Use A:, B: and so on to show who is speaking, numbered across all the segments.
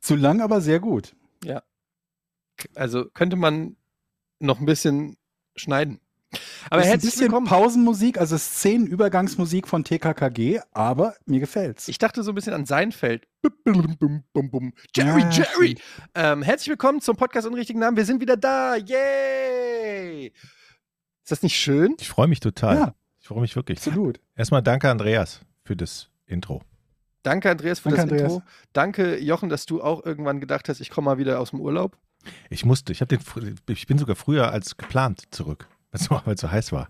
A: Zu lang, aber sehr gut.
B: Ja. Also könnte man noch ein bisschen schneiden.
A: Aber ist ein bisschen Pausenmusik, also Szenenübergangsmusik von TKKG, aber mir gefällt's.
B: Ich dachte so ein bisschen an Seinfeld. Bum, bum, bum, bum. Jerry,
A: Ja,
B: Jerry! Ähm, herzlich willkommen zum Podcast und richtigen Namen. Wir sind wieder da. Yay! Ist das nicht schön?
C: Ich freue mich total.
A: Ja.
C: Ich freue mich wirklich.
A: Absolut.
C: Erstmal danke, Andreas, für das Intro.
B: Danke, Andreas, für
A: Danke,
B: das
A: Andreas.
B: Intro. Danke, Jochen, dass du auch irgendwann gedacht hast, ich komme mal wieder aus dem Urlaub.
C: Ich musste, ich habe den, fr- ich bin sogar früher als geplant zurück, weil es so, weil's so heiß war.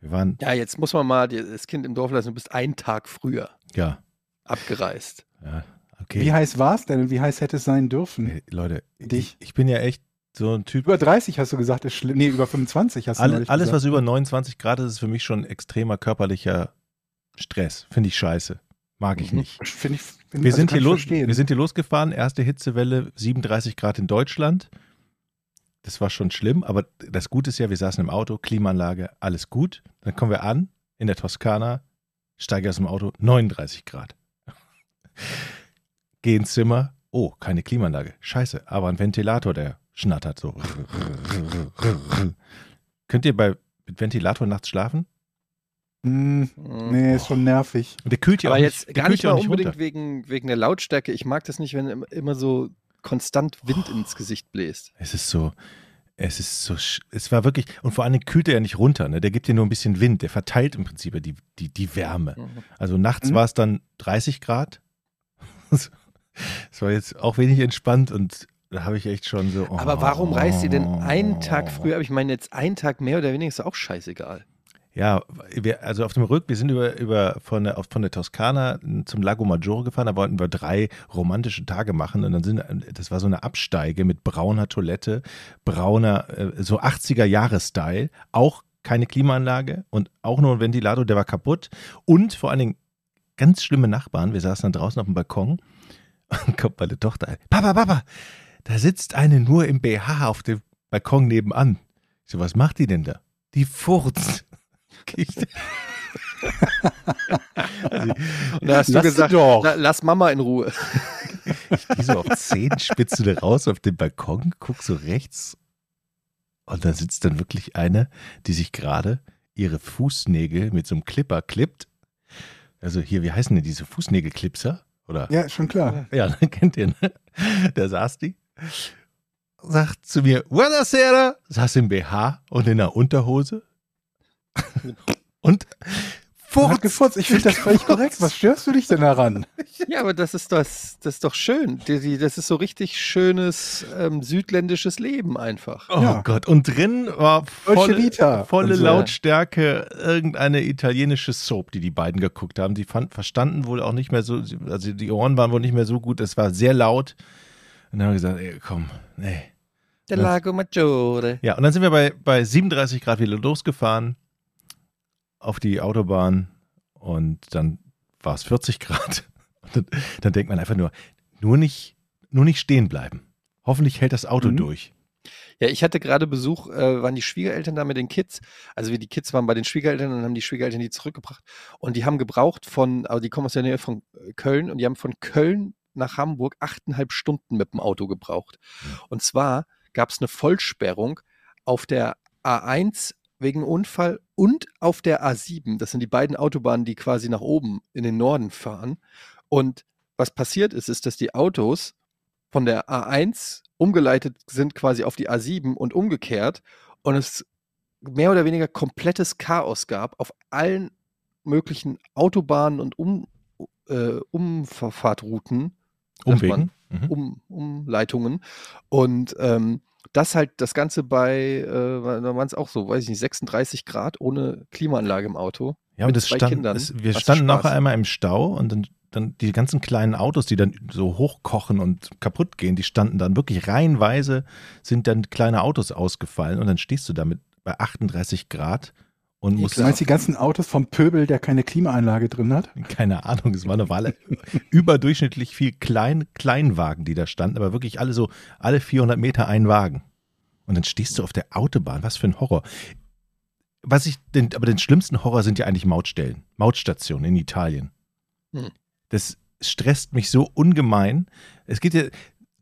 C: Wir waren,
B: Ja, jetzt muss man mal die- das Kind im Dorf lassen. Du bist einen Tag früher
C: ja,
B: abgereist.
C: ja
A: Wie
C: okay.
A: heiß war's denn und wie heiß hätte es sein dürfen?
C: Hey, Leute,
A: Dich.
C: ich, ich bin ja echt so ein Typ.
A: Über 30 hast du gesagt, ist schlimm. Nee, über 25 hast du
C: Alle,
A: neulich
C: alles,
A: gesagt. ne?
C: was über 29 Grad ist, ist für mich schon extremer körperlicher Stress. Finde ich scheiße. Mag ich
B: Mhm.
C: nicht.
A: Find ich, find,
C: Wir
A: also
C: sind,
A: kann
C: hier
A: ich
C: los,
A: verstehen.
C: wir sind hier losgefahren, erste Hitzewelle, 37 Grad in Deutschland. Das war schon schlimm, aber das Gute ist ja, wir saßen im Auto, Klimaanlage, alles gut. Dann kommen wir an in der Toskana, steige aus dem Auto, 39 Grad. Geh ins Zimmer, oh, keine Klimaanlage, scheiße, aber ein Ventilator, der schnattert so. Könnt ihr bei mit Ventilator nachts schlafen?
A: Hm, nee, ist schon nervig.
C: Und der kühlt ja
B: Aber
C: auch
B: jetzt
C: nicht, der
B: gar
C: kühlt
B: nicht
C: ja
B: mal
C: auch nicht
B: unbedingt
C: runter.
B: wegen, wegen der Lautstärke. Ich mag das nicht, wenn im- immer so konstant Wind ins Gesicht bläst.
C: Es ist so, es ist so, sch- es war wirklich, und vor allem kühlt er ja nicht runter, ne? der gibt dir nur ein bisschen Wind, der verteilt im Prinzip ja die, die, die Wärme.
B: Oh.
C: Also nachts
A: Mhm.
C: war es dann 30 Grad. Es war jetzt auch wenig entspannt und da habe ich echt schon so. oh.
B: Aber warum reist ihr denn einen Tag früher? Aber ich meine, jetzt einen Tag mehr oder weniger ist auch scheißegal.
C: Ja, wir, also auf dem Rück, wir sind über, über von, der, auf- von der Toskana zum Lago Maggiore gefahren, da wollten wir drei romantische Tage machen und dann sind, das war so eine Absteige mit brauner Toilette, brauner, äh, so 80er-Jahres-Style, auch keine Klimaanlage und auch nur ein Ventilator, der war kaputt und vor allen Dingen ganz schlimme Nachbarn, wir saßen dann draußen auf dem Balkon und kommt meine Tochter ein, Papa, Papa, da sitzt eine nur im BH auf dem Balkon nebenan. Ich so, was macht die denn da? Die furzt. Ich-
B: Und Oh. da hast du
C: Lass sie
B: gesagt,
C: doch.
B: "Na, lass Mama in Ruhe.
C: Geh so auf Zehenspitzen raus auf den Balkon, guck so rechts und da sitzt dann wirklich eine, die sich gerade ihre Fußnägel mit so einem Clipper klippt. Also hier, wie heißen denn diese Fußnägelclipser? Oder?
A: Ja, ist schon klar.
C: Ja, ne, kennt ihr, ne? Da saß die. Sagt zu mir, Buonasera, saß im BH und in der Unterhose. Und
A: Hat
C: furzt.
A: gefurzt. Ich finde das völlig korrekt. Was störst du dich denn daran?
B: Ja, aber das ist das, das ist doch schön. Die- die- Das ist so richtig schönes ähm, südländisches Leben einfach.
C: Oh
A: Ja.
C: Gott, und drin war
A: Dolce
C: volle,
A: Vita.
C: volle
A: und so.
C: Lautstärke irgendeine italienische Soap, die die beiden geguckt haben. Die fand, verstanden wohl auch nicht mehr so, also die Ohren waren wohl nicht mehr so gut, es war sehr laut. Und dann haben wir gesagt, ey, komm, nee.
B: Der
C: Ja.
B: Lago Maggiore.
C: Ja, und dann sind wir bei, bei 37 Grad wieder losgefahren auf die Autobahn und dann war es 40 Grad. Und dann, dann denkt man einfach nur, nur nicht, nur nicht stehen bleiben. Hoffentlich hält das Auto
A: Mhm.
C: durch.
B: Ja, ich hatte gerade Besuch, äh, waren die Schwiegereltern da mit den Kids. Also wir, die Kids waren bei den Schwiegereltern und haben die Schwiegereltern die zurückgebracht. Und die haben gebraucht von, also die kommen aus der Nähe von äh, Köln und die haben von Köln nach Hamburg achteinhalb Stunden mit dem Auto gebraucht. Und zwar gab es eine Vollsperrung auf der A1 wegen Unfall und auf der A7. Das sind die beiden Autobahnen, die quasi nach oben in den Norden fahren. Und was passiert ist, ist, dass die Autos von der A1 umgeleitet sind quasi auf die A7 und umgekehrt und es mehr oder weniger komplettes Chaos gab auf allen möglichen Autobahnen und um, äh, Umfahrtrouten, sagt man,
C: Umwegen. Mhm.
B: um, Umleitungen. Und ähm, das halt das Ganze bei, äh, da waren es auch so, weiß ich nicht, 36 Grad ohne Klimaanlage im Auto.
C: Ja,
B: mit
C: und es
B: zwei
C: stand,
B: Kindern.
C: es, wir
B: Was
C: standen
B: Spaß.
C: nachher einmal im Stau und dann, dann die ganzen kleinen Autos, die dann so hochkochen und kaputt gehen, die standen dann wirklich reihenweise, sind dann kleine Autos ausgefallen und dann stehst du damit bei 38 Grad und musst
A: Du meinst die ganzen Autos vom Pöbel, der keine Klimaanlage drin hat?
C: keine Ahnung, es war eine Wahl überdurchschnittlich viel Klein, Kleinwagen, die da standen, aber wirklich alle so, alle 400 Meter ein Wagen. Und dann stehst du auf der Autobahn, was für ein Horror. Was ich, den, aber den schlimmsten Horror sind ja eigentlich Mautstellen, Mautstationen in Italien.
B: Hm.
C: Das stresst mich so ungemein. Es geht ja,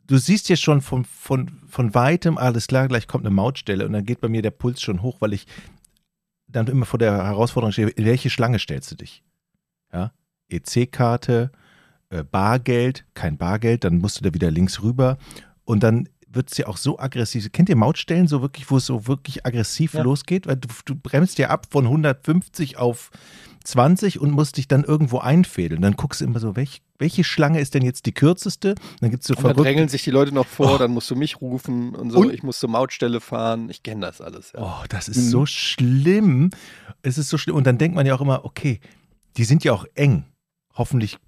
C: du siehst ja schon von, von, von weitem, ah, alles klar, gleich kommt eine Mautstelle und dann geht bei mir der Puls schon hoch, weil ich dann immer vor der Herausforderung stehe, in welche Schlange stellst du dich? Ja, EC-Karte, äh, Bargeld, kein Bargeld, dann musst du da wieder links rüber und dann wird es ja auch so aggressiv. Kennt ihr Mautstellen so wirklich, wo es so wirklich aggressiv
B: Ja.
C: losgeht? Weil du, du bremst ja ab von 150 auf 20 und musst dich dann irgendwo einfädeln. Dann guckst du immer so, welch, welche Schlange ist denn jetzt die kürzeste? Dann gibt es so
B: Und dann
C: verrückte
B: drängeln sich die Leute noch vor,
C: Oh.
B: dann musst du mich rufen und so,
C: Und-
B: ich muss zur Mautstelle fahren. Ich kenne das alles. Ja.
C: Oh, das
A: Mhm.
C: ist so schlimm. Es ist so schlimm. Und dann denkt man ja auch immer, okay, die sind ja auch eng. Hoffentlich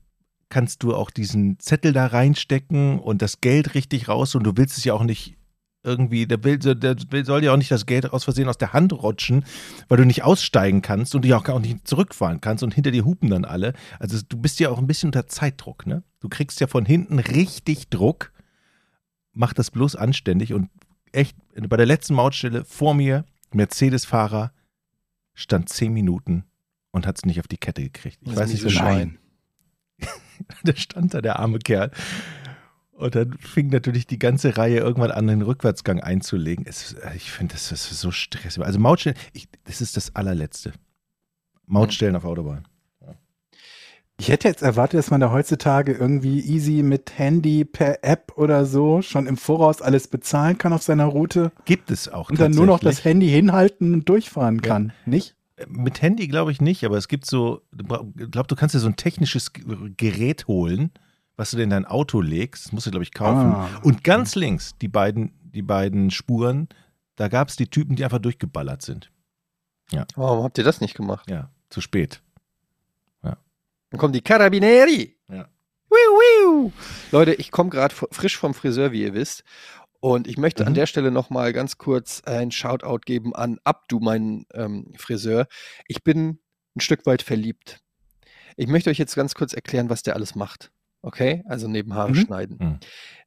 C: kannst du auch diesen Zettel da reinstecken und das Geld richtig raus und du willst es ja auch nicht irgendwie, der, will, der will, soll ja auch nicht das Geld aus Versehen aus der Hand rutschen, weil du nicht aussteigen kannst und dich auch gar nicht zurückfahren kannst und hinter dir hupen dann alle. Also du bist ja auch ein bisschen unter Zeitdruck, ne? Du kriegst ja von hinten richtig Druck. Mach das bloß anständig und echt bei der letzten Mautstelle vor mir, Mercedes-Fahrer, stand zehn Minuten und hat es nicht auf die Kette gekriegt. Ich
B: Das
C: weiß nicht,
B: miese
C: wie
B: Schwein.
C: da stand da der arme Kerl. Und dann fing natürlich die ganze Reihe irgendwann an, den Rückwärtsgang einzulegen. Es, äh, ich finde, das ist so stressig. Also Mautstellen, ich, das ist das allerletzte. Mautstellen auf Autobahn.
A: Ich hätte jetzt erwartet, dass man da heutzutage irgendwie easy mit Handy per App oder so schon im Voraus alles bezahlen kann auf seiner Route
C: Gibt es auch
A: und dann nur noch das
C: tatsächlich.
A: Handy hinhalten und durchfahren
C: Ja.
A: kann, nicht?
C: Mit Handy glaube ich nicht, aber es gibt so, du bra- ich glaube, du kannst dir so ein technisches G- Gerät holen, was du dir in dein Auto legst. Das musst du, glaube ich, kaufen.
A: Ah.
C: Und ganz links, die beiden, die beiden Spuren, da gab es die Typen, die einfach durchgeballert sind.
B: Warum habt ihr das nicht gemacht?
C: Ja, zu spät.
B: Dann kommen die Carabinieri.
C: Ja.
B: Wiu, wiu. Leute, ich komme gerade frisch vom Friseur, wie ihr wisst. Und ich möchte an
C: Mhm.
B: der Stelle nochmal ganz kurz ein Shoutout geben an Abdu, meinen ähm, Friseur. Ich bin ein Stück weit verliebt. Ich möchte euch jetzt ganz kurz erklären, was der alles macht. Okay? Also neben Haare
A: Mhm.
B: schneiden.
C: Mhm.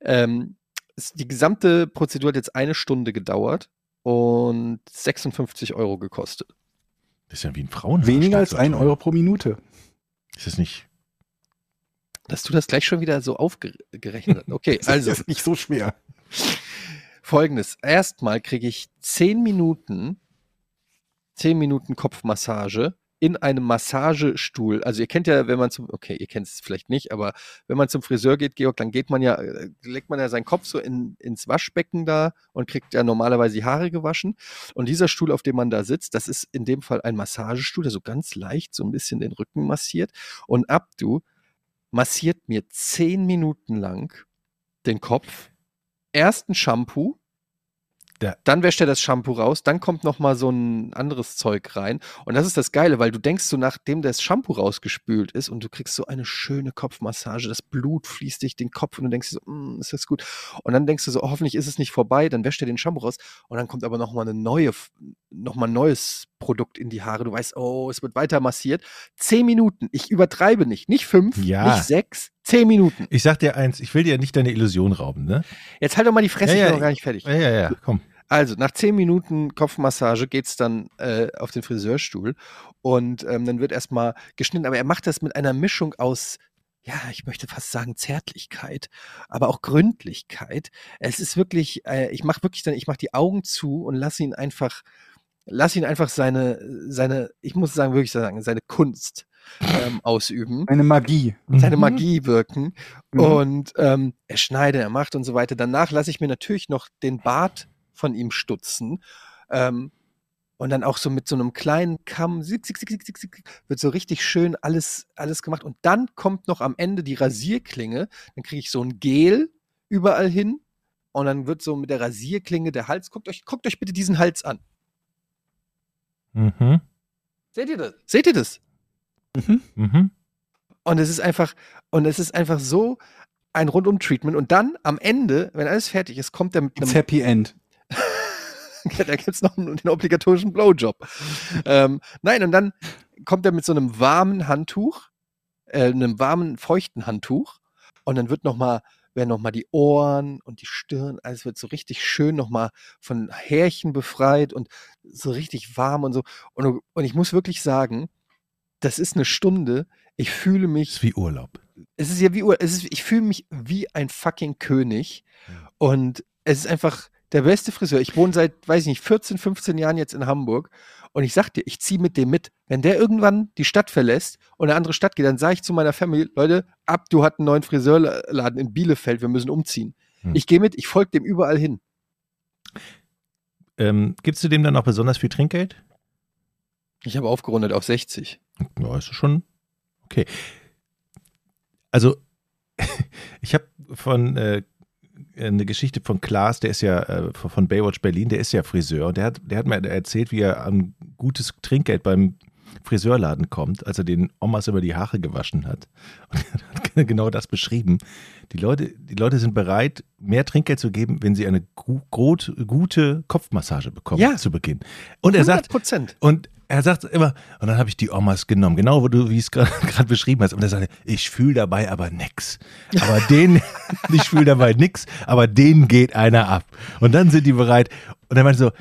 B: Ähm, es- die gesamte Prozedur hat jetzt eine Stunde gedauert und 56 Euro gekostet.
C: Das ist ja wie ein Frauenhaar.
A: Weniger als
C: Statt so
A: ein
C: teuer.
A: Euro pro Minute.
C: Ist das nicht?
B: Dass du das gleich schon wieder so aufgerechnet hast. Okay, also.
A: ist nicht so schwer.
B: Folgendes. Erstmal kriege ich 10 Minuten, 10 Minuten Kopfmassage in einem Massagestuhl. Also ihr kennt ja, wenn man zum, okay, ihr kennt es vielleicht nicht, aber wenn man zum Friseur geht, Georg, dann geht man ja, äh, legt man ja seinen Kopf so in, ins Waschbecken da und kriegt ja normalerweise die Haare gewaschen. Und dieser Stuhl, auf dem man da sitzt, das ist in dem Fall ein Massagestuhl, der so ganz leicht so ein bisschen den Rücken massiert. Und Abdu massiert mir 10 Minuten lang den Kopf. Erst ein Shampoo.
C: Da-
B: Dann wäscht er das Shampoo raus, dann kommt noch mal so ein anderes Zeug rein und das ist das Geile, weil du denkst so, nachdem das Shampoo rausgespült ist und du kriegst so eine schöne Kopfmassage, das Blut fließt dich den Kopf und du denkst dir so, "Mm, ist das gut? Und dann denkst du so, hoffentlich ist es nicht vorbei, dann wäscht er den Shampoo raus und dann kommt aber noch mal eine neue, noch mal ein neues Produkt in die Haare. Du weißt, oh, es wird weiter massiert. Zehn Minuten, ich übertreibe nicht, nicht fünf,
C: Ja.
B: nicht sechs, zehn Minuten.
C: Ich sag dir eins, ich will dir ja nicht deine Illusion rauben, ne?
B: Jetzt halt doch mal die Fresse,
C: Ja,
B: ich
C: ja,
B: bin noch gar nicht fertig.
C: Ja, ja, ja, komm.
B: Also, nach zehn Minuten Kopfmassage geht's dann äh, auf den Friseurstuhl und ähm, dann wird erstmal geschnitten. Aber er macht das mit einer Mischung aus, ja, ich möchte fast sagen Zärtlichkeit, aber auch Gründlichkeit. Es ist wirklich, äh, ich mache wirklich dann, ich mache die Augen zu und lasse ihn einfach, lass ihn einfach seine, seine, ich muss sagen, wirklich sagen, seine Kunst ähm, ausüben
A: Eine Magie.
B: seine
C: Mhm.
B: Magie wirken.
A: Mhm.
B: Und ähm, er schneidet, er macht und so weiter. Danach lasse ich mir natürlich noch den Bart von ihm stutzen. Ähm, und dann auch so mit so einem kleinen Kamm, zick, zick, zick, zick, zick, zick, wird so richtig schön alles, alles gemacht. Und dann kommt noch am Ende die Rasierklinge. Dann kriege ich so ein Gel überall hin. Und dann wird so mit der Rasierklinge der Hals. Guckt euch, guckt euch bitte diesen Hals an.
C: Mhm.
B: Seht ihr das? Seht ihr das?
C: Mhm.
B: Und es ist einfach, und es ist einfach so ein Rundum-Treatment. Und dann am Ende, wenn alles fertig ist, kommt er mit
A: Gibt's
B: einem.
A: Happy End.
B: da gibt's noch einen, den obligatorischen Blowjob. ähm, nein, und dann kommt er mit so einem warmen Handtuch, äh, einem warmen, feuchten Handtuch. Und dann wird nochmal, werden nochmal die Ohren und die Stirn, alles wird so richtig schön nochmal von Härchen befreit und so richtig warm und so. Und, und ich muss wirklich sagen, das ist eine Stunde. Ich fühle mich
C: Ist wie Urlaub.
B: es ist ja wie Ur- es ist, ich fühle mich wie ein fucking König und es ist einfach der beste Friseur. Ich wohne seit, weiß ich nicht, 14, 15 Jahren jetzt in Hamburg und ich sag dir, ich ziehe mit dem mit. Wenn der irgendwann die Stadt verlässt und in eine andere Stadt geht, dann sage ich zu meiner Family, Leute, ab, du hast einen neuen Friseurladen in Bielefeld, wir müssen umziehen.
C: Hm.
B: Ich gehe mit, ich folge dem überall hin.
C: Ähm, gibst du dem dann auch besonders viel Trinkgeld?
B: Ich habe aufgerundet auf 60.
C: Ja, ist schon okay. Also, ich habe von äh, eine Geschichte von Klaas, der ist ja äh, von Baywatch Berlin, der ist ja Friseur und der hat, der hat mir erzählt, wie er an gutes Trinkgeld beim Friseurladen kommt, als er den Omas über die Haare gewaschen hat. Und er hat genau das beschrieben. Die Leute, die Leute sind bereit, mehr Trinkgeld zu geben, wenn sie eine gu gut, gute Kopfmassage bekommen
B: Ja.
C: zu Beginn. Und er sagt,
B: Prozent.
C: und er sagt immer, und dann habe ich die Omas genommen, genau wo du, wie es gerade beschrieben hast. Und er sagte, ich fühle dabei aber nix. Aber den, ich fühle dabei nix, aber den geht einer ab. Und dann sind die bereit. Und er meinte so,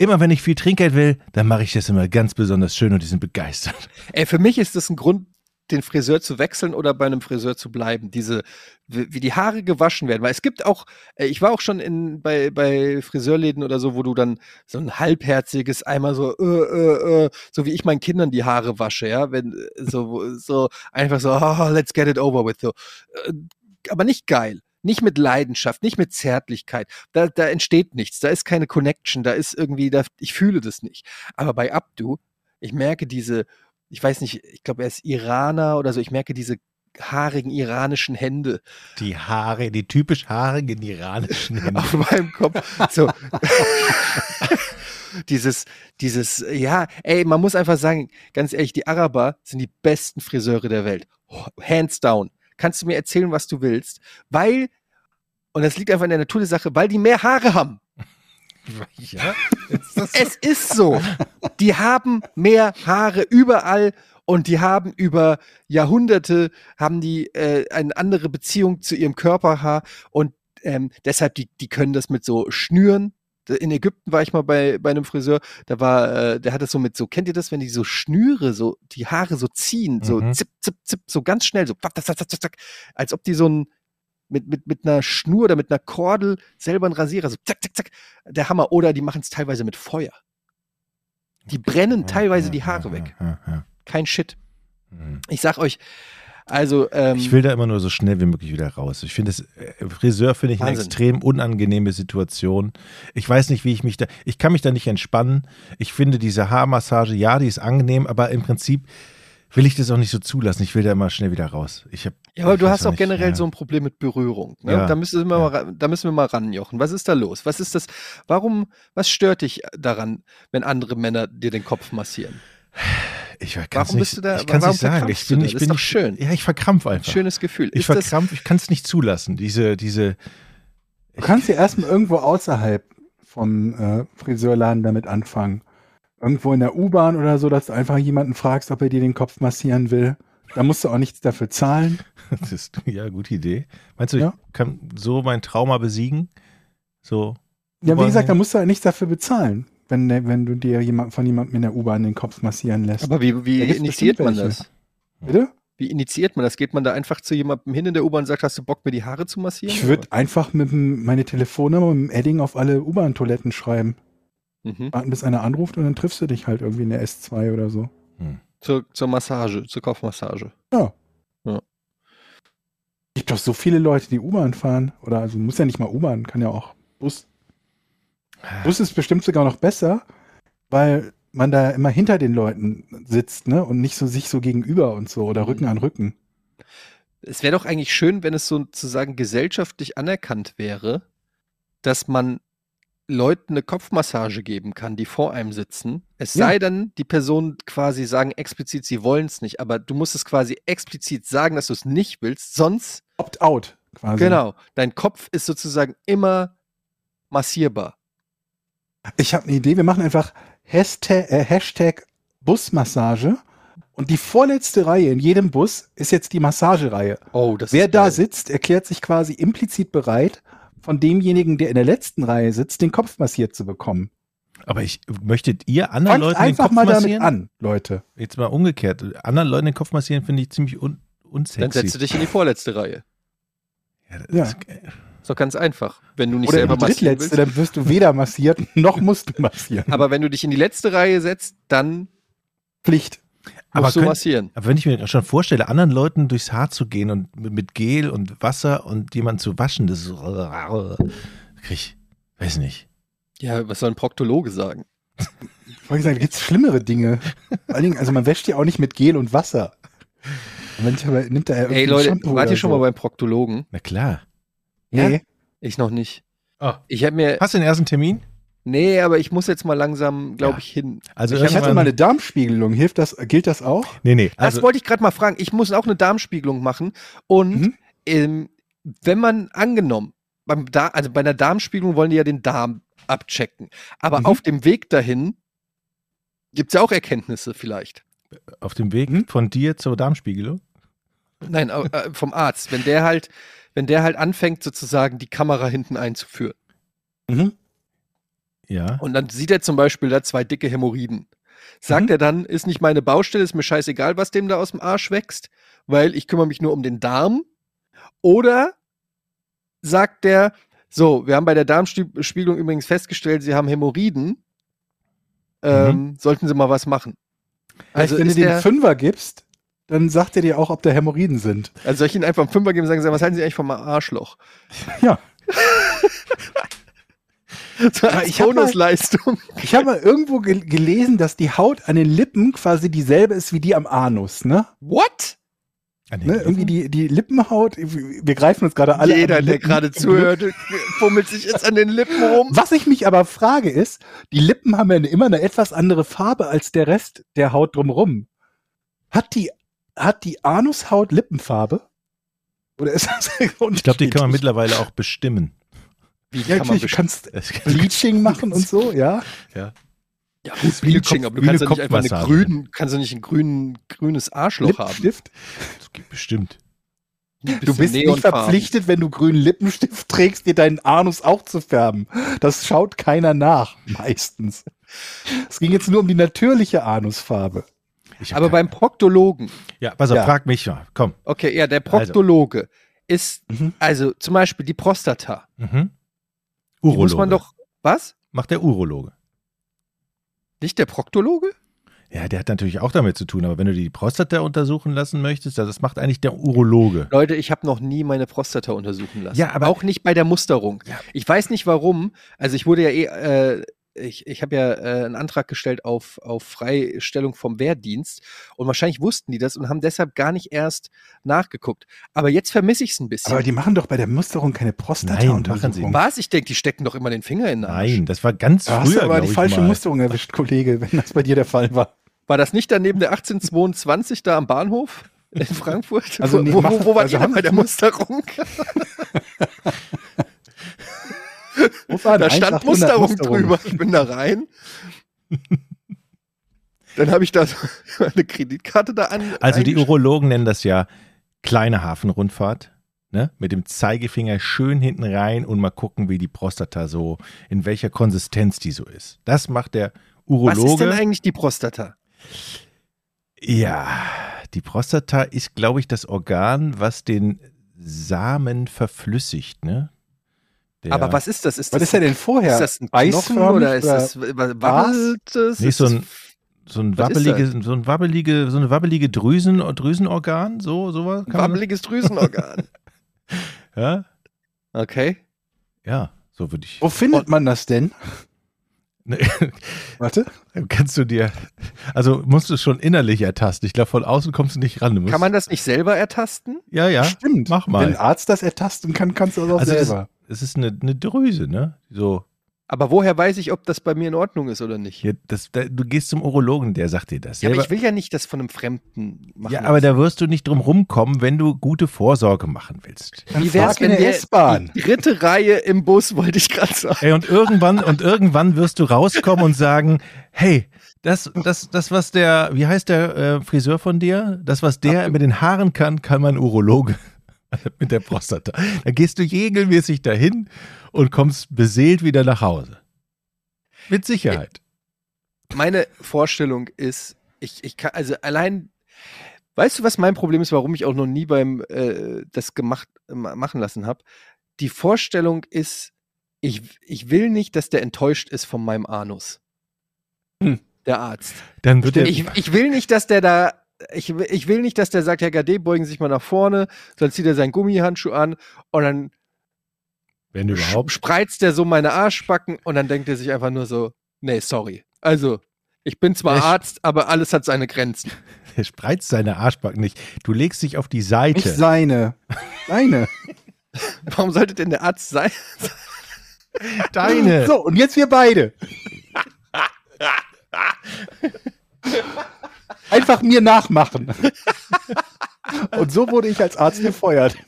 C: immer wenn ich viel Trinkgeld will, dann mache ich das immer ganz besonders schön und die sind begeistert.
B: Ey, für mich ist das ein Grund, den Friseur zu wechseln oder bei einem Friseur zu bleiben. Diese, wie wie die Haare gewaschen werden. Weil es gibt auch, äh, ich war auch schon in, bei, bei Friseurläden oder so, wo du dann so ein halbherziges, einmal so, äh, äh, äh, so wie ich meinen Kindern die Haare wasche, ja, wenn äh, so, wo- so einfach so, oh, let's get it over with. So. Äh, Aber nicht geil. Nicht mit Leidenschaft, nicht mit Zärtlichkeit. Da, da entsteht nichts. Da ist keine Connection. Da ist irgendwie, da, ich fühle das nicht. Aber bei Abdu, ich merke diese, ich weiß nicht, ich glaube, er ist Iraner oder so, ich merke diese haarigen iranischen Hände
C: Die Haare, die typisch haarigen iranischen Hände.
B: auf meinem Kopf. So. dieses, dieses, ja, ey, man muss einfach sagen, ganz ehrlich, die Araber sind die besten Friseure der Welt. Oh, Hands down. Kannst du mir erzählen, was du willst? Weil, und das liegt einfach in der Natur der Sache, weil die mehr Haare haben.
C: Ja,
B: Es ist so. Die haben mehr Haare überall und die haben über Jahrhunderte haben die äh, eine andere Beziehung zu ihrem Körperhaar und ähm, deshalb die die können das mit so Schnüren. In Ägypten war ich mal bei bei einem Friseur. Da war äh, der hat das so mit so kennt ihr das, wenn die so Schnüre so die Haare so ziehen, so
C: Mhm.
B: zip zip zip so ganz schnell so zack, zack, zack, zack, zack, zack, als ob die so ein mit, mit, mit einer Schnur oder mit einer Kordel selber einen Rasierer, so zack, zack, zack, der Hammer. Oder die machen es teilweise mit Feuer. Die brennen teilweise die Haare weg.
C: Ja, ja, Hm.
B: Kein Shit.
C: ja.
B: Ich sag euch, also, ähm,
C: Ich will da immer nur so schnell wie möglich wieder raus. Ich finde das äh, Friseur finde ich eine
B: Wahnsinn.
C: extrem unangenehme Situation. Ich weiß nicht, wie ich mich da ich kann mich da nicht entspannen. Ich finde diese Haarmassage, ja, die ist angenehm, aber im Prinzip will ich das auch nicht so zulassen. Ich will da immer schnell wieder raus. Ich habe
B: ja, aber
C: ich
B: du
C: weiß
B: hast
C: auch
B: auch
C: nicht,
B: generell
C: ja.
B: so ein Problem mit Berührung. Ne?
C: Ja,
B: Da, müssen wir
C: ja.
B: mal, ra- da müssen wir mal ranjochen. Was ist da los? Was ist das? Warum, was stört dich daran, wenn andere Männer dir den Kopf massieren?
C: ich kann's
B: Warum
C: nicht,
B: bist du da-
C: ich kann's
B: warum
C: nicht sagen. Ich
B: verkrampfst du
C: bin
B: da?
C: ich
B: Das
C: bin
B: ist doch
C: nicht-
B: schön.
C: Ja, ich verkrampf einfach.
B: Schönes Gefühl.
C: ich
B: ist das,
C: verkrampf, ich kann es nicht zulassen. Diese diese
A: Du kannst ja erstmal irgendwo außerhalb vom äh, Friseurladen damit anfangen. Irgendwo in der U-Bahn oder so, dass du einfach jemanden fragst, ob er dir den Kopf massieren will. Da musst du auch nichts dafür zahlen.
C: das ist ja gute Idee. Meinst du,
A: Ja.
C: ich kann so mein Trauma besiegen? So
A: Ja, wie
C: U-Bahn
A: gesagt, da
C: hin?
A: musst du halt nichts dafür bezahlen, wenn, der- wenn du dir jemand, von jemandem in der U-Bahn den Kopf massieren lässt.
B: aber wie, wie
A: Da gibt's
B: initiiert man
A: bestimmt welche.
B: das?
A: Bitte?
B: Wie initiiert man das? Geht man da einfach zu jemandem hin in der U-Bahn und sagt, hast du Bock, mir die Haare zu massieren?
A: Ich würde einfach mit dem, meine Telefonnummer mit dem Edding auf alle U-Bahn-Toiletten schreiben.
B: Mhm.
A: Warten, bis einer anruft und dann triffst du dich halt irgendwie in der S2 oder so.
B: Zur, zur Massage, zur Kopfmassage.
A: gibt doch so viele Leute, die U-Bahn fahren. Oder also muss ja nicht mal U-Bahn, kann ja auch Bus. Bus ist bestimmt sogar noch besser, weil man da immer hinter den Leuten sitzt, ne? Und nicht so sich so gegenüber und so oder
B: Mhm.
A: Rücken an Rücken.
B: Es wäre doch eigentlich schön, wenn es sozusagen gesellschaftlich anerkannt wäre, dass man Leuten eine Kopfmassage geben kann, die vor einem sitzen. Es
A: Ja.
B: sei denn, die Personen quasi sagen explizit, sie wollen es nicht, aber du musst es quasi explizit sagen, dass du es nicht willst, sonst,
A: Opt-out quasi.
B: genau, dein Kopf ist sozusagen immer massierbar.
A: Ich habe eine Idee, wir machen einfach Hashtag, äh, Hashtag Busmassage und die vorletzte Reihe in jedem Bus ist jetzt die Massagereihe.
B: Oh, das
A: Wer
B: ist
A: da
B: geil.
A: sitzt, erklärt sich quasi implizit bereit, von demjenigen, der in der letzten Reihe sitzt, den Kopf massiert zu bekommen.
C: Aber ich möchtet ihr anderen
A: Fangt
C: Leuten den
A: einfach
C: Kopf
A: mal damit
C: massieren?
A: an, Leute.
C: Jetzt mal umgekehrt. Anderen Leuten den Kopf massieren finde ich ziemlich un unsexy.
B: Dann setzt du dich in die vorletzte Reihe.
C: Ja, das
A: Ja.
C: Ist, ge-
B: Ist doch ganz einfach. Wenn du nicht
A: Oder
B: selber
A: die
B: massieren
A: drittletzte, dann
B: willst.
A: wirst du weder massiert, noch musst du massieren.
B: Aber wenn du dich in die letzte Reihe setzt, dann
A: Pflicht.
C: aber,
B: musst du
C: könnt,
B: massieren.
C: aber wenn ich mir schon vorstelle, anderen Leuten durchs Haar zu gehen und mit- mit Gel und Wasser und jemanden zu waschen, das ist, krieg ich, weiß nicht.
B: Ja, was soll ein Proktologe sagen?
A: Ich wollte sagen, gibt es schlimmere Dinge. Vor allen Dingen, also man wäscht die auch nicht mit Gel und Wasser. Und wenn ich aber, nimmt da ja
B: Ey
A: irgendwie
B: Leute,
A: Shampoo
B: wart
A: oder
B: ihr schon mal beim Proktologen?
C: Na klar.
A: Nee.
B: Ich noch nicht.
C: Oh.
B: Ich habe mir,
C: Hast du den ersten Termin?
B: nee, aber ich muss jetzt mal langsam, glaube
C: Ja.
B: ich, hin.
C: Also
A: Ich hatte
C: irgendwann-
A: mal eine Darmspiegelung. Hilft das, gilt das auch?
C: Nee, nee.
B: Das
C: Also,
B: wollte ich gerade mal fragen. Ich muss auch eine Darmspiegelung machen. Und
A: Mhm.
B: ähm, wenn man angenommen, beim da also bei einer Darmspiegelung wollen die ja den Darm abchecken. Aber
A: Mhm.
B: auf dem Weg dahin gibt es ja auch Erkenntnisse vielleicht.
C: auf dem Weg
B: Hm?
C: von dir zur Darmspiegelung?
B: Nein, au- äh, vom Arzt. Wenn der halt, wenn der halt anfängt, sozusagen die Kamera hinten einzuführen.
C: Ja.
B: Und dann sieht er zum Beispiel da zwei dicke Hämorrhoiden. Sagt
A: Mhm.
B: er dann, ist nicht meine Baustelle, ist mir scheißegal, was dem da aus dem Arsch wächst, weil ich kümmere mich nur um den Darm? Oder sagt er, so, wir haben bei der Darmspiegelung übrigens festgestellt, Sie haben
A: Mhm.
B: Hämorrhoiden, ähm, sollten Sie mal was machen.
A: Also
B: Also,
A: wenn du
B: ist
A: dir
B: der,
A: den Fünfer gibst, dann sagt er dir auch, ob da Hämorrhoiden sind.
B: also soll ich Ihnen einfach einen Fünfer geben und sagen, sagen, was halten Sie eigentlich vom Arschloch?
A: Ja.
B: so
A: Aber
B: als
A: ich hab mal-
B: Bonusleistung.
A: Ich habe mal irgendwo gel- gelesen, dass die Haut an den Lippen quasi dieselbe ist wie die am Anus, ne?
B: What?
C: An den
A: ne? Irgendwie die, die Lippenhaut, wir greifen uns gerade alle. an
B: Jeder,
A: die
B: der
A: Lippen.
B: gerade zuhört, fummelt sich jetzt an den Lippen rum.
A: Was ich mich aber frage ist, die Lippen haben ja immer eine etwas andere Farbe als der Rest der Haut drumrum. Hat die, hat die Anushaut Lippenfarbe? Oder ist das
C: ich glaube, die kann man mittlerweile auch bestimmen.
B: Wie
A: Ja,
B: kann man
A: natürlich, du
B: bestimmt?
A: kannst Bleaching machen und so, ja.
B: Ja, das ist Bleaching,
C: Kopf-
B: aber du kannst ja
C: Mühle
B: nicht einfach eine
C: Kopfmassage.
B: grünen, kannst du nicht ein grünen, grünes Arschloch haben.
A: Lippenstift.
C: Das geht bestimmt.
B: Ein
A: Du
B: bisschen
A: bist nicht
B: Neonfarben.
A: verpflichtet, wenn du grünen Lippenstift trägst, dir deinen Anus auch zu färben. Das schaut keiner nach, meistens. Es ging jetzt nur um die natürliche Anusfarbe.
C: Ich hab
B: Aber
C: keine-
B: beim Proktologen,
C: ja, pass auf,
A: Ja.
C: frag mich mal. Komm.
B: okay, ja, der
C: Also.
B: Proktologe ist,
A: Mhm.
B: also zum Beispiel die Prostata.
C: Mhm.
B: Die
C: Urologe.
B: muss man doch, was?
C: Macht der Urologe.
B: Nicht der Proktologe?
C: Ja, der hat natürlich auch damit zu tun, aber wenn du die Prostata untersuchen lassen möchtest, ja, das macht eigentlich der Urologe.
B: Leute, ich habe noch nie meine Prostata untersuchen lassen.
C: Ja, aber-
B: auch nicht bei der Musterung.
C: Ja.
B: Ich weiß nicht warum. Also ich wurde ja eh, äh, ich, ich habe ja äh, einen Antrag gestellt auf, auf Freistellung vom Wehrdienst und wahrscheinlich wussten die das und haben deshalb gar nicht erst nachgeguckt. Aber jetzt vermisse ich es ein bisschen.
A: Aber die machen doch bei der Musterung keine
C: machen sie
A: Prostata-Untersuchung.
C: nicht.
B: Was? Ich denke, die stecken doch immer den Finger in den Arsch.
C: Nein, das war ganz
A: Da hast
C: früher,
A: du aber
C: glaub
A: die
C: ich
A: falsche
C: mal.
A: Musterung erwischt, Kollege, wenn das bei dir der Fall war.
B: War das nicht daneben der 1822 da am Bahnhof? In Frankfurt?
A: Also
B: Wo-
A: nee,
B: wo,
A: mach-
B: wo, wo war
A: also
B: ihr denn
A: haben
B: bei der
A: sie-
B: Musterung?
A: Wo war
B: Da
A: denn?
B: stand
A: 1,800
B: Musterung, drüber. Ich bin da rein. Dann habe ich da so eine Kreditkarte da an.
C: Also die
B: eingesch-
C: Urologen nennen das ja kleine Hafenrundfahrt. Ne? Mit dem Zeigefinger schön hinten rein und mal gucken, wie die Prostata so, in welcher Konsistenz die so ist. Das macht der
B: Was
C: Urologe.
B: ist denn eigentlich die Prostata?
C: Ja, die Prostata ist, glaube ich, das Organ, was den Samen verflüssigt, ne? Der-
B: Aber was ist das? Ist
A: Was
B: das,
A: ist denn denn vorher?
B: ist das ein
A: Eisförmig
B: Knochen oder ist
A: oder
B: das was?
C: Nee, so ein- So ein
B: Was ist
C: wabbelige, so ein wabbelige, so eine wabbelige Drüsen, Drüsenorgan, so sowas. kann man-
B: wabbeliges Drüsenorgan.
C: Ja,
B: Okay.
C: ja, so würde ich.
A: Wo findet man das denn?
C: Ne,
A: Warte.
C: Kannst du dir, also musst du es schon innerlich ertasten. Ich glaube, von außen kommst du nicht ran. Du musst,
B: Kann man das nicht selber ertasten?
C: Ja, ja.
A: Stimmt.
C: mach mal.
A: Wenn ein Arzt das ertasten kann, kannst du das auch
C: Also es ist,
A: selber.
C: es ist eine, eine Drüse, ne? So,
B: Aber woher weiß ich, ob das bei mir in Ordnung ist oder nicht?
C: hier, das, da, du gehst zum Urologen, der sagt dir das.
B: Ja, aber
C: Selber-
B: ich will ja nicht das von einem Fremden machen.
C: Ja, aber
B: lassen.
C: da wirst du nicht drum rumkommen, wenn du gute Vorsorge machen willst.
A: Dann
B: Wie wär's,
A: frag in
B: wenn
A: der
B: wir-
A: S-Bahn?
B: Die dritte Reihe im Bus wollte ich gerade sagen.
C: Ey, und irgendwann, und irgendwann wirst du rauskommen und sagen, hey, das, das, das, was der, wie heißt der äh, Friseur von dir? Das, was der mit den Haaren kann, kann mein Urologe. mit der Prostata. Dann gehst du regelmäßig dahin und kommst beseelt wieder nach Hause. Mit Sicherheit.
B: Meine Vorstellung ist, ich, ich kann, also allein, Weißt du, was mein Problem ist, warum ich auch noch nie beim äh, das gemacht ma- machen lassen habe? Die Vorstellung ist, ich, ich will nicht, dass der enttäuscht ist von meinem Anus.
A: Hm.
B: Der Arzt.
C: Dann wird der,
B: Ich, ich will nicht, dass der da. Ich, will- ich will nicht, dass der sagt, Herr Gade, beugen Sie sich mal nach vorne, dann zieht er seinen Gummihandschuh an und dann
C: wenn überhaupt,
B: sch- spreizt der so meine Arschbacken und dann denkt er sich einfach nur so, nee, sorry. Also, ich bin zwar
C: Der sch-
B: Arzt, aber alles hat seine Grenzen.
C: der spreizt seine Arschbacken nicht. Du legst dich auf die
A: Nicht
C: Seite.
A: seine. Seine.
B: Warum sollte denn der Arzt sein?
C: Deine.
A: So, und jetzt wir beide. Einfach mir nachmachen. Und so wurde ich als Arzt gefeuert.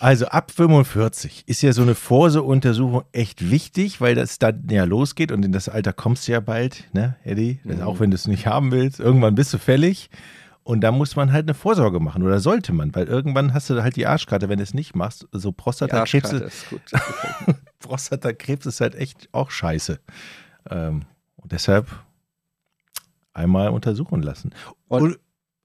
C: Also ab 45 ist ja so eine Vorseuntersuchung echt wichtig, weil das dann ja losgeht und in das Alter kommst du ja bald, ne, Eddie? Das
B: Mhm.
C: Auch wenn du es nicht haben willst, irgendwann bist du fällig. Und da muss man halt eine Vorsorge machen oder sollte man, weil irgendwann hast du halt die Arschkarte, wenn du es nicht machst. So Prostatakrebs,
B: Arschkarte ist gut. Okay.
C: Prostatakrebs ist halt echt auch scheiße. Ähm, und deshalb einmal untersuchen lassen.
B: Und-
C: und,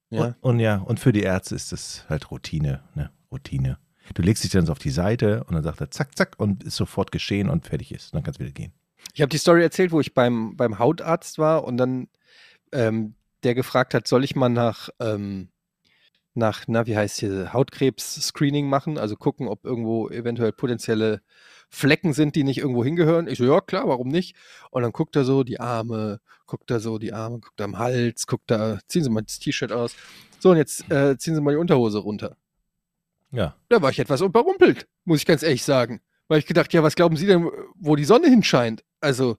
B: ja.
C: und, und ja, und für die Ärzte ist das halt Routine, ne? Routine. Du legst dich dann so auf die Seite und dann sagt er zack, zack und ist sofort geschehen und fertig ist. Und dann kannst du wieder gehen.
B: Ich habe die Story erzählt, wo ich beim, beim Hautarzt war und dann ähm, der gefragt hat, soll ich mal nach, ähm, nach na, wie heißt hier, Hautkrebs-Screening machen, also gucken, ob irgendwo eventuell potenzielle Flecken sind, die nicht irgendwo hingehören. Ich so, ja klar, warum nicht? Und dann guckt er so die Arme, guckt er so die Arme, guckt er am Hals, guckt da, ziehen Sie mal das T-Shirt aus. So, und jetzt äh, ziehen Sie mal die Unterhose runter.
C: Ja.
B: Da war ich etwas überrumpelt, muss ich ganz ehrlich sagen. Weil ich gedacht, ja, was glauben Sie denn, wo die Sonne hinscheint? Also,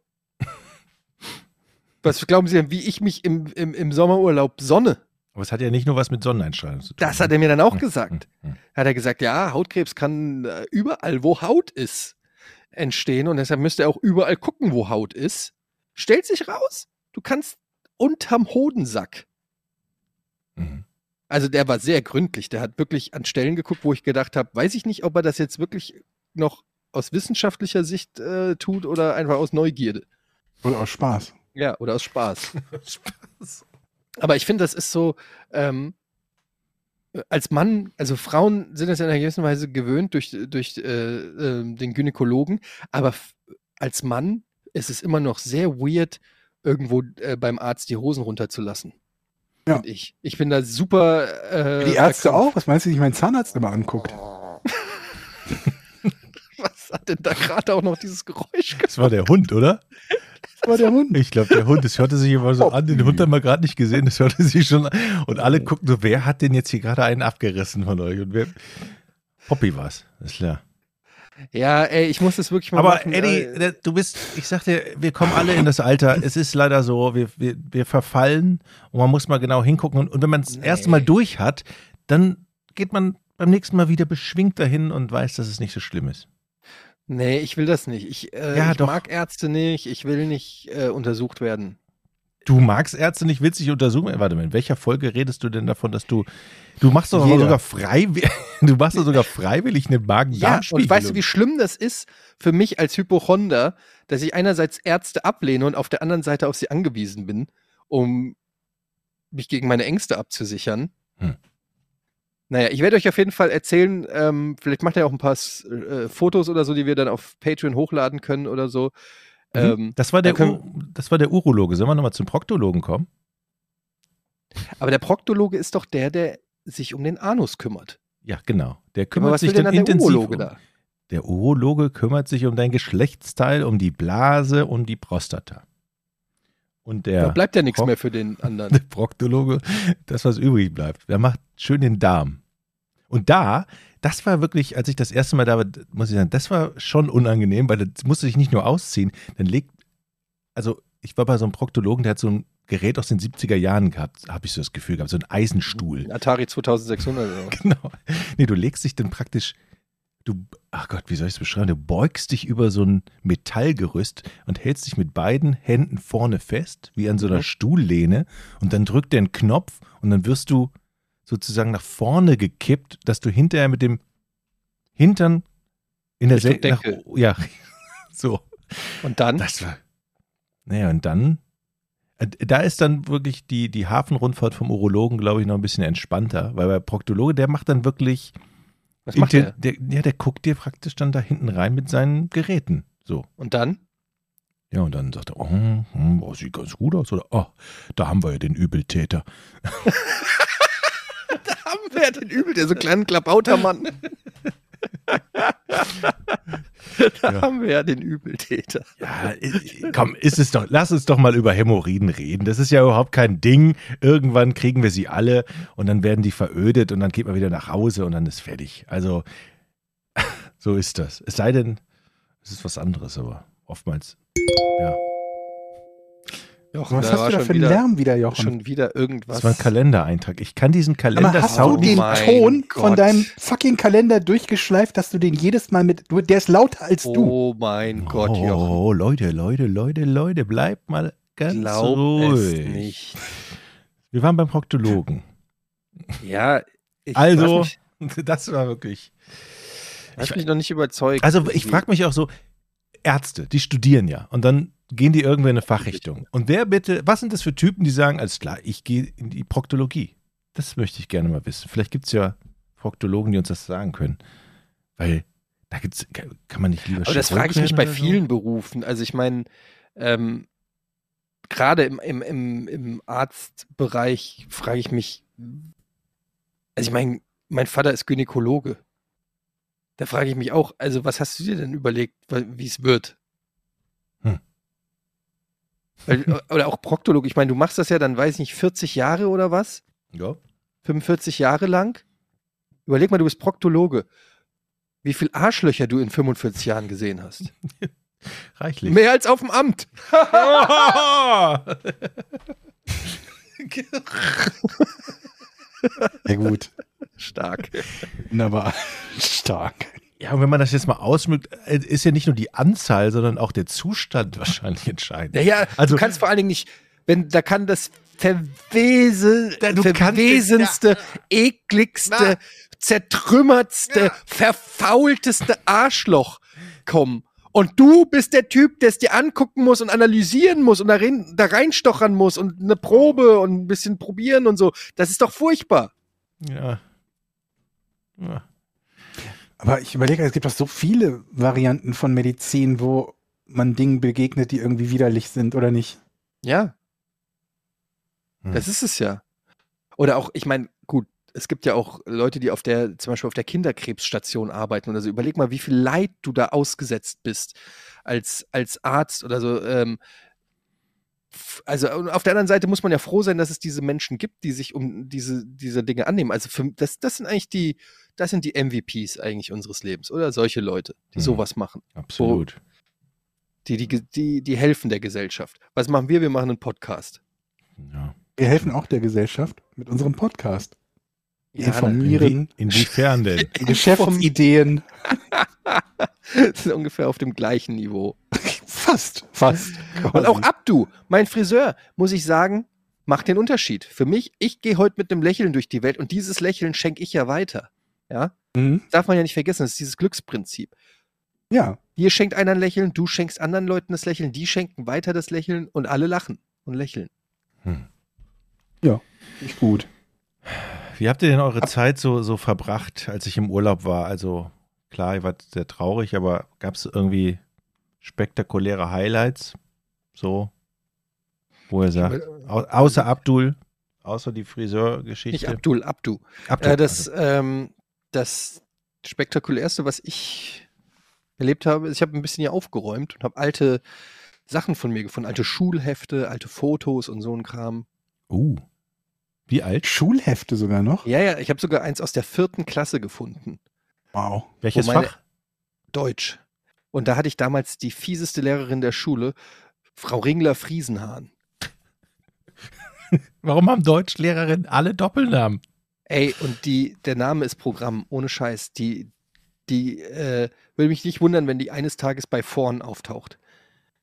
B: was glauben Sie denn, wie ich mich im, im, im Sommerurlaub sonne?
C: Aber es hat ja nicht nur was mit Sonneneinstrahlung zu tun.
B: Das hat er mir dann auch gesagt.
C: Hm, hm.
B: Hat er gesagt, ja, Hautkrebs kann äh, überall, wo Haut ist, entstehen. Und deshalb müsste er auch überall gucken, wo Haut ist. Stellt sich raus, du kannst unterm Hodensack.
C: Mhm.
B: Also der war sehr gründlich. Der hat wirklich an Stellen geguckt, wo ich gedacht habe, weiß ich nicht, ob er das jetzt wirklich noch aus wissenschaftlicher Sicht äh, tut oder einfach aus Neugierde.
A: Oder aus Spaß.
B: Ja, oder aus Spaß. Aber ich finde, das ist so, ähm, als Mann, also Frauen sind das in einer gewissen Weise gewöhnt durch, durch äh, ähm, den Gynäkologen, aber f- als Mann ist es immer noch sehr weird, irgendwo äh, beim Arzt die Hosen runterzulassen.
A: Ja.
B: Find Ich. ich bin da super. Äh,
A: Die Ärzte
B: verkrampft.
A: auch? Was meinst du, wie ich meinen Zahnarzt immer anguckt?
B: Oh. Was hat denn da gerade auch noch dieses Geräusch gemacht?
C: Das war der Hund, oder?
A: Das war der Hund.
C: Ich glaube, der Hund, das hörte sich immer
B: Oh,
C: so an. Den Hund haben wir gerade nicht gesehen, das hörte sich schon an. Und alle gucken so, wer hat denn jetzt hier gerade einen abgerissen von euch? Und wer. Poppy war's, ist klar.
B: Ja, ey, ich muss das wirklich mal
C: Aber
B: machen.
C: Eddie,
B: äh,
C: da- du bist, ich sag dir, wir kommen alle in das Alter. Es ist leider so, wir, wir, wir verfallen und man muss mal genau hingucken. Und, und wenn man das
B: Nee.
C: erste Mal durch hat, dann geht man beim nächsten Mal wieder beschwingt dahin und weiß, dass es nicht so schlimm ist.
B: nee, ich will das nicht. Ich, äh,
C: Ja,
B: ich
C: doch.
B: mag Ärzte nicht. Ich will nicht äh, untersucht werden.
C: Du magst Ärzte nicht, willst dich untersuchen. Äh, Warte mal, in welcher Folge redest du denn davon, dass du, du machst doch
A: Jeder.
C: sogar freiwillig, du machst doch sogar freiwillig eine magen
B: Ja,
C: darm
B: und weißt du, wie schlimm das ist für mich als Hypochonder, dass ich einerseits Ärzte ablehne und auf der anderen Seite auf sie angewiesen bin, um mich gegen meine Ängste abzusichern?
C: Hm.
B: Naja, ich werde euch auf jeden Fall erzählen, ähm, vielleicht macht er auch ein paar äh, Fotos oder so, die wir dann auf Patreon hochladen können oder so.
C: Mhm.
B: Ähm,
C: das war der,
B: da können-
C: U- das war der Urologe. Sollen wir nochmal zum Proktologen kommen?
B: aber der Proktologe ist doch der, der sich um den Anus kümmert.
C: Ja, genau. Der
B: aber
C: kümmert
B: was
C: sich
B: will denn
C: dann
B: dann der
C: intensiv
B: Urologe
C: um,
B: da?
C: Der Urologe kümmert sich um dein Geschlechtsteil, um die Blase, um die Prostata. Und
B: Da
C: der,
B: bleibt ja nichts
C: Pro-
B: mehr für den anderen.
C: der Proktologe, das, was übrig bleibt, der macht schön den Darm. Und da, das war wirklich, als ich das erste Mal da war, muss ich sagen, das war schon unangenehm, weil das musste ich nicht nur ausziehen, dann legt, also ich war bei so einem Proktologen, der hat so ein Gerät aus den 70er Jahren gehabt, habe ich so das Gefühl gehabt, so ein Eisenstuhl.
B: Atari 2600 oder was?
C: Genau. Nee, du legst dich dann praktisch, du, ach Gott, wie soll ich es beschreiben? Du beugst dich über so ein Metallgerüst und hältst dich mit beiden Händen vorne fest, wie an so einer
B: Mhm.
C: Stuhllehne, und dann drückt der einen Knopf und dann wirst du sozusagen nach vorne gekippt, dass du hinterher mit dem Hintern in der
B: Richtung
C: Sel- nach-
B: Decke.
C: Ja, so. Genau.
B: Und dann?
C: Das war. Naja, und dann. äh, Da ist dann wirklich die, die Hafenrundfahrt vom Urologen, glaube ich, noch ein bisschen entspannter, weil bei Proktologe, der macht dann wirklich.
B: Was macht
C: der,
B: er?
C: der, ja, der guckt dir praktisch dann da hinten rein mit seinen Geräten. So.
B: Und dann?
C: Ja, und dann sagt er, oh, hm, oh sieht ganz gut aus. Oder, oh, da haben wir ja den Übeltäter.
B: Wer hat denn übel, der so kleinen Klabautermann? da
C: Ja.
B: haben wir ja den Übeltäter.
C: Ja, i- komm, ist es doch, lass uns doch mal über Hämorrhoiden reden. Das ist ja überhaupt kein Ding. Irgendwann kriegen wir sie alle und dann werden die verödet und dann geht man wieder nach Hause und dann ist fertig. Also, so ist das. Es sei denn, es ist was anderes, aber oftmals.
B: Jochen,
A: Was
B: da
A: hast
B: war
A: du da
B: schon
A: für einen
B: wieder-
A: Lärm wieder, Jochen?
B: Schon wieder irgendwas.
C: Das war ein Kalendereintrag. Ich kann diesen Kalender
A: Aber hast du
B: Oh
A: den
B: mein
A: Ton von
B: Gott.
A: deinem fucking Kalender durchgeschleift, dass du den jedes Mal mit. Du, der ist lauter als du.
B: Oh mein Gott, Jochen.
C: Oh, Leute, Leute, Leute, Leute, bleibt mal ganz
B: Glaub es
C: ruhig.
B: nicht.
C: Wir waren beim Proktologen.
B: Ja, ich
C: Also-
B: hast mich,
C: Das war wirklich.
B: hast mich noch nicht überzeugt.
C: Also ich frage mich auch so, Ärzte, die studieren ja und dann gehen die irgendwo in eine Fachrichtung. Und wer bitte, was sind das für Typen, die sagen, alles klar, ich gehe in die Proktologie? Das möchte ich gerne mal wissen. Vielleicht gibt es ja Proktologen, die uns das sagen können. Weil da gibt's, kann man nicht lieber
B: Aber Also das
C: Chirurg
B: frage ich mich
C: werden
B: bei
C: oder so?
B: vielen Berufen. Also ich meine, ähm, gerade im, im, im, im Arztbereich frage ich mich, also ich meine, mein Vater ist Gynäkologe. Da frage ich mich auch, also was hast du dir denn überlegt, wa- wie es wird?
C: Hm.
B: Weil, äh, oder auch Proktologe, ich meine, du machst das ja dann, weiß ich nicht, 40 Jahre oder was?
C: Ja.
B: 45 Jahre lang. Überleg mal, du bist Proktologe. Wie viel Arschlöcher du in 45 Jahren gesehen hast.
C: Reichlich.
B: Mehr als auf dem Amt.
A: Ja, gut.
B: Stark.
A: Wunderbar. Stark.
C: ja, und wenn man das jetzt mal ausmückt, ist ja nicht nur die Anzahl, sondern auch der Zustand wahrscheinlich entscheidend.
B: Naja,
C: Also-
B: also, du kannst vor allen Dingen nicht, wenn, da kann das verwesen,
C: Da- du kannst-
B: verwesenste, ekligste,
C: Na.
B: zertrümmertste, verfaulteste Arschloch kommen. Und du bist der Typ, der es dir angucken muss und analysieren muss und da, rein, da reinstochern muss und eine Probe und ein bisschen probieren und so. Das ist doch furchtbar.
C: Ja. ja.
A: Aber ich überlege, es gibt doch so viele Varianten von Medizin, wo man Dingen begegnet, die irgendwie widerlich sind oder nicht.
B: Ja.
C: Hm.
B: Das ist es ja. Oder auch, ich meine, gut, es gibt ja auch Leute, die auf der, zum Beispiel auf der Kinderkrebsstation arbeiten oder so. Überleg mal, wie viel Leid du da ausgesetzt bist als, als Arzt oder so. Ähm, f- also und auf der anderen Seite muss man ja froh sein, dass es diese Menschen gibt, die sich um diese, diese Dinge annehmen. Also für, das, das sind eigentlich die, das sind die MVPs eigentlich unseres Lebens, oder? Solche Leute, die
C: Mhm.
B: sowas machen
C: Absolut.
B: die, die, ge- die, die helfen der Gesellschaft. Was machen wir? Wir machen einen Podcast. Oh.
C: Ja.
A: Wir helfen auch der Gesellschaft mit unserem Podcast. Wir
B: Ja,
A: informieren,
C: Inwiefern denn?
A: Geschäftsideen.
B: Das ist ungefähr auf dem gleichen Niveau.
A: Fast, fast.
B: Und auch
A: quasi.
B: Abdu, mein Friseur, muss ich sagen, macht den Unterschied. Für mich, ich gehe heute mit einem Lächeln durch die Welt und dieses Lächeln schenke ich ja weiter. Ja,
A: Mhm.
B: darf man ja nicht vergessen, das ist dieses Glücksprinzip.
A: Ja,
B: Dir schenkt einer ein Lächeln, du schenkst anderen Leuten das Lächeln, die schenken weiter das Lächeln und alle lachen und lächeln.
A: nicht gut.
C: Wie habt ihr denn eure Zeit so, so verbracht, als ich im Urlaub war? Also klar, ihr wart sehr traurig, aber gab es irgendwie spektakuläre Highlights? So, wo ihr sagt, au außer Abdul, außer die
B: Nicht
C: Friseurgeschichte.
B: Abdul, Abdu.
C: Abdul.
B: Äh, das, ähm, das spektakulärste, was ich erlebt habe, ist, ich habe ein bisschen hier aufgeräumt und habe alte Sachen von mir gefunden, alte Schulhefte, alte Fotos und so ein Kram.
C: uh, wie alt?
A: Schulhefte sogar noch?
B: Ja, ja, ich habe sogar eins aus der vierten Klasse gefunden,
A: Wow.
C: Welches
B: meine-
C: Fach?
B: Deutsch. Und da hatte ich damals die fieseste Lehrerin der Schule, Frau Ringler Friesenhahn.
C: Warum haben Deutschlehrerinnen alle Doppelnamen?
B: Ey, und die, der Name ist Programm, ohne Scheiß. Die, die, äh, würde mich nicht wundern, wenn die eines Tages bei Vorn auftaucht.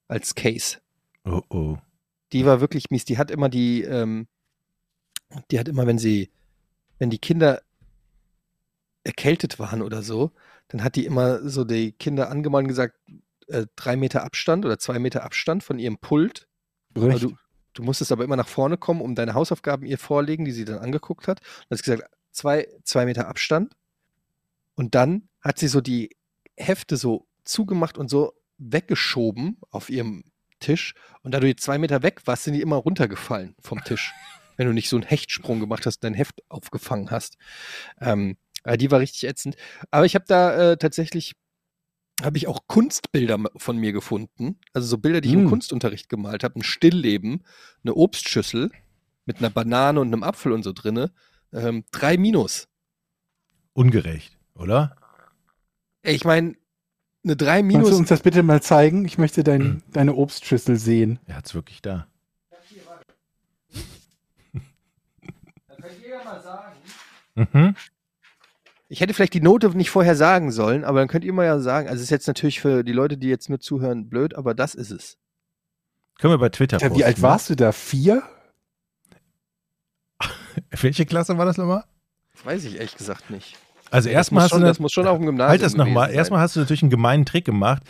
B: Als Case.
C: Oh oh.
B: die war wirklich mies. Die hat immer die, ähm, die hat immer, wenn sie, wenn die Kinder erkältet waren oder so, dann hat die immer so die Kinder angemahnt und gesagt, äh, drei Meter Abstand oder zwei Meter Abstand von ihrem Pult. Aber
A: Recht.
B: Du, Du musstest aber immer nach vorne kommen, um deine Hausaufgaben ihr vorlegen, die sie dann angeguckt hat. Und hast gesagt, zwei, zwei Meter Abstand. Und dann hat sie so die Hefte so zugemacht und so weggeschoben auf ihrem Tisch. Und da du jetzt zwei Meter weg warst, sind die immer runtergefallen vom Tisch. wenn du nicht so einen Hechtsprung gemacht hast und dein Heft aufgefangen hast. Ähm, äh, die war richtig ätzend. Aber ich habe da äh, tatsächlich, habe ich auch Kunstbilder m- von mir gefunden. Also so Bilder, die ich im
A: Hm.
B: Kunstunterricht gemalt habe. Ein Stillleben, eine Obstschüssel mit einer Banane und einem Apfel und so drinne. Ähm, drei Minus.
C: Ungerecht, oder?
B: Ey, Ich meine, eine drei
A: Kannst du
B: Minus.
A: uns das bitte mal zeigen? Ich möchte dein, deine Obstschüssel sehen.
C: Er hat's wirklich da. Mhm.
B: Ich hätte vielleicht die Note nicht vorher sagen sollen, aber dann könnt ihr mal ja sagen. Also es ist jetzt natürlich für die Leute, die jetzt nur zuhören, blöd, aber das ist es.
C: Können wir bei Twitter
A: Tja, wie alt
C: ne?
A: warst du da? Vier?
C: Welche Klasse war das nochmal?
B: Weiß ich ehrlich gesagt nicht.
C: Also
B: Das
C: erstmal
B: muss
C: hast
B: schon,
C: du
B: das muss schon auf dem Gymnasium
C: Halt das nochmal.
B: gewesen sein.
C: Erstmal hast du natürlich einen gemeinen Trick gemacht.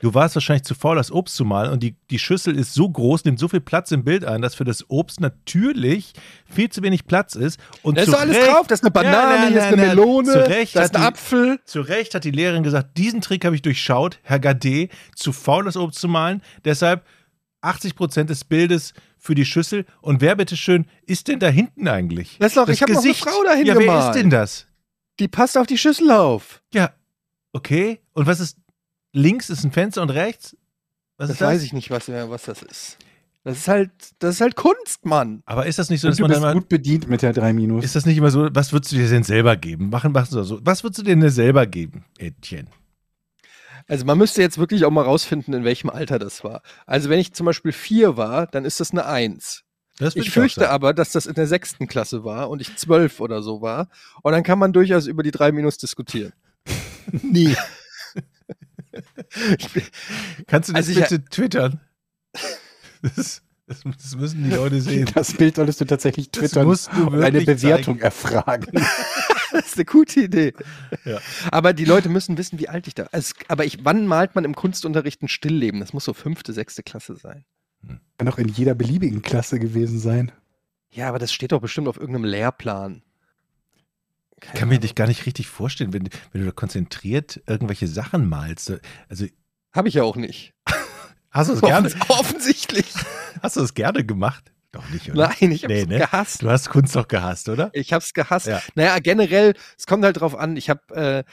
C: Du warst wahrscheinlich zu faul, das Obst zu malen und die, die Schüssel ist so groß, nimmt so viel Platz im Bild ein, dass für das Obst natürlich viel zu wenig Platz ist. Und
B: Da ist
C: zu
B: doch alles
C: Recht,
B: drauf. Da ist eine Banane,
C: Nein, nein,
B: hier ist eine
C: nein, nein.
B: Melone,
C: Zu Recht
B: da
C: hat
B: ist ein
C: die-
B: Apfel.
C: Zu Recht hat die Lehrerin gesagt, diesen Trick habe ich durchschaut, Herr Gade, zu faul, das Obst zu malen. Deshalb 80 Prozent des Bildes für die Schüssel. Und wer bitteschön ist denn da hinten eigentlich?
B: Das ist doch- ich habe noch eine Frau dahin
C: Ja, wer
B: gemalt.
C: ist denn das?
B: Die passt auf die Schüssel auf.
C: Ja, okay. Und was ist links ist ein Fenster und rechts? Was
B: Das
C: ist das?
B: weiß ich nicht, was, was das ist. Das ist halt, das ist halt Kunst, Mann.
C: Aber ist das nicht so, dass
A: Und du
C: man dann
A: bist
C: mal
A: gut bedient mit der 3 Minus.
C: ist das nicht immer so, was würdest du dir denn selber geben? Machen, machen so, was würdest du dir denn selber geben, Etienne?
B: Also man müsste jetzt wirklich auch mal rausfinden, in welchem Alter das war. Also wenn ich zum Beispiel vier war, dann ist das eine Eins.
C: Das würd
B: Ich
C: auch
B: fürchte
C: sagen.
B: aber, dass das in der sechsten Klasse war und ich zwölf oder so war. Und dann kann man durchaus über die drei Minus diskutieren.
A: nie.
C: Kannst du das
B: Also ich-
C: bitte twittern? Das, ist- das, das müssen die Leute sehen.
A: Das Bild solltest du tatsächlich twittern
C: musst du
A: und eine
C: wirklich
A: Bewertung erfragen.
B: Das ist eine gute Idee.
C: Ja.
B: Aber die Leute müssen wissen, wie alt ich da. Es, aber ich, wann malt man im Kunstunterricht ein Stillleben? Das muss so fünfte, sechste Klasse sein.
A: Kann doch in jeder beliebigen Klasse gewesen sein.
B: Ja, aber das steht doch bestimmt auf irgendeinem Lehrplan.
C: Ich kann mir dich gar nicht richtig vorstellen, wenn, wenn du da konzentriert irgendwelche Sachen malst. Also
B: Habe ich ja auch nicht.
C: hast du es gerne,
B: Offens- Offensichtlich.
C: hast du es gerne gemacht? Doch nicht, oder?
B: Nein, ich habe
C: Nee,
B: es
C: ne?
B: gehasst.
C: Du hast Kunst doch gehasst, oder?
B: Ich habe es gehasst.
C: Ja.
B: Naja, generell, es kommt halt drauf an. Ich habe,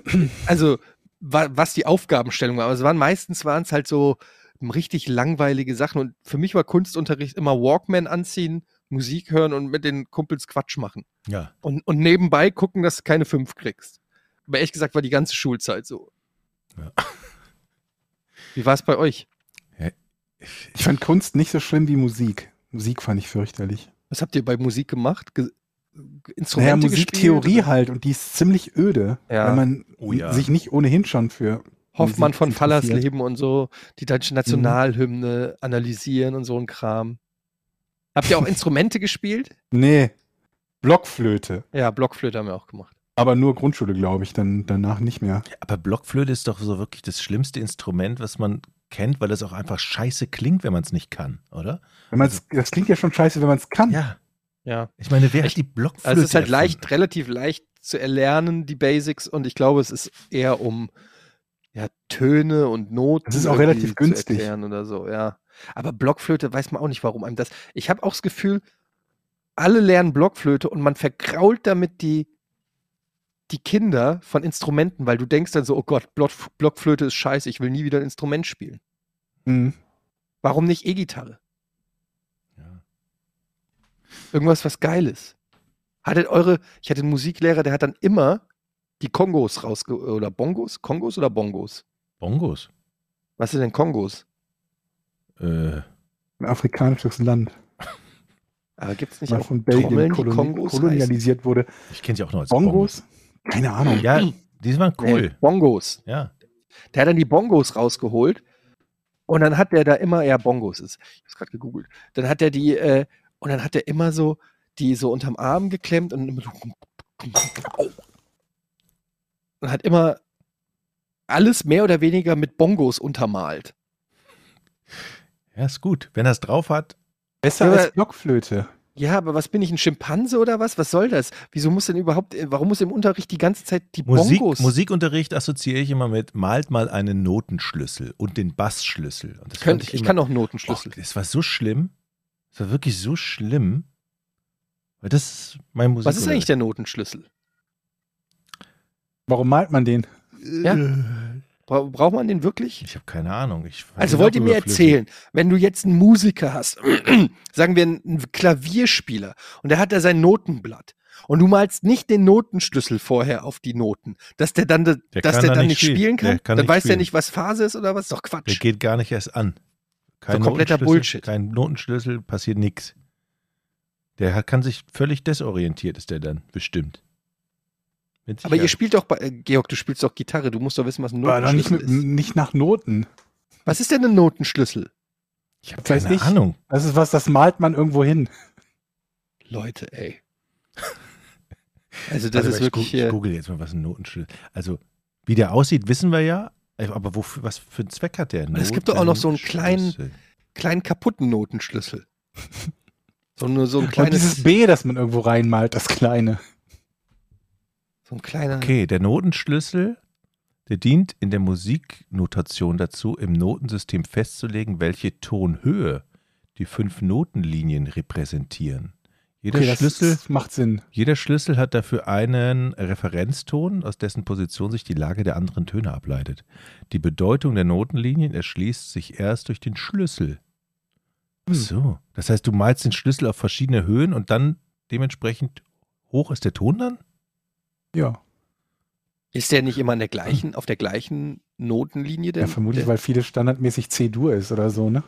B: äh, also, wa was die Aufgabenstellung war. Aber es waren meistens waren es halt so richtig langweilige Sachen. Und für mich war Kunstunterricht immer Walkman anziehen, Musik hören und mit den Kumpels Quatsch machen.
C: Ja.
B: Und, und nebenbei gucken, dass du keine fünf kriegst. Aber ehrlich gesagt war die ganze Schulzeit so.
C: Ja.
B: Wie war es bei euch?
A: Ich fand Kunst nicht so schlimm wie Musik. Musik fand ich fürchterlich.
B: Was habt ihr bei Musik gemacht? Ge ge- Instrumente
A: Naja,
B: gespielt?
A: Musiktheorie halt und die ist ziemlich öde,
B: Ja.
A: weil man
C: Oh ja.
A: sich nicht ohnehin schon für
B: Hoffmann
A: Musik
B: von Fallers
A: interessiert. Mhm.
B: Leben und so, die deutsche Nationalhymne analysieren und so ein Kram. Habt ihr auch Instrumente gespielt?
A: Nee, Blockflöte.
B: Ja, Blockflöte haben wir auch gemacht.
A: Aber nur Grundschule, glaube ich, dann danach nicht mehr.
C: Aber Blockflöte ist doch so wirklich das schlimmste Instrument, was man kennt, weil es auch einfach scheiße klingt, wenn man es nicht kann, oder?
A: Wenn man's, das klingt ja schon scheiße, wenn man es kann.
C: Ja.
B: Ja.
C: Ich meine, wer
B: Ich-
C: hat die Blockflöte?
B: Also es ist halt
C: erfunden?
B: leicht, relativ leicht zu erlernen, die Basics, und ich glaube, es ist eher um ja, Töne und Noten.
A: Das ist auch
B: irgendwie
A: relativ
B: zu
A: günstig.
B: erklären Oder so, ja. Aber Blockflöte weiß man auch nicht, warum einem das. Ich habe auch das Gefühl, alle lernen Blockflöte und man verkrault damit die, die Kinder von Instrumenten, weil du denkst dann so, oh Gott, Block- Blockflöte ist scheiße, ich will nie wieder ein Instrument spielen.
A: Mhm.
B: Warum nicht E-Gitarre?
C: Ja.
B: Irgendwas, was geil ist. Hattet eure, ich hatte einen Musiklehrer, der hat dann immer die Kongos rausge... oder Bongos? Kongos oder Bongos?
C: Bongos.
B: Was sind denn Kongos?
C: Äh,
A: Ein afrikanisches Land,
B: Aber Ah, gibt's nicht
A: weil
B: auch
A: von Belgien
B: Trommeln, die
A: koloni
B: Kongos
A: kolonialisiert wurde.
C: ich kenne sie auch noch als Bongos.
A: Bongos? Keine Ahnung.
C: Ja, die waren
B: heißen?
C: cool.
B: Nee, Bongos.
C: Ja.
B: Der hat dann die Bongos rausgeholt und dann hat der da immer, ja, Bongos ist, ich hab's gerade gegoogelt, dann hat er die, äh, und dann hat er immer so, die so unterm Arm geklemmt und immer so Au. und hat immer alles mehr oder weniger mit Bongos untermalt.
C: Ja, ist gut. Wenn er es drauf hat,
A: Besser
B: Ja, aber-
A: als Blockflöte.
B: Ja, aber was bin ich, ein Schimpanse oder was? Was soll das? Wieso muss denn überhaupt, äh, warum muss im Unterricht die ganze Zeit die
C: Musik,
B: Bongos?
C: Musikunterricht assoziiere ich immer mit, malt mal einen Notenschlüssel und den Bassschlüssel. Und das fand
B: Könnte, ich
C: immer-
B: kann auch
C: Och,
B: Notenschlüssel.
C: das war so schlimm. Das war wirklich so schlimm. Weil das ist mein Musik.
B: was ist eigentlich der Notenschlüssel?
A: Warum malt man den?
B: Ja? Bra braucht man den wirklich?
C: Ich habe keine Ahnung. Ich fand
B: Also
C: ihn
B: wollt
C: auch
B: ihr mir
C: überflüssig.
B: erzählen, wenn du jetzt einen Musiker hast, sagen wir einen Klavierspieler, und der hat da sein Notenblatt, und du malst nicht den Notenschlüssel vorher auf die Noten, dass der dann, de-
C: Der
B: dass
C: kann
B: der
C: da
B: dann
C: nicht
B: nicht spielen
C: spielen.
B: kann,
C: Der kann
B: dann
C: nicht
B: weiß der
C: spielen.
B: nicht, was Phase ist oder was? Ist Doch
C: Der
B: Quatsch.
C: geht gar nicht erst an. Kein
B: So kompletter
C: Notenschlüssel,
B: Bullshit.
C: Kein Notenschlüssel, passiert nichts. Der hat- kann sich völlig desorientiert, ist der dann bestimmt. Mit
B: Aber ihr
C: Sicherheit.
B: spielt doch, bei, äh, Georg, du spielst doch Gitarre, du musst doch wissen, was ein
A: Aber doch nicht,
B: Notenschlüssel
A: mit,
B: ist.
A: nicht nach Noten.
B: Was ist denn ein Notenschlüssel?
C: ich habe
A: Weiß
C: keine
A: ich.
C: Ahnung.
A: Das ist was, das malt man irgendwo hin.
B: Leute, ey. Also das
C: Warte mal,
B: ist wirklich
C: ich, gu- ich
B: hier.
C: google jetzt mal, was ein Notenschlüssel. Also wie der aussieht, wissen wir ja. Aber wofür, was für einen Zweck hat der?
B: es gibt doch auch noch so einen kleinen-
C: Notenschlüssel.
B: kleinen kaputten Notenschlüssel. So, nur so ein
A: Und
B: kleines,
A: dieses B, das man irgendwo reinmalt, das kleine.
B: so ein kleiner.
C: Okay, der Notenschlüssel, der dient in der Musiknotation dazu, im Notensystem festzulegen, welche Tonhöhe die fünf Notenlinien repräsentieren. Jeder,
A: Okay, das
C: Schlüssel,
A: ist- macht Sinn.
C: jeder Schlüssel hat dafür einen Referenzton, aus dessen Position sich die Lage der anderen Töne ableitet. Die Bedeutung der Notenlinien erschließt sich erst durch den Schlüssel.
A: Hm.
C: Ach so, das heißt, du malst den Schlüssel auf verschiedene Höhen und dann dementsprechend hoch ist der Ton dann?
A: Ja,
B: Ist der nicht immer an der gleichen, auf der gleichen Notenlinie? Der,
A: ja vermutlich,
B: der,
A: weil viele standardmäßig C-Dur ist oder so, ne?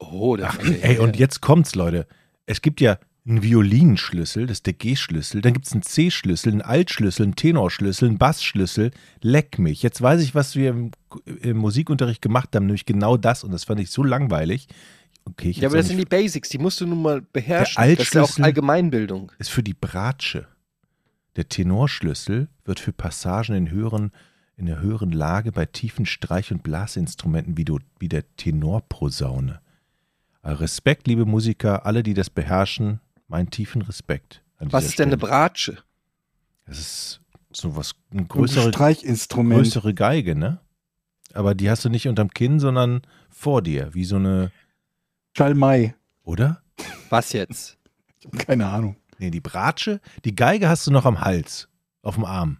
B: Oh, der
C: Ach, ey, und jetzt kommt's, Leute. Es gibt ja einen Violinenschlüssel, das ist der G-Schlüssel, dann gibt's einen C-Schlüssel, einen Altschlüssel, einen Tenorschlüssel, einen Bassschlüssel. Leck mich. Jetzt weiß ich, was wir im, im Musikunterricht gemacht haben, nämlich genau das und das fand ich so langweilig. Okay, ich
B: ja, aber das
C: hab's auch
B: sind die
C: nicht-
B: Basics, die musst du nun mal beherrschen.
C: Der
B: Das ist ja auch
C: Altschlüssel-
B: Allgemeinbildung.
C: ist für die Bratsche. Der Tenorschlüssel wird für Passagen in höheren in der höheren Lage bei tiefen Streich- und Blasinstrumenten wie, du, wie der Tenorposaune. Äh, Respekt, liebe Musiker, alle, die das beherrschen, meinen tiefen Respekt. an
B: Was
C: dieser
B: ist denn eine
C: Stelle.
B: Bratsche?
C: Das ist sowas, eine
A: Ein
C: größere,
A: Streichinstrument.
C: größere Geige, ne? Aber die hast du nicht unterm Kinn, sondern vor dir, wie so eine,
A: Schalmei.
C: oder?
B: Was jetzt?
A: Ich hab keine Ahnung.
C: Nee, die Bratsche, die Geige hast du noch am Hals, auf dem Arm,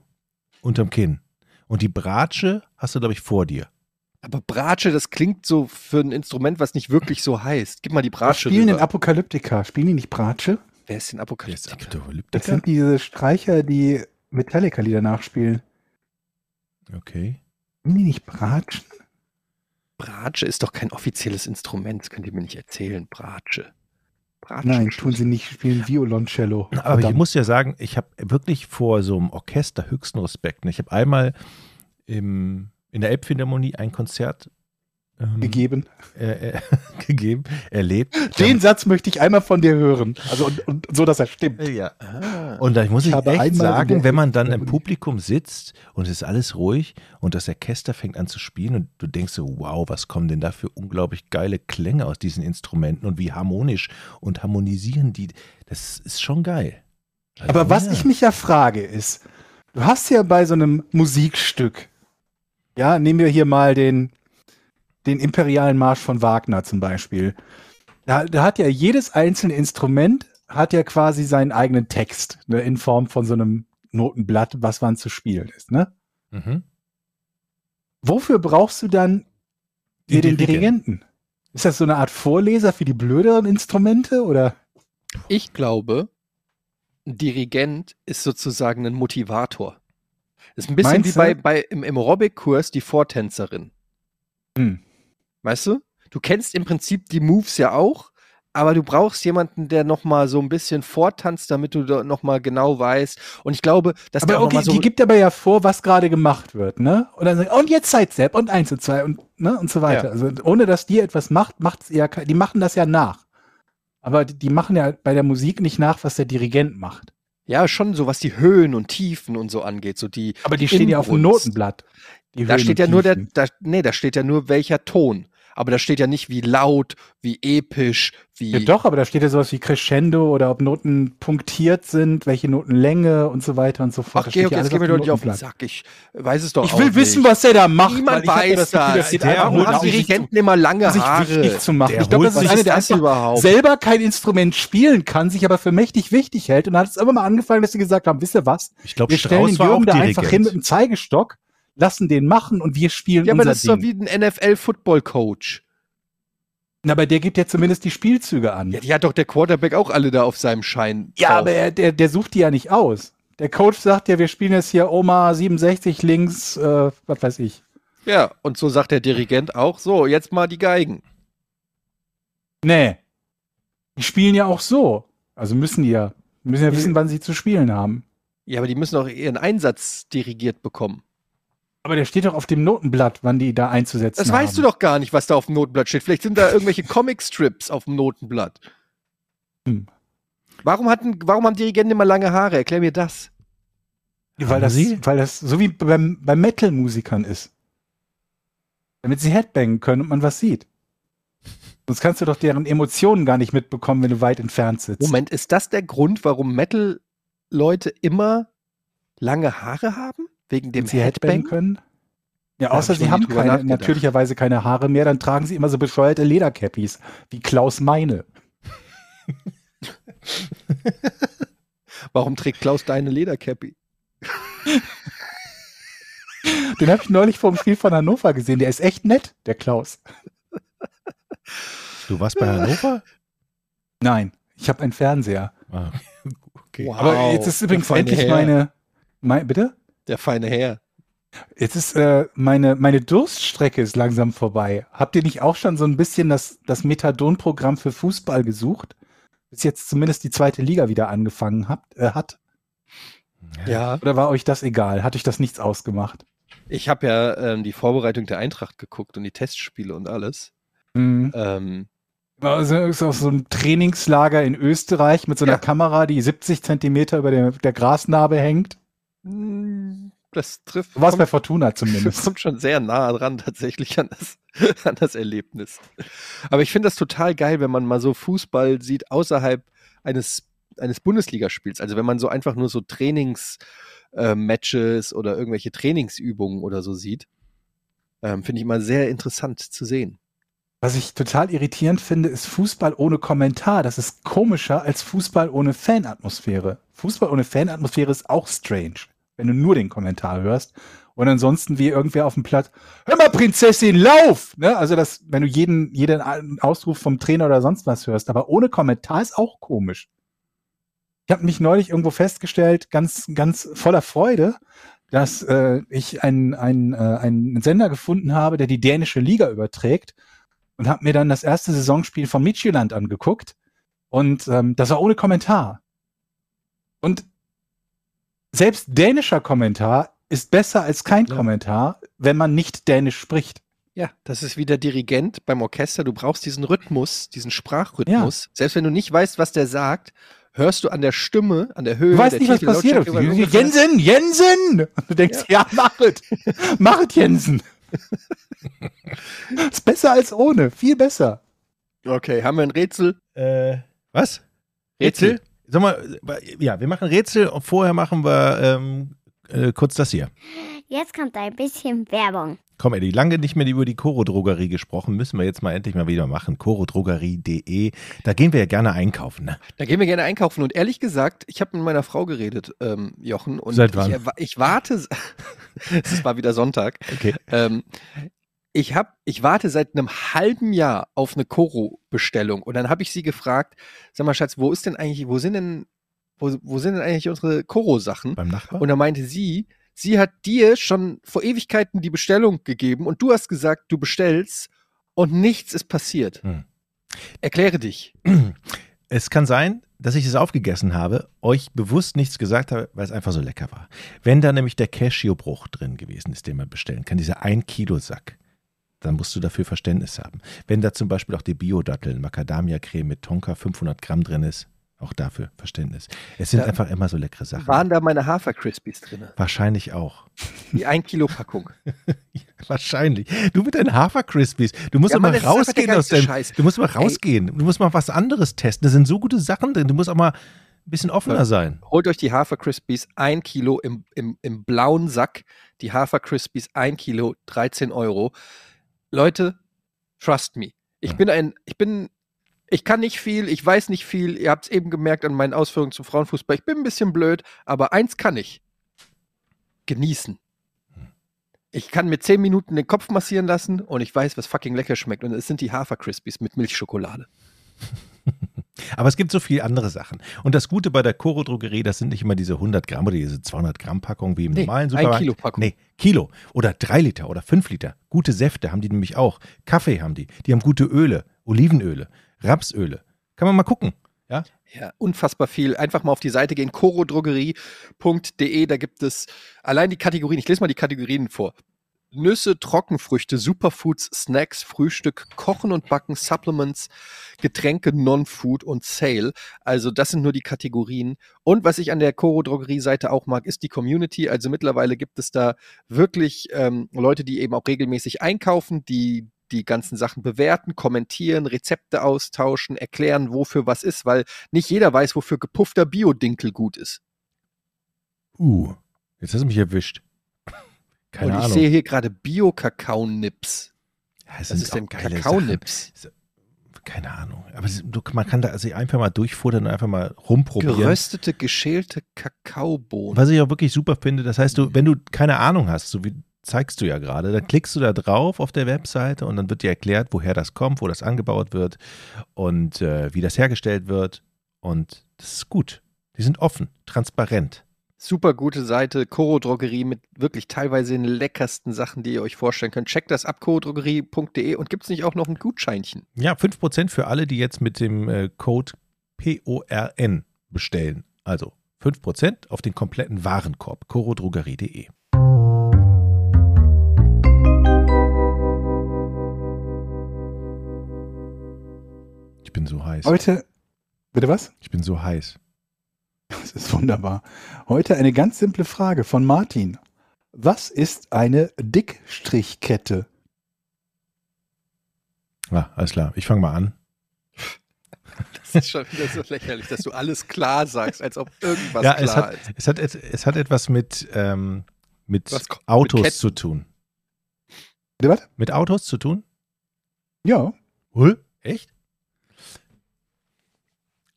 C: unterm Kinn. Und die Bratsche hast du, glaube ich, vor dir.
B: Aber Bratsche, das klingt so für ein Instrument, was nicht wirklich so heißt. Gib mal die
A: Was
B: Bratsche
A: spielen denn
B: rüber.
A: Apokalyptiker? Spielen die nicht Bratsche?
B: Wer ist denn Apokalyptiker?
A: Das sind diese Streicher, die Metallica-Lieder nachspielen.
C: Okay.
A: Spielen die nicht Bratschen?
B: Bratsche ist doch kein offizielles Instrument, das könnt ihr mir nicht erzählen. Bratsche. Bratsche
A: Nein, tun sie nicht. Spielen Violoncello.
C: Aber ich
A: Verdammt.
C: muss ja sagen, ich habe wirklich vor so einem Orchester höchsten Respekt. ne? Ich habe einmal im, in der Elbphilharmonie ein Konzert ähm,
A: gegeben.
C: Äh, äh, gegeben, erlebt.
A: Den Satz möchte ich einmal von dir hören. Also und, und so, dass er stimmt.
C: Äh, ja.
B: Ah.
C: Und da muss
A: Ich
C: ich
A: habe einmal
C: echt
A: in der
C: sagen, wenn man dann im
A: Elbphilharmonie-
C: Publikum sitzt und es ist alles ruhig und das Orchester fängt an zu spielen und du denkst so, wow, was kommen denn da für unglaublich geile Klänge aus diesen Instrumenten und wie harmonisch und harmonisieren die. Das ist schon geil. Also
A: Aber was
C: Ja.
A: ich mich ja frage ist, du hast ja bei so einem Musikstück, ja, nehmen wir hier mal den, den Imperialen Marsch von Wagner zum Beispiel. Da, da hat ja jedes einzelne Instrument hat ja quasi seinen eigenen Text ne, in Form von so einem Notenblatt, was wann zu spielen ist. Ne?
C: Mhm.
A: Wofür brauchst du dann hier den Dirigenten? Ist das so eine Art Vorleser für die blöderen Instrumente oder?
B: Ich glaube, ein Dirigent ist sozusagen ein Motivator. Ist ein bisschen
A: Meinst
B: wie
A: du?
B: bei, bei im, im Aerobic-Kurs die Vortänzerin.
A: Hm.
B: Weißt du? Du kennst im Prinzip die Moves ja auch, aber du brauchst jemanden, der nochmal so ein bisschen vortanzt, damit du da nochmal genau weißt. Und ich glaube, dass der
A: Aber
B: auch noch
A: okay,
B: mal so
A: die gibt aber ja vor, was gerade gemacht wird, ne? Und dann sagen, und jetzt Sidestep und 1 und 2 und, ne? und so weiter.
B: Ja.
A: Also ohne dass die etwas macht, macht's ja, ke- die machen das ja nach. Aber die, die machen ja bei der Musik nicht nach, was der Dirigent macht.
B: ja schon so, was die Höhen und Tiefen und so angeht. So die,
A: Aber die stehen ja auf dem
B: Inbrunst.
A: Notenblatt. die
B: da
A: Höhen und
B: steht ja nur der,
A: Tiefen.
B: da, nee, da steht ja nur welcher Ton. Aber da steht ja nicht, wie laut, wie episch, wie.
A: Ja, doch, aber da steht ja sowas wie Crescendo oder ob Noten punktiert sind, welche Notenlänge und so weiter und so fort.
B: Ach,
A: Das steht
B: Georg,
A: ja
B: jetzt
A: alles
B: gehen wir doch
A: dem
B: nicht auf den
A: Notenplan.
B: Sack. Ich weiß es doch
A: Ich
B: auch
A: will
B: nicht.
A: wissen, was der da macht. weil
B: Niemand
A: ich habe
B: weiß
A: Gefühl,
B: das.
A: sieht
C: Der
A: einfach
B: Warum
A: nur
C: holt
B: haben
A: aus,
C: sich
B: Dirigenten immer lange
A: sich
B: Haare?
A: wichtig zu machen.
C: Der
A: ich glaube, das
C: holt
A: ist
B: sich
A: einer der
B: das
A: ersten,
B: überhaupt?
A: selber kein Instrument spielen kann, sich aber für mächtig wichtig hält. Und dann hat es immer mal angefangen, dass sie gesagt haben, wisst ihr was?
C: Ich glaube,
A: Wir stellen
C: Strauß
A: den
C: war auch
A: Jürgen da einfach hin mit
C: Dirigent.
A: dem Zeigestock, lassen den machen und wir spielen
B: Ja, aber
A: unser
B: das ist doch
A: Ding.
B: wie ein NFL-Football-Coach.
A: Na, aber der gibt ja zumindest die Spielzüge an.
B: Ja, die hat doch der Quarterback auch alle da auf seinem Schein.
A: Ja,
B: drauf.
A: aber er, der, der sucht die ja nicht aus. Der Coach sagt ja, wir spielen jetzt hier Oma 67 links, äh, was weiß ich.
B: Ja, und so sagt der Dirigent auch, so, jetzt mal die Geigen.
A: Nee. Die spielen ja auch so. Also müssen die ja. Müssen ja wissen, wann sie zu spielen haben.
B: Ja, aber die müssen auch ihren Einsatz dirigiert bekommen.
A: Aber der steht doch auf dem Notenblatt, wann die da einzusetzen
B: Das
A: haben.
B: weißt du doch gar nicht, was da auf dem Notenblatt steht. Vielleicht sind da irgendwelche Comic-Strips auf dem Notenblatt.
A: Hm.
B: Warum, hatten, warum haben Dirigenten immer lange Haare? Erklär mir das.
A: Weil
C: Haben
A: das,
C: sie?
A: weil das so wie beim, bei Metal-Musikern ist. Damit sie Headbangen können und man was sieht. Sonst kannst du doch deren Emotionen gar nicht mitbekommen, wenn du weit entfernt sitzt.
B: Moment, ist das der Grund, warum Metal-Leute immer lange Haare haben? Wegen dem
A: Damit sie Headbang
B: Headbang?
A: können? Ja,
B: Da
A: außer
B: hab ich
A: sie
B: noch nie
A: haben
B: drüber
A: keine,
B: nachgedacht.
A: natürlicherweise keine Haare mehr, dann tragen sie immer so bescheuerte Ledercappies, wie Klaus Meine.
B: Warum trägt Klaus deine Ledercappy?
A: Den habe ich neulich vor dem Spiel von Hannover gesehen. Der ist echt nett, der Klaus.
C: Du warst bei Hannover?
A: Nein, ich habe einen Fernseher.
C: Ah, okay.
B: Wow.
A: Aber jetzt ist
B: der
A: übrigens
B: feine
A: endlich
B: Herr.
A: meine, mein, bitte?
B: Der feine Herr.
A: Jetzt ist äh, meine, meine Durststrecke ist langsam vorbei. Habt ihr nicht auch schon so ein bisschen das, das Methadon-Programm für Fußball gesucht? Bis jetzt zumindest die zweite Liga wieder angefangen habt, äh, hat?
B: Ja.
A: Oder war euch das egal? Hat euch das nichts ausgemacht?
B: Ich habe ja ähm, die Vorbereitung der Eintracht geguckt und die Testspiele und alles.
A: Mhm.
B: Ähm,
A: Also ist auf so einem Trainingslager in Österreich mit so einer
B: Ja.
A: Kamera, die 70 Zentimeter über der, der Grasnarbe hängt.
B: mh, das trifft.
A: Hm. Du warst bei
B: kommt,
A: Fortuna zumindest.
B: kommt schon sehr nah dran tatsächlich an das, an das Erlebnis. Aber ich finde das total geil, wenn man mal so Fußball sieht außerhalb eines, eines Bundesligaspiels. Also wenn man so einfach nur so Trainings äh, Matches oder irgendwelche Trainingsübungen oder so sieht, ähm, finde ich immer sehr interessant zu sehen.
A: Was ich total irritierend finde, ist Fußball ohne Kommentar. Das ist komischer als Fußball ohne Fanatmosphäre. Fußball ohne Fanatmosphäre ist auch strange, wenn du nur den Kommentar hörst. Und ansonsten wie irgendwer auf dem Platz, hör mal Prinzessin, lauf! Ne? Also das, wenn du jeden, jeden Ausruf vom Trainer oder sonst was hörst, aber ohne Kommentar ist auch komisch. Ich habe mich neulich irgendwo festgestellt, ganz, ganz voller Freude, dass äh, ich einen, einen, äh, einen Sender gefunden habe, der die dänische Liga überträgt und habe mir dann das erste Saisonspiel von Midtjylland angeguckt und ähm, das war ohne Kommentar. Und selbst dänischer Kommentar ist besser als kein
B: Ja.
A: Kommentar, wenn man nicht dänisch spricht.
B: Ja, das ist wie der Dirigent beim Orchester. Du brauchst diesen Rhythmus, diesen Sprachrhythmus. Selbst wenn du nicht weißt, was der sagt, hörst du an der Stimme, an der Höhe.
A: Du weißt
B: der
A: nicht, was
B: Titel,
A: passiert.
B: Lautstärke, weil ungefähr-
A: Jensen, Jensen! Und du denkst, ja, mach es. Mach es, Jensen. ist besser als ohne. Viel besser.
B: Okay, haben wir ein Rätsel?
C: Äh, was? Rätsel? Sag mal, äh, ja, wir machen Rätsel und vorher machen wir ähm, äh, kurz das hier.
D: Jetzt kommt ein bisschen Werbung.
C: Komm, Eddie, lange nicht mehr über die Koro-Drogerie gesprochen. Müssen wir jetzt mal endlich mal wieder machen. Korodrogerie.de. Da gehen wir ja gerne einkaufen. Ne?
B: Da gehen wir gerne einkaufen. Und ehrlich gesagt, ich habe mit meiner Frau geredet, ähm, Jochen. Und
C: Seit wann?
B: Ich, erwa- ich warte. es war wieder Sonntag.
C: Okay.
B: Ähm, ich, hab, ich warte seit einem halben Jahr auf eine Koro-Bestellung und dann habe ich sie gefragt, sag mal Schatz, wo ist denn eigentlich, wo sind denn, wo, wo sind denn eigentlich unsere Koro-Sachen?
C: Beim Nachbarn?
B: Und dann meinte sie, sie hat dir schon vor Ewigkeiten die Bestellung gegeben und du hast gesagt, du bestellst und nichts ist passiert.
C: Hm.
B: Erkläre dich.
C: Es kann sein, dass ich es aufgegessen habe, euch bewusst nichts gesagt habe, weil es einfach so lecker war. Wenn da nämlich der Cashewbruch drin gewesen ist, den man bestellen kann, dieser 1-Kilo-Sack, dann musst du dafür Verständnis haben. Wenn da zum Beispiel auch die Bio-Datteln, Macadamia-Creme mit Tonka 500 Gramm drin ist, Auch dafür Verständnis. Es sind
B: Ja.
C: einfach immer so leckere Sachen.
B: Waren da meine Hafer-Crispies drin?
C: Wahrscheinlich auch.
B: Die 1-Kilo-Packung.
C: Wahrscheinlich. Du mit deinen Hafer-Crispies. Du musst
B: Ja,
C: doch mal
B: Mann, das ist einfach der
C: rausgehen aus
B: geilste
C: deinem.
B: Scheiß.
C: Du musst mal rausgehen. Du musst mal was anderes testen. Da sind so gute Sachen drin. Du musst auch mal ein bisschen
B: Ja.
C: offener sein.
B: Holt euch die Hafer-Crispies 1 Kilo im, im, im blauen Sack. Die Hafer-Crispies 1 Kilo, 13 Euro. Leute, trust me. Ich bin ein, ich bin, ich kann nicht viel, ich weiß nicht viel. Ihr habt es eben gemerkt an meinen Ausführungen zum Frauenfußball. Ich bin ein bisschen blöd, aber eins kann ich. Genießen. Hm. Ich kann mir 10 Minuten den Kopf massieren lassen und ich weiß, was fucking lecker schmeckt. Und es sind die Hafer-Crispies mit Milchschokolade.
C: Aber es gibt so viel andere Sachen. Und das Gute bei der Koro Drogerie, das sind nicht immer diese 100 Gramm oder diese 200 Gramm Packung wie im
B: Nee,
C: normalen
B: ein
C: Supermarkt.
B: Kilo Packung.
C: Nee, Kilo oder 3 Liter oder 5 Liter. Gute Säfte haben die nämlich auch. Kaffee haben die. Die haben gute Öle, Olivenöle, Rapsöle. Kann man mal gucken. Ja?
B: Ja, unfassbar viel. Einfach mal auf die Seite gehen, chorodrogerie.de, da gibt es allein die Kategorien, ich lese mal die Kategorien vor. Nüsse, Trockenfrüchte, Superfoods, Snacks, Frühstück, Kochen und Backen, Supplements, Getränke, Non-Food und Sale. Also das sind nur die Kategorien. Und was ich an der Coro Drogerie Seite auch mag, ist die Community. Also mittlerweile gibt es da wirklich ähm, Leute, die eben auch regelmäßig einkaufen, die die ganzen Sachen bewerten, kommentieren, Rezepte austauschen, erklären, wofür was ist, weil nicht jeder weiß, wofür gepuffter Biodinkel gut ist.
C: Uh, jetzt hast du mich erwischt. Keine
B: Und ich
C: Ahnung.
B: sehe hier gerade Bio-Kakao-Nips.
C: Ja, es
B: Was
C: sind
B: ist denn
C: auch geile Sachen.
B: Kakao-Nips?
C: Keine Ahnung. Aber es- du, man kann da also einfach mal durchfuttern und einfach mal rumprobieren.
B: Geröstete, geschälte Kakaobohnen.
C: Was ich auch wirklich super finde, das heißt, du, wenn du keine Ahnung hast, so wie zeigst du ja gerade, dann klickst du da drauf auf der Webseite und dann wird dir erklärt, woher das kommt, wo das angebaut wird und äh, wie das hergestellt wird. Und das ist gut. Die sind offen, transparent.
B: Super gute Seite, Koro Drogerie mit wirklich teilweise den leckersten Sachen, die ihr euch vorstellen könnt. Checkt das ab, chorodrogerie.de und gibt es nicht auch noch ein Gutscheinchen?
C: Ja, 5% für alle, die jetzt mit dem äh, Code PORN bestellen. Also 5% auf den kompletten Warenkorb, chorodrogerie.de. Ich bin so heiß.
A: Heute, bitte was?
C: Ich bin so heiß.
A: Das ist wunderbar. Heute eine ganz simple Frage von Martin. Was ist eine Dickstrichkette?
C: Ah, alles klar. Ich fange mal an.
B: Das ist schon wieder so lächerlich, dass du alles klar sagst, als ob irgendwas
C: ja,
B: klar
C: es hat,
B: ist.
C: es, hat, et- es hat etwas mit, ähm, mit
B: Was kommt mit
C: Autos
B: Ketten?
C: zu tun.
A: Bitte was?
C: Mit Autos zu tun?
A: Ja.
C: Hä? Echt?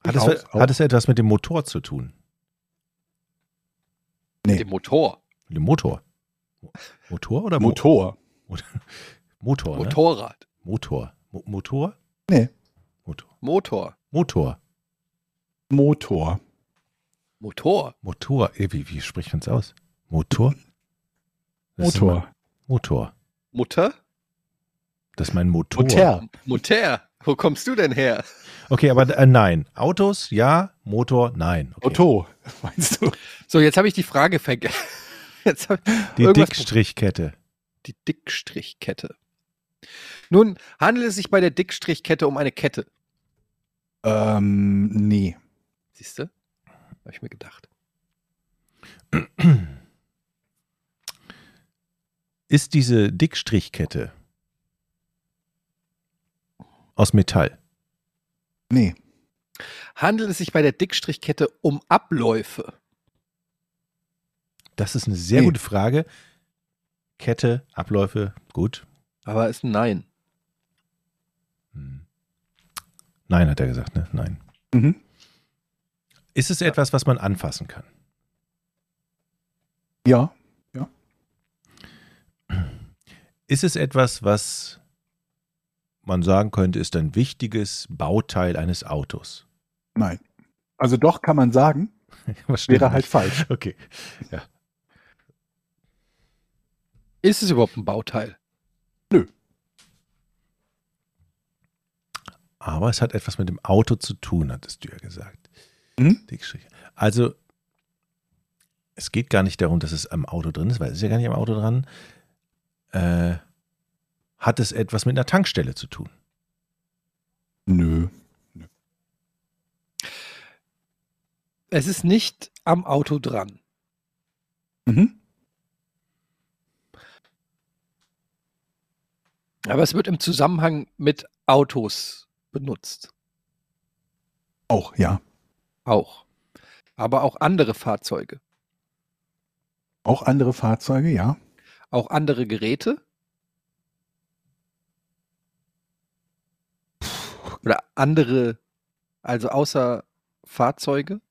C: Hat es,
A: Aus-
C: hat es etwas mit dem Motor zu tun?
B: Mit dem Motor,
C: Mit dem Motor? Mo- Äh, Motor oder Mo-
A: Motor.
C: Motor, ne?
B: Motorrad,
C: Motor. Mo Motor?
A: Nee.
C: Motor.
B: Motor,
C: Motor.
A: Motor.
B: Motor.
C: Motor. Eh, Wie, wie spricht man es aus? Motor? Das ist mein
A: Motor.
C: Motor.
B: Mutter?
C: Das ist mein Motor.
A: Motor.
B: Mutter, wo kommst du denn her?
C: Okay, aber äh, nein. Autos, ja. Motor, nein. Okay.
A: Motor. Meinst du?
B: So, jetzt habe ich die Frage vergessen. Jetzt hab,
C: Die
B: Irgendwas-
C: Dickstrichkette.
B: die Dickstrichkette. Nun handelt es sich bei der Dickstrichkette um eine Kette.
A: Ähm, nee.
B: Siehst du? Habe ich mir gedacht.
C: Ist diese Dickstrichkette aus Metall?
A: Nee.
B: Handelt es sich bei der Dickstrichkette um Abläufe?
C: Das ist eine sehr
A: Nee.
C: gute Frage. Kette, Abläufe, gut.
B: Aber ist ein Nein.
C: Hm. Nein, hat er gesagt, ne? Nein.
A: Mhm.
C: Ist es etwas, was man anfassen kann?
A: Ja.
C: Ist es etwas, was man sagen könnte, ist ein wichtiges Bauteil eines Autos?
A: Nein. Also doch kann man sagen,
C: Was stimmt
A: wäre halt
C: nicht?
A: falsch.
C: Okay.
B: Ist es überhaupt ein Bauteil?
C: Aber es hat etwas mit dem Auto zu tun, hattest du ja gesagt.
A: Mhm.
C: Dickstriche. Also, es geht gar nicht darum, dass es am Auto drin ist, weil es ist ja gar nicht am Auto dran. Äh, hat es etwas mit einer Tankstelle zu tun?
A: Nö.
B: Es ist nicht am Auto dran.
A: Mhm.
B: Aber es wird im Zusammenhang mit Autos benutzt.
A: Auch, ja.
B: Auch. Aber auch andere Fahrzeuge.
A: Auch andere Fahrzeuge, ja.
B: Auch andere Geräte. Oder andere, also außer Fahrzeuge.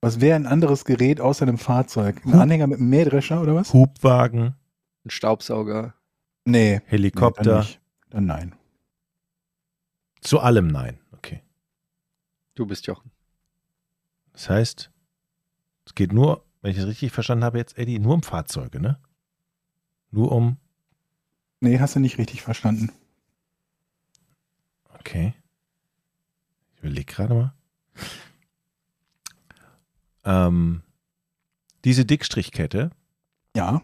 A: Was wäre ein anderes Gerät außer einem Fahrzeug? Ein
C: Hu-
A: Anhänger mit einem Mähdrescher oder was?
C: Hubwagen,
B: Ein Staubsauger.
A: Nee. Nee, dann,
C: Helikopter.
A: nicht. dann nein.
C: Zu allem nein. Okay.
B: Du bist Jochen.
C: Das heißt, es geht nur, wenn ich es richtig verstanden habe, jetzt, Eddie, nur um Fahrzeuge, ne? Nur um.
A: Nee, hast du nicht richtig verstanden.
C: Okay. Ich überlege gerade mal. Ähm, diese Dickstrichkette,
A: Ja.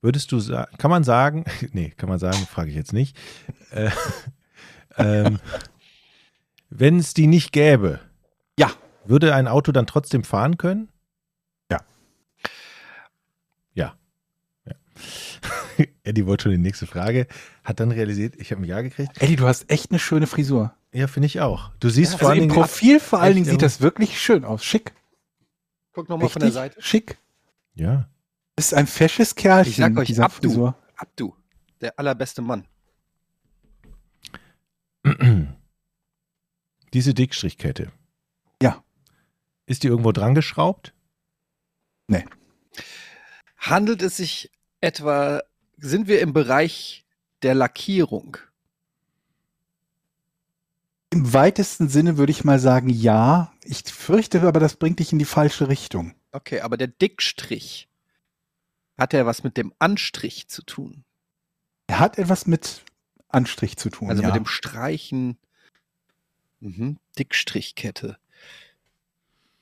C: würdest du sagen, kann man sagen, nee, kann man sagen, frage ich jetzt nicht. Äh, ähm, wenn es die nicht gäbe,
A: Ja.
C: würde ein Auto dann trotzdem fahren können?
A: Ja.
C: Ja. ja. Eddie wollte schon die nächste Frage, hat dann realisiert, ich habe ein Ja gekriegt.
A: Eddie, du hast echt eine schöne Frisur.
C: Ja, finde ich auch. Du siehst vor
A: also
C: allen
A: im
C: Dingen.
A: Profil vor allen
C: echt
A: Dingen sieht
C: irgendwie-
A: das wirklich schön aus. Schick.
B: ähm, Guck nochmal von der Seite.
A: Schick.
C: Ja.
A: Ist ein fesches Kerlchen.
B: Ich sag
A: mit
B: euch,
A: dieser
B: ab, du.
A: Frisur.
B: Abdu, der allerbeste Mann.
C: Diese Dickstrichkette.
A: Ja.
C: Ist die irgendwo dran geschraubt?
B: Handelt es sich etwa, sind wir im Bereich der Lackierung?
A: Im weitesten Sinne würde ich mal sagen, ja. Ich fürchte aber, das bringt dich in die falsche Richtung.
B: Okay, aber der Dickstrich, hat er was mit dem Anstrich zu tun?
A: Er hat etwas mit Anstrich zu tun.
B: Also
A: ja.
B: mit dem Streichen. Mhm, Dickstrichkette.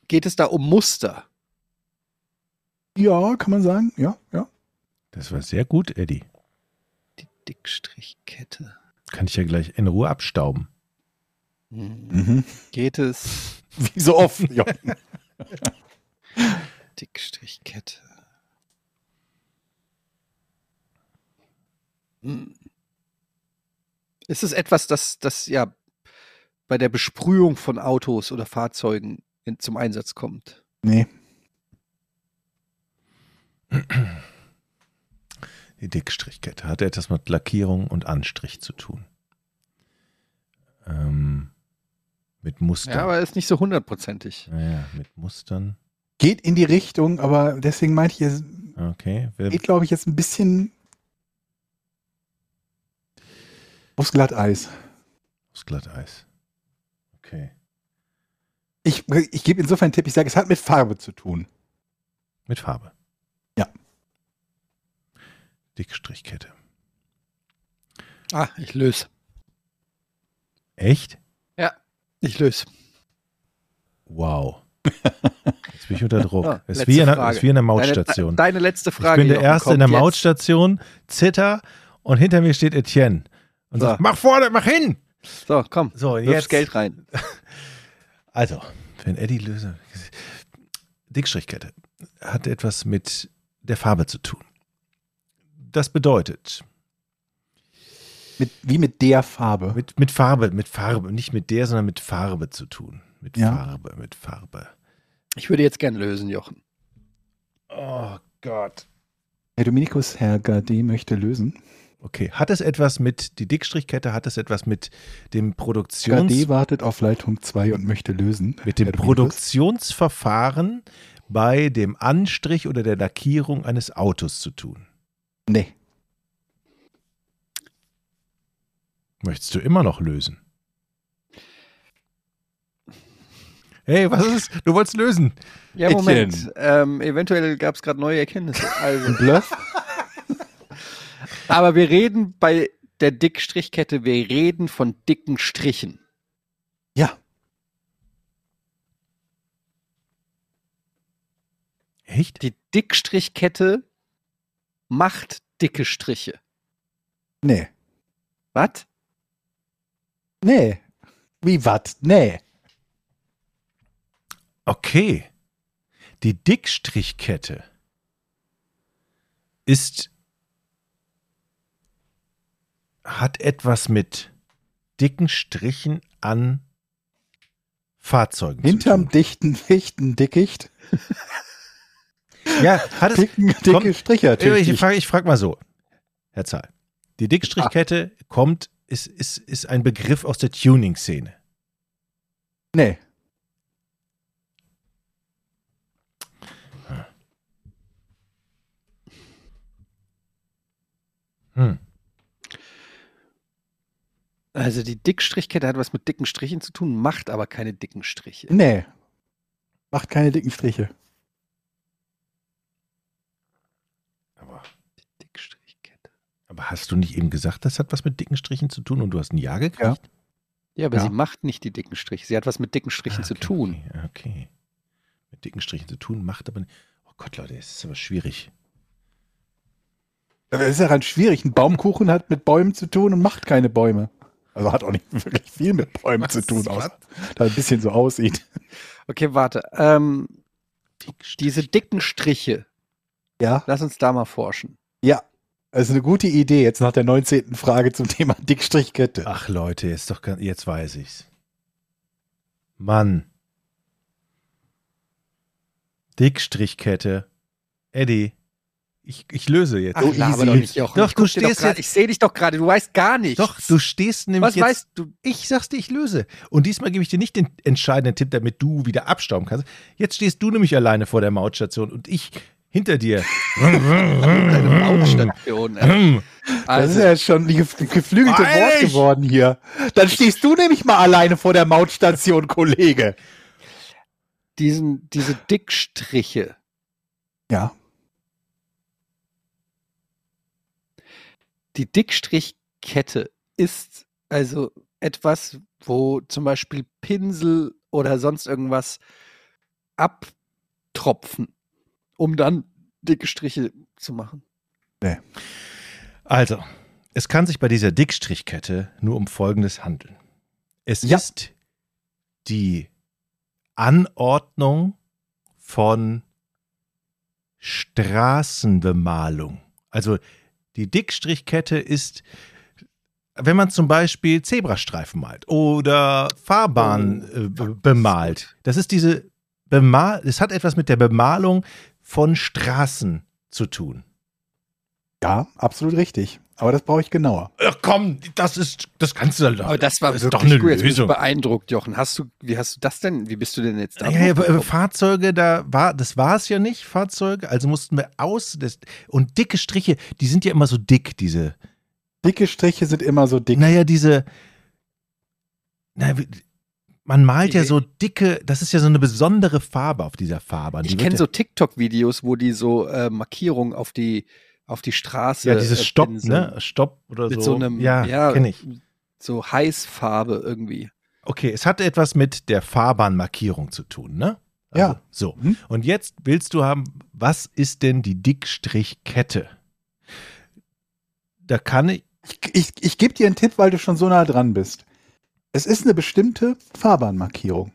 B: Geht es da um Muster?
A: ja, kann man sagen. Ja, ja.
C: Das war sehr gut, Eddie.
B: Die Dickstrichkette.
C: Kann ich ja gleich in Ruhe abstauben.
B: Mhm. Geht es
A: Wie so oft. Ja.
B: Dickstrichkette? Hm. Ist es etwas, das, das ja bei der Besprühung von Autos oder Fahrzeugen in, zum Einsatz kommt?
A: nee.
C: Die Dickstrichkette hat etwas mit Lackierung und Anstrich zu tun. Ähm, mit Mustern.
B: Ja, aber ist nicht so hundertprozentig.
C: ja, ja, mit Mustern.
A: Geht in die Richtung, aber deswegen meinte ich, es
C: Okay. Wer,
A: geht, glaube ich, jetzt ein bisschen aufs Glatteis.
C: aus Glatteis. Okay.
A: Ich, ich gebe insofern einen Tipp. Ich sage, es hat mit Farbe zu tun.
C: Mit Farbe.
A: Ja.
C: Dickstrichkette.
B: Ah, ich löse.
C: Echt?
B: Ich löse.
C: Wow. Jetzt bin ich unter Druck.
B: Ah,
C: ist,
B: letzte
C: wie in einer,
B: Frage.
C: ist wie in einer
B: Deine-
C: Mautstation.
B: Deine letzte
C: ich
B: Frage.
C: bin der
B: Jochen,
C: Erste in
B: kommt
C: der
B: jetzt.
C: Mautstation, zitter und hinter mir steht Etienne und
B: So.
C: sagt, mach vorne, mach hin.
B: So, komm.
C: So, und
B: Wirf
C: jetzt.
B: jetzt. Geld rein.
C: Also, wenn Eddie Löse. Dickstrichkette hat etwas mit der Farbe zu tun. Das bedeutet,
A: Mit, wie mit der Farbe.
C: mit, mit Farbe, mit Farbe, nicht mit der, sondern mit Farbe zu tun. Mit
A: Ja.
C: Farbe, mit Farbe.
B: Ich würde jetzt gern lösen, Jochen.
C: Oh Gott.
A: Herr Dominikus, Herr Gade möchte lösen.
C: Okay, hat es etwas mit, die Dickstrichkette hat es etwas mit dem Produktions...
A: Gade wartet auf Leitung 2 und möchte lösen.
C: Mit dem
A: Herr Dominikus.
C: Produktionsverfahren bei dem Anstrich oder der Lackierung eines Autos zu tun.
A: Nee.
C: Möchtest du immer noch lösen? Hey, was ist? Du wolltest lösen.
B: Ja,
A: Etienne.
B: Moment. Ähm, eventuell gab es gerade neue Erkenntnisse. Also,
A: Bluff?
B: aber wir reden bei der Dickstrichkette, wir reden von dicken Strichen.
A: ja.
C: Echt?
B: Die Dickstrichkette macht dicke Striche.
A: Nee.
B: Was?
A: Nee. Wie wat? Nee.
C: Okay. Die Dickstrichkette ist hat etwas mit dicken Strichen an Fahrzeugen
A: Hinterm
C: zu
A: dichten, dichten Dickicht,
C: tun. Ja, hat es,
A: dicken, dicke
C: kommt-
A: Striche natürlich.
C: ich frage ich frag mal so, Herr Zahl. Die Dickstrichkette kommt, ist, ist, ist ein Begriff aus der Tuning-Szene.
A: nee,
C: Hm.
B: Also die Dickstrichkette hat was mit dicken Strichen zu tun, macht aber keine dicken Striche.
A: nee. Macht keine dicken Striche.
C: Aber,
B: Dickstrichkette.
C: aber hast du nicht eben gesagt, das hat was mit dicken Strichen zu tun und du hast ein Ja gekriegt?
A: Ja.
B: Ja, aber
A: Ja.
B: sie macht nicht die dicken Striche. Sie hat was mit dicken Strichen
C: Ah,
B: zu
C: okay,
B: tun.
C: Okay, okay. Mit dicken Strichen zu tun, macht aber. Oh Gott, Leute, es ist aber schwierig.
A: Das ist ja ganz schwierig. Ein Baumkuchen hat mit Bäumen zu tun und macht keine Bäume. Also hat auch nicht wirklich viel mit Bäumen zu
B: Was?
A: tun, außer
B: Was?
A: da ein bisschen so aussieht.
B: Okay, warte. Ähm,
C: Dickstrich.
B: diese dicken Striche,
A: Ja,
B: lass uns da mal forschen.
A: ja. Das ist Also eine gute Idee, jetzt nach der 19. Frage zum Thema Dickstrichkette.
C: Ach Leute, jetzt doch ganz, jetzt weiß ich's. Mann. Dickstrichkette. Eddie, ich, ich löse jetzt.
A: So
B: laber
A: easy.
B: doch nicht, Jochen.
C: Doch,
B: Ich
C: du
B: guck dir
C: stehst
B: grad-
C: jetzt-
B: Ich sehe dich doch gerade. Du weißt gar nichts.
C: Doch, du stehst nämlich
B: Was
C: jetzt.
B: weißt du?
C: Ich sag's dir, ich löse. Und diesmal gebe ich dir nicht den entscheidenden Tipp, damit du wieder abstauben kannst. Jetzt stehst du nämlich alleine vor der Mautstation und ich hinter dir. Hm,
B: Deine Bauchstation. ey.
A: Das ist
B: Also,
A: ja jetzt schon ein gef- geflügelte Wort
C: Eilig!
A: geworden hier. Dann stehst du nämlich mal alleine vor der Mautstation, Kollege.
B: diesen, diese Dickstriche,
A: Ja.
B: die Dickstrichkette ist also etwas, wo zum Beispiel Pinsel oder sonst irgendwas abtropfen, um dann dicke Striche zu machen.
C: Also, es kann sich bei dieser Dickstrichkette nur um Folgendes handeln. Es
A: Ja.
C: ist die Anordnung von Straßenbemalung. Also die Dickstrichkette ist, wenn man zum Beispiel Zebrastreifen malt oder Fahrbahn
B: Oh,
C: äh, be- bemalt. Das ist diese Bemal, es hat etwas mit der Bemalung von Straßen zu tun.
A: Ja, absolut richtig. Aber das brauche ich genauer.
C: Ach komm, das ist, das kannst du doch.
B: Aber das war
C: ist
B: wirklich
C: doch eine
B: gut. Jetzt bin ich
C: Lösung.
B: beeindruckt, Jochen. Hast du, wie hast du das denn? Wie bist du denn jetzt
C: ja, ja,
B: drauf
C: aber, aber
B: gekommen?
C: Fahrzeuge, da war, das war es ja nicht, Fahrzeuge, also mussten wir aus, das, und dicke Striche, die sind ja immer so dick, diese,
A: Dicke Striche sind immer so dick.
C: naja, diese, na, wie- man malt ja
B: Ich-
C: so dicke, das ist ja so eine besondere Farbe auf dieser Farbe. an die
B: Ich
C: wird
B: kenne
C: ja-
B: so TikTok-Videos, wo die so äh, Markierungen auf die, auf die Straße.
C: ja, dieses
B: äh,
C: Stopp,
B: pinseln.
C: ne, Stopp oder
B: Mit
C: so.
B: so einem-
C: ja,
B: ja.
C: kenne ich.
B: So Heißfarbe irgendwie.
C: Okay, es hat etwas mit der Fahrbahnmarkierung zu tun, ne? Also,
A: Ja.
C: So.
A: Mhm.
C: Und jetzt willst du haben, was ist denn die Dickstrichkette? Da kann ich.
A: Ich, ich, ich gebe dir einen Tipp, weil du schon so nah dran bist. Es ist eine bestimmte Fahrbahnmarkierung.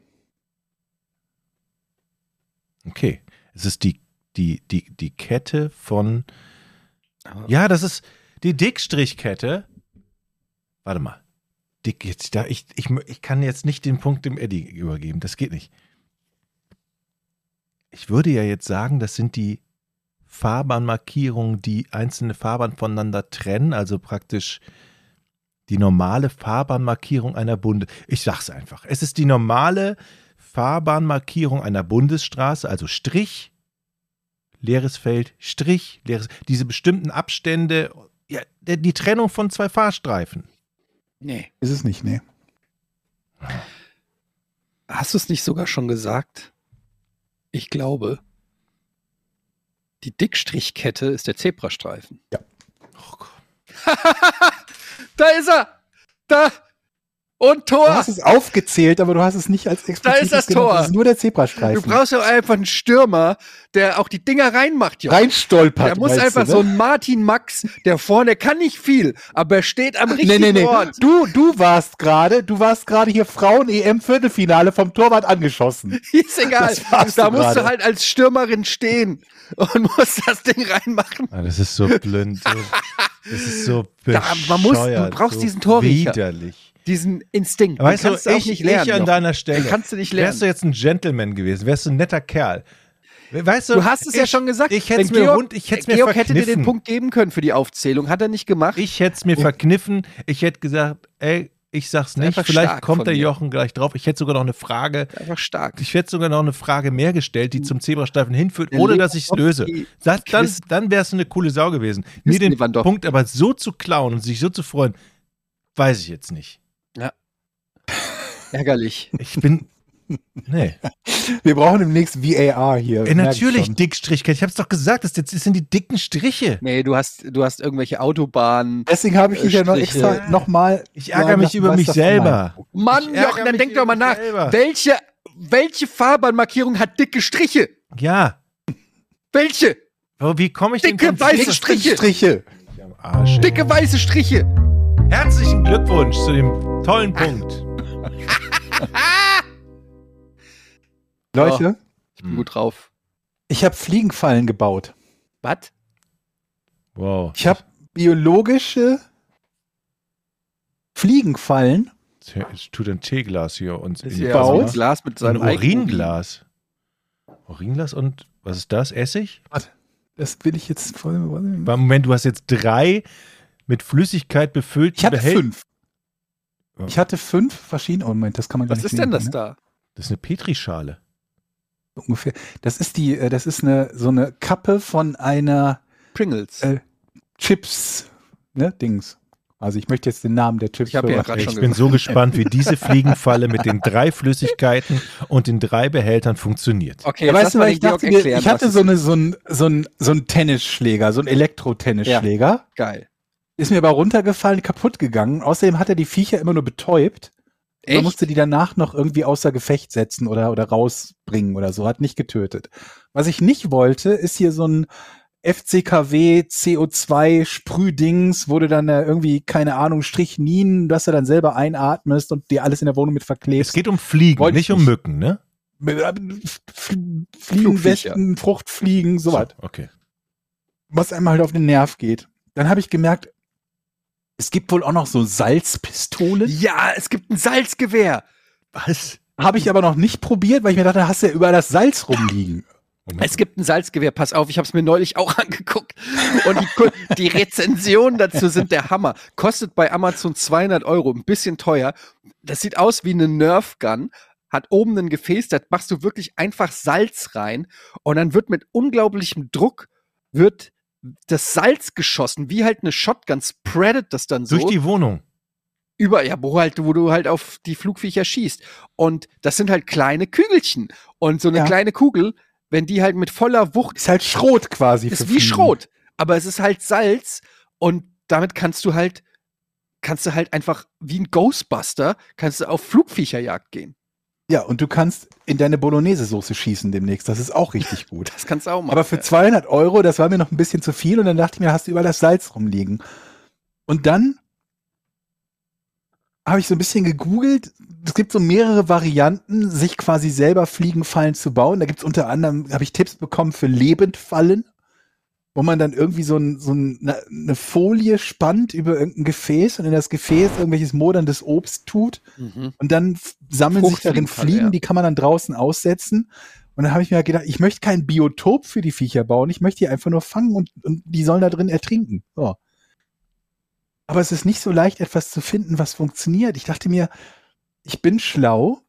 C: Okay. Es ist die, die, die, die Kette von.
B: Aber-
C: Ja, das ist die Dickstrichkette. Warte mal. Dick, jetzt da, ich, ich, ich kann jetzt nicht den Punkt dem Eddie übergeben. Das geht nicht. Ich würde ja jetzt sagen, das sind die Fahrbahnmarkierungen, die einzelne Fahrbahnen voneinander trennen, also praktisch die normale Fahrbahnmarkierung einer Bunde. Ich sag's einfach. Es ist die normale Fahrbahnmarkierung einer Bundesstraße, also Strich, leeres Feld, Strich, leeres, diese bestimmten Abstände, ja, der- die Trennung von zwei Fahrstreifen.
B: Nee.
A: Ist es nicht, nee.
B: Hast du es nicht sogar schon gesagt? Ich glaube. Die Dickstrichkette ist der Zebrastreifen.
C: Oh Gott.
B: Da ist er! Da! Und
A: Du
B: Tor!
A: hast es aufgezählt, aber du hast es nicht als explizit
B: ist das Tor.
A: Das ist nur der
B: Du
A: Zebrastreifen.
B: brauchst ja einfach einen Stürmer, der auch die Dinger reinmacht. Junge.
A: Reinstolpert.
B: Der muss
A: meinst
B: einfach
A: du,
B: so
A: ne?
B: ein Martin Max, der vorne, der kann nicht viel, aber er steht am
A: Nee,
B: richtigen
A: nee, nee.
B: Ort.
A: Du, du warst gerade, du warst gerade hier Frauen-EM-Viertelfinale vom Torwart angeschossen.
B: Ist egal.
A: Das warst
B: Da
A: du
B: musst
A: gerade.
B: du halt als Stürmerin stehen und musst das Ding reinmachen.
C: Ah, das ist so blöd. So, das ist so
B: Da- man muss- du
C: bescheuert,
B: brauchst
C: so
B: diesen Torriecher.
C: Widerlich.
B: Diesen Instinkt.
C: Weißt
B: den
C: du,
B: kannst du auch
C: ich,
B: nicht lernen.
C: ich an
B: Jochen.
C: deiner Stelle.
B: Den kannst du nicht lernen.
C: Wärst du jetzt ein Gentleman gewesen, wärst du ein netter Kerl. We- Weißt du,
B: Du hast es ja
C: ich-
B: schon gesagt.
C: Ich hätte es
B: Wenn
C: mir,
B: Georg-
C: rund, ich hätt's mir
B: Georg hätte dir den
C: verkniffen.
B: Punkt geben können für die Aufzählung. Hat er nicht gemacht.
C: Ich hätte es mir verkniffen. Ich hätte gesagt, ey, ich sag's nicht.
B: einfach
C: Vielleicht
B: stark von
C: kommt der
B: dir.
C: Jochen gleich drauf. Ich hätte sogar noch eine Frage.
B: Einfach stark.
C: Ich hätte sogar noch eine Frage mehr gestellt, die zum Zebrastreifen hinführt,
B: Der
C: ohne dass ich es löse.
B: Lewandowski-
C: Das, dann
B: Christ-
C: dann wärst du eine coole Sau gewesen. Mir den
B: Lewandowski.
C: Punkt aber so zu klauen und sich so zu freuen, weiß ich jetzt nicht.
B: Ärgerlich.
C: Ich bin. Nee.
A: Wir brauchen demnächst VAR hier.
C: Ey,
A: merk ich
C: Äh, natürlich
A: schon.
C: Dickstrich. Ich hab's doch gesagt, das, das sind die dicken Striche.
B: Nee, du hast, du hast irgendwelche Autobahnen.
A: Deswegen habe ich dich ja noch
B: Striche.
A: extra nochmal.
C: Ich ärgere mich über mich selber.
B: Mann,
C: Ich ärgere
B: Jochen, dann
C: mich
B: denk
C: über
B: doch mal
C: mich
B: nach.
C: selber.
B: Welche, welche Fahrbahnmarkierung hat dicke Striche?
C: Ja.
B: Welche?
C: Aber wie komme ich
B: Dicke
C: denn
B: weiße
C: Dick-
B: Striche.
A: Striche.
C: am Arsch? ey.
B: Dicke weiße Striche.
C: Herzlichen Glückwunsch zu dem tollen Punkt.
A: Leute,
B: Ich
A: Hm.
B: bin gut drauf.
A: ich habe Fliegenfallen gebaut.
B: Was?
C: Hm. Wow.
A: Ich habe biologische Fliegenfallen.
C: Es tut ein Teeglas hier uns
B: Das
C: in
B: ist
C: die
B: ja
A: Baut.
B: so ein
C: Kamera.
B: Glas mit
C: So ein
B: seinem eigenen-
C: Uringlas. Uringlas und was ist das? Essig?
A: Das will ich jetzt voll.
C: Aber Moment, du hast jetzt drei mit Flüssigkeit befüllt.
A: Ich hatte fünf. Ich hatte fünf verschiedene. Oh Moment, das kann man gar
B: Was
A: nicht
B: ist denn
A: sehen,
B: das
A: ne?
B: da?
C: Das ist eine Petrischale.
A: So Ungefähr. Das ist die, äh, das ist eine so eine Kappe von einer
B: Pringles.
A: Äh, Chips, ne, Dings. Also ich möchte jetzt den Namen der Chips
B: Ich hab ja
A: verraten.
B: grad
C: Ich
B: schon
C: bin so gespannt, wie diese Fliegenfalle mit den drei Flüssigkeiten und den drei Behältern funktioniert.
B: okay,
A: ja,
B: jetzt
A: weißt
B: lass
A: du,
B: mal
A: weil
B: den
A: ich dachte,
B: Georg
A: mir,
B: erklären.
A: ich hatte
B: was
A: so,
B: ist
A: eine, so, einen, so, einen, so einen Tennisschläger, so einen Elektrotennisschläger.
B: geil.
A: Ist mir aber runtergefallen, kaputt gegangen. Außerdem hat er die Viecher immer nur betäubt. Man
B: Echt?
A: musste die danach noch irgendwie außer Gefecht setzen oder, oder rausbringen oder so. Hat nicht getötet. Was ich nicht wollte, ist hier so ein FCKW CO2 Sprühdings, wo du dann äh, irgendwie, keine Ahnung, Strichnin, dass du dann selber einatmest und dir alles in der Wohnung mit
C: Es
A: verklebst.
C: geht um Fliegen,
A: Wollte ich
C: nicht um
A: nicht.
C: Mücken, ne?
A: Mit, äh, F- Fliegenwesten, Fruchtfliegen, sowas
C: So, okay.
A: was einem halt auf den Nerv geht. Dann habe ich gemerkt, es gibt wohl auch noch so Salzpistolen.
B: Ja, es gibt ein Salzgewehr.
C: Was?
A: Habe ich aber noch nicht probiert, weil ich mir dachte, da hast du ja überall das Salz rumliegen.
C: Moment.
B: Es gibt ein Salzgewehr, pass auf, ich habe es mir neulich auch angeguckt. Und die, Ku- die Rezensionen dazu sind der Hammer. Kostet bei Amazon 200 Euro, ein bisschen teuer. Das sieht aus wie eine Nerf-Gun, hat oben ein Gefäß, da machst du wirklich einfach Salz rein und dann wird mit unglaublichem Druck wird das Salz geschossen, wie halt eine Shotgun, spreadet das dann so
C: Durch die Wohnung.
B: über, ja, wo halt, wo du halt auf die Flugviecher schießt. Und das sind halt kleine Kügelchen. Und so eine
A: Ja.
B: kleine Kugel, wenn die halt mit voller Wucht
A: Ist halt Schrot quasi. für
B: ist wie
A: Fliegen.
B: Schrot, aber es ist halt Salz und damit kannst du halt kannst du halt einfach wie ein Ghostbuster kannst du auf Flugviecherjagd gehen.
A: Ja, und du kannst in deine Bolognese-Soße schießen demnächst. Das ist auch richtig gut.
B: Das kannst du auch machen.
A: Aber für 200 Euro, das war mir noch ein bisschen zu viel. Und dann dachte ich mir, hast du überall das Salz rumliegen. Und dann habe ich so ein bisschen gegoogelt. Es gibt so mehrere Varianten, sich quasi selber Fliegenfallen zu bauen. Da gibt es unter anderem, habe ich Tipps bekommen für Lebendfallen, wo man dann irgendwie so, ein, so ein, na- eine Folie spannt über irgendein Gefäß und in das Gefäß irgendwelches moderndes Obst tut.
B: mhm.
A: Und dann f- sammeln sich darin
B: Fruchtfliegenfalle,
A: Fliegen,
B: ja.
A: die kann man dann draußen aussetzen. Und dann habe ich mir halt gedacht, ich möchte kein Biotop für die Viecher bauen, ich möchte die einfach nur fangen und, und die sollen da drin ertrinken. So. Aber es ist nicht so leicht, etwas zu finden, was funktioniert. Ich dachte mir, ich bin schlau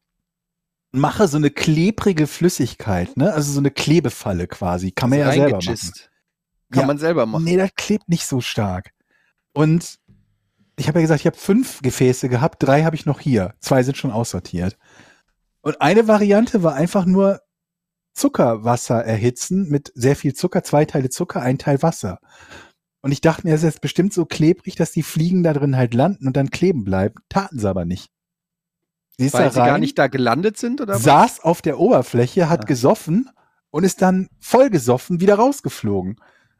A: und mache so eine klebrige Flüssigkeit, ne? Also so eine Klebefalle quasi. Kann man
B: Also
A: ja selber machen.
B: reingegisst. Kann
A: Ja.
B: man selber machen.
A: Nee, das klebt nicht so stark. Und ich habe ja gesagt, ich habe fünf Gefäße gehabt, drei habe ich noch hier. Zwei sind schon aussortiert. Und eine Variante war einfach nur Zuckerwasser erhitzen mit sehr viel Zucker, zwei Teile Zucker, ein Teil Wasser. Und ich dachte mir, das ist jetzt bestimmt so klebrig, dass die Fliegen da drin halt landen und dann kleben bleiben. Taten sie aber nicht. Sie ist
B: weil
A: da
B: sie gar
A: rein,
B: nicht da gelandet sind oder was?
A: saß auf der Oberfläche, hat
B: Ah.
A: gesoffen und ist dann vollgesoffen wieder rausgeflogen.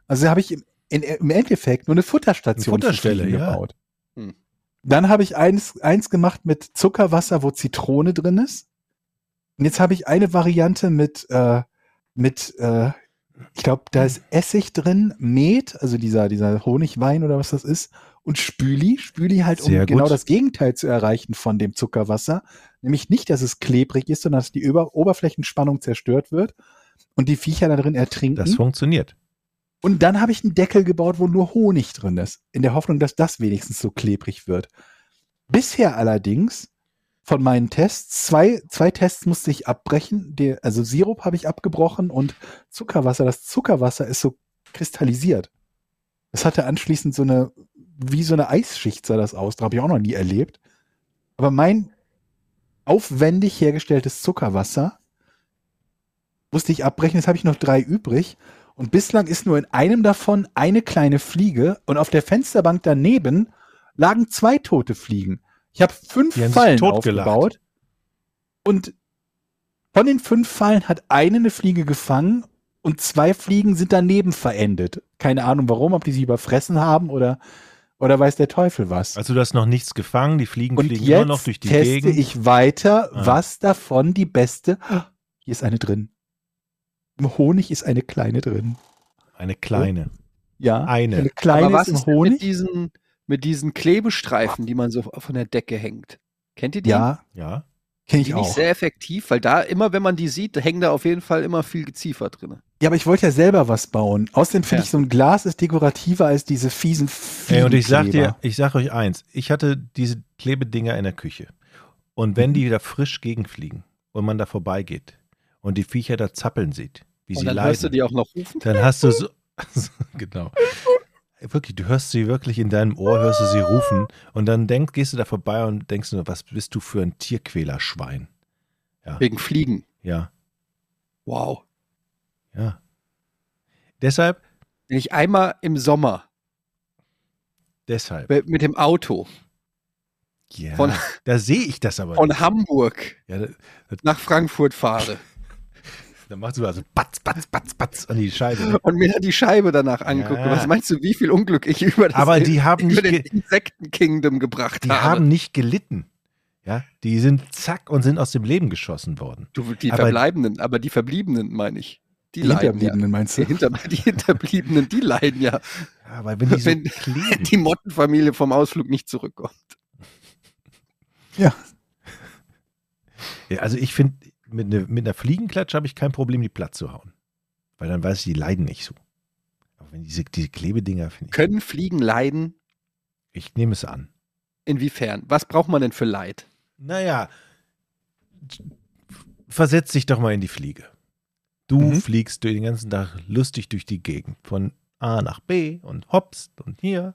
A: Also habe ich im, in, im Endeffekt nur eine Futterstation
C: Eine Futterstelle,
A: für Fliegen
C: ja.
A: gebaut.
B: Hm.
A: Dann habe ich eins, eins gemacht mit Zuckerwasser, wo Zitrone drin ist. Und jetzt habe ich eine Variante mit, äh, mit äh, ich glaube, da ist Essig drin, Met, also dieser, dieser Honigwein oder was das ist, und Spüli. Spüli halt, um
C: Sehr gut.
A: genau das Gegenteil zu erreichen von dem Zuckerwasser. Nämlich nicht, dass es klebrig ist, sondern dass die Über Oberflächenspannung zerstört wird und die Viecher da drin ertrinken.
C: Das funktioniert.
A: Und dann habe ich einen Deckel gebaut, wo nur Honig drin ist, in der Hoffnung, dass das wenigstens so klebrig wird. Bisher allerdings von meinen Tests, zwei, zwei Tests musste ich abbrechen, der, also Sirup habe ich abgebrochen und Zuckerwasser. Das Zuckerwasser ist so kristallisiert. Das hatte anschließend so eine, wie so eine Eisschicht sah das aus, da habe ich auch noch nie erlebt. Aber mein aufwendig hergestelltes Zuckerwasser musste ich abbrechen, jetzt habe ich noch drei übrig. Und bislang ist nur in einem davon eine kleine Fliege und auf der Fensterbank daneben lagen zwei tote Fliegen. Ich habe fünf
C: Die haben sich
A: Fallen
C: totgelacht.
A: aufgebaut und von den fünf Fallen hat eine eine Fliege gefangen und zwei Fliegen sind daneben verendet. Keine Ahnung warum, ob die sie überfressen haben oder, oder weiß der Teufel was.
C: Also du hast noch nichts gefangen, die Fliegen
A: Und
C: fliegen
A: jetzt
C: immer noch durch die
A: teste
C: Gegend.
A: ich weiter,
C: Ah.
A: was davon die beste. Hier ist eine drin. Im Honig ist eine kleine drin.
C: Eine kleine.
A: Ja.
C: Eine.
A: Eine kleine
B: Aber was
A: ist im
B: ist denn mit
A: Honig.
B: diesen, mit diesen Klebestreifen, die man so von der Decke hängt? Kennt ihr die?
A: Ja,
C: Ja.
A: kenne
B: Die
A: ich
B: finde ich
A: auch.
B: sehr effektiv, weil da immer, wenn man die sieht, hängen da auf jeden Fall immer viel Geziefer drin.
A: Ja, aber ich wollte ja selber was bauen. Außerdem finde
B: Ja.
A: ich, so ein Glas ist dekorativer als diese fiesen
C: Ey, und ich sag
A: Fliegenkleber.
C: dir, ich sag euch eins, ich hatte diese Klebedinger in der Küche. Und
B: Mhm.
C: wenn die da frisch gegenfliegen und man da vorbeigeht und die Viecher da zappeln sieht, wie
B: Und
C: sie
B: dann
C: leiden,
B: hörst du die auch noch rufen.
C: dann hast du so, genau. Wirklich, du hörst sie wirklich in deinem Ohr, hörst du sie rufen und dann denk, gehst du da vorbei und denkst nur, was bist du für ein Tierquälerschwein?
B: Wegen Fliegen.
C: Ja,
B: Wow.
C: ja. Deshalb,
B: Wenn ich einmal im Sommer
C: deshalb.
B: be- mit dem Auto
C: Ja,
B: von-
C: da sehe ich das aber.
B: von
C: nicht.
B: Hamburg
C: Ja, da-
B: nach Frankfurt fahre
C: dann machst du also batz, batz, batz, batz an die Scheibe.
B: und mir dann die Scheibe danach angucke,
C: Ja.
B: was meinst du, wie viel Unglück ich über das
C: Aber die haben
B: über
C: nicht,
B: den
C: ge
B: Insekten-Kingdom gebracht
C: die
B: habe?
C: haben nicht gelitten. Ja, die sind zack und sind aus dem Leben geschossen worden.
B: du, die
C: aber-
B: Verbleibenden, aber die Verbliebenen meine ich. Die,
A: Die
B: leiden ja.
A: Hinterbliebenen, meinst
B: Die,
A: du?
B: Hinter, die Hinterbliebenen, die leiden ja,
C: Ja, weil wenn die so
B: Wenn-
C: kleben.
B: die Mottenfamilie vom Ausflug nicht zurückkommt.
C: Ja, also ich finde, mit, ne, mit einer Fliegenklatsche habe ich kein Problem, die platt zu hauen. Weil dann weiß ich, die leiden nicht so. Aber wenn diese, diese Klebedinger, finde
B: Können Fliegen leiden?
C: ich, ich nehme es an.
B: Inwiefern? Was braucht man denn für Leid?
C: Naja, versetz dich doch mal in die Fliege. Du
A: Mhm.
C: fliegst durch den ganzen Tag lustig durch die Gegend von A nach B und hoppst und hier,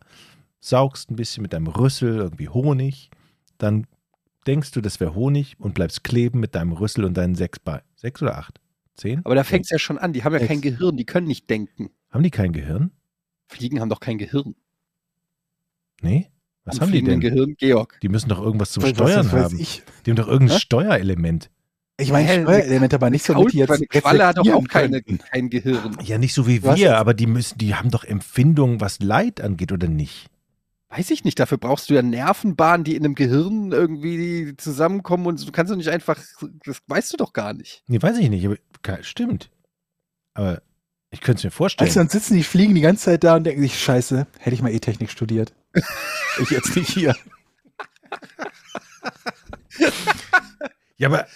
C: saugst ein bisschen mit deinem Rüssel irgendwie Honig, dann denkst du, das wäre Honig und bleibst kleben mit deinem Rüssel und deinen sechs Beinen. Sechs oder acht? Zehn?
B: Aber da fängt es ja schon an. Die haben ja
A: Ex-
B: kein Gehirn, die können nicht denken.
C: Haben die kein Gehirn?
B: Fliegen haben doch kein Gehirn.
C: Nee? Was haben die
B: Fliegen ein
C: denn?
B: Gehirn, Georg.
C: Die müssen doch irgendwas zum
A: Was- was
C: Steuern
A: weiß
C: haben.
A: Ich,
C: Die haben doch irgendein
B: Hä?
C: Steuerelement.
A: ich meine,
B: Hä,
A: Steuerelement, aber nicht so, damit die jetzt
B: Eine Qualle hat doch auch
A: reflektieren
B: keine,
A: könnten.
B: kein Gehirn.
C: Ja, nicht so wie
A: Du hast
C: wir,
A: jetzt-
C: aber die müssen, die haben doch Empfindungen, was Leid angeht, oder nicht?
B: Weiß ich nicht, dafür brauchst du ja Nervenbahnen, die in einem Gehirn irgendwie zusammenkommen und so. du kannst doch nicht einfach, das weißt du doch gar nicht.
C: Nee, weiß ich nicht, aber ke- stimmt. Aber ich könnte es mir vorstellen.
A: Also dann sitzen die Fliegen die ganze Zeit da und denken sich, scheiße, hätte ich mal E-Technik studiert. ich jetzt nicht hier.
C: ja, aber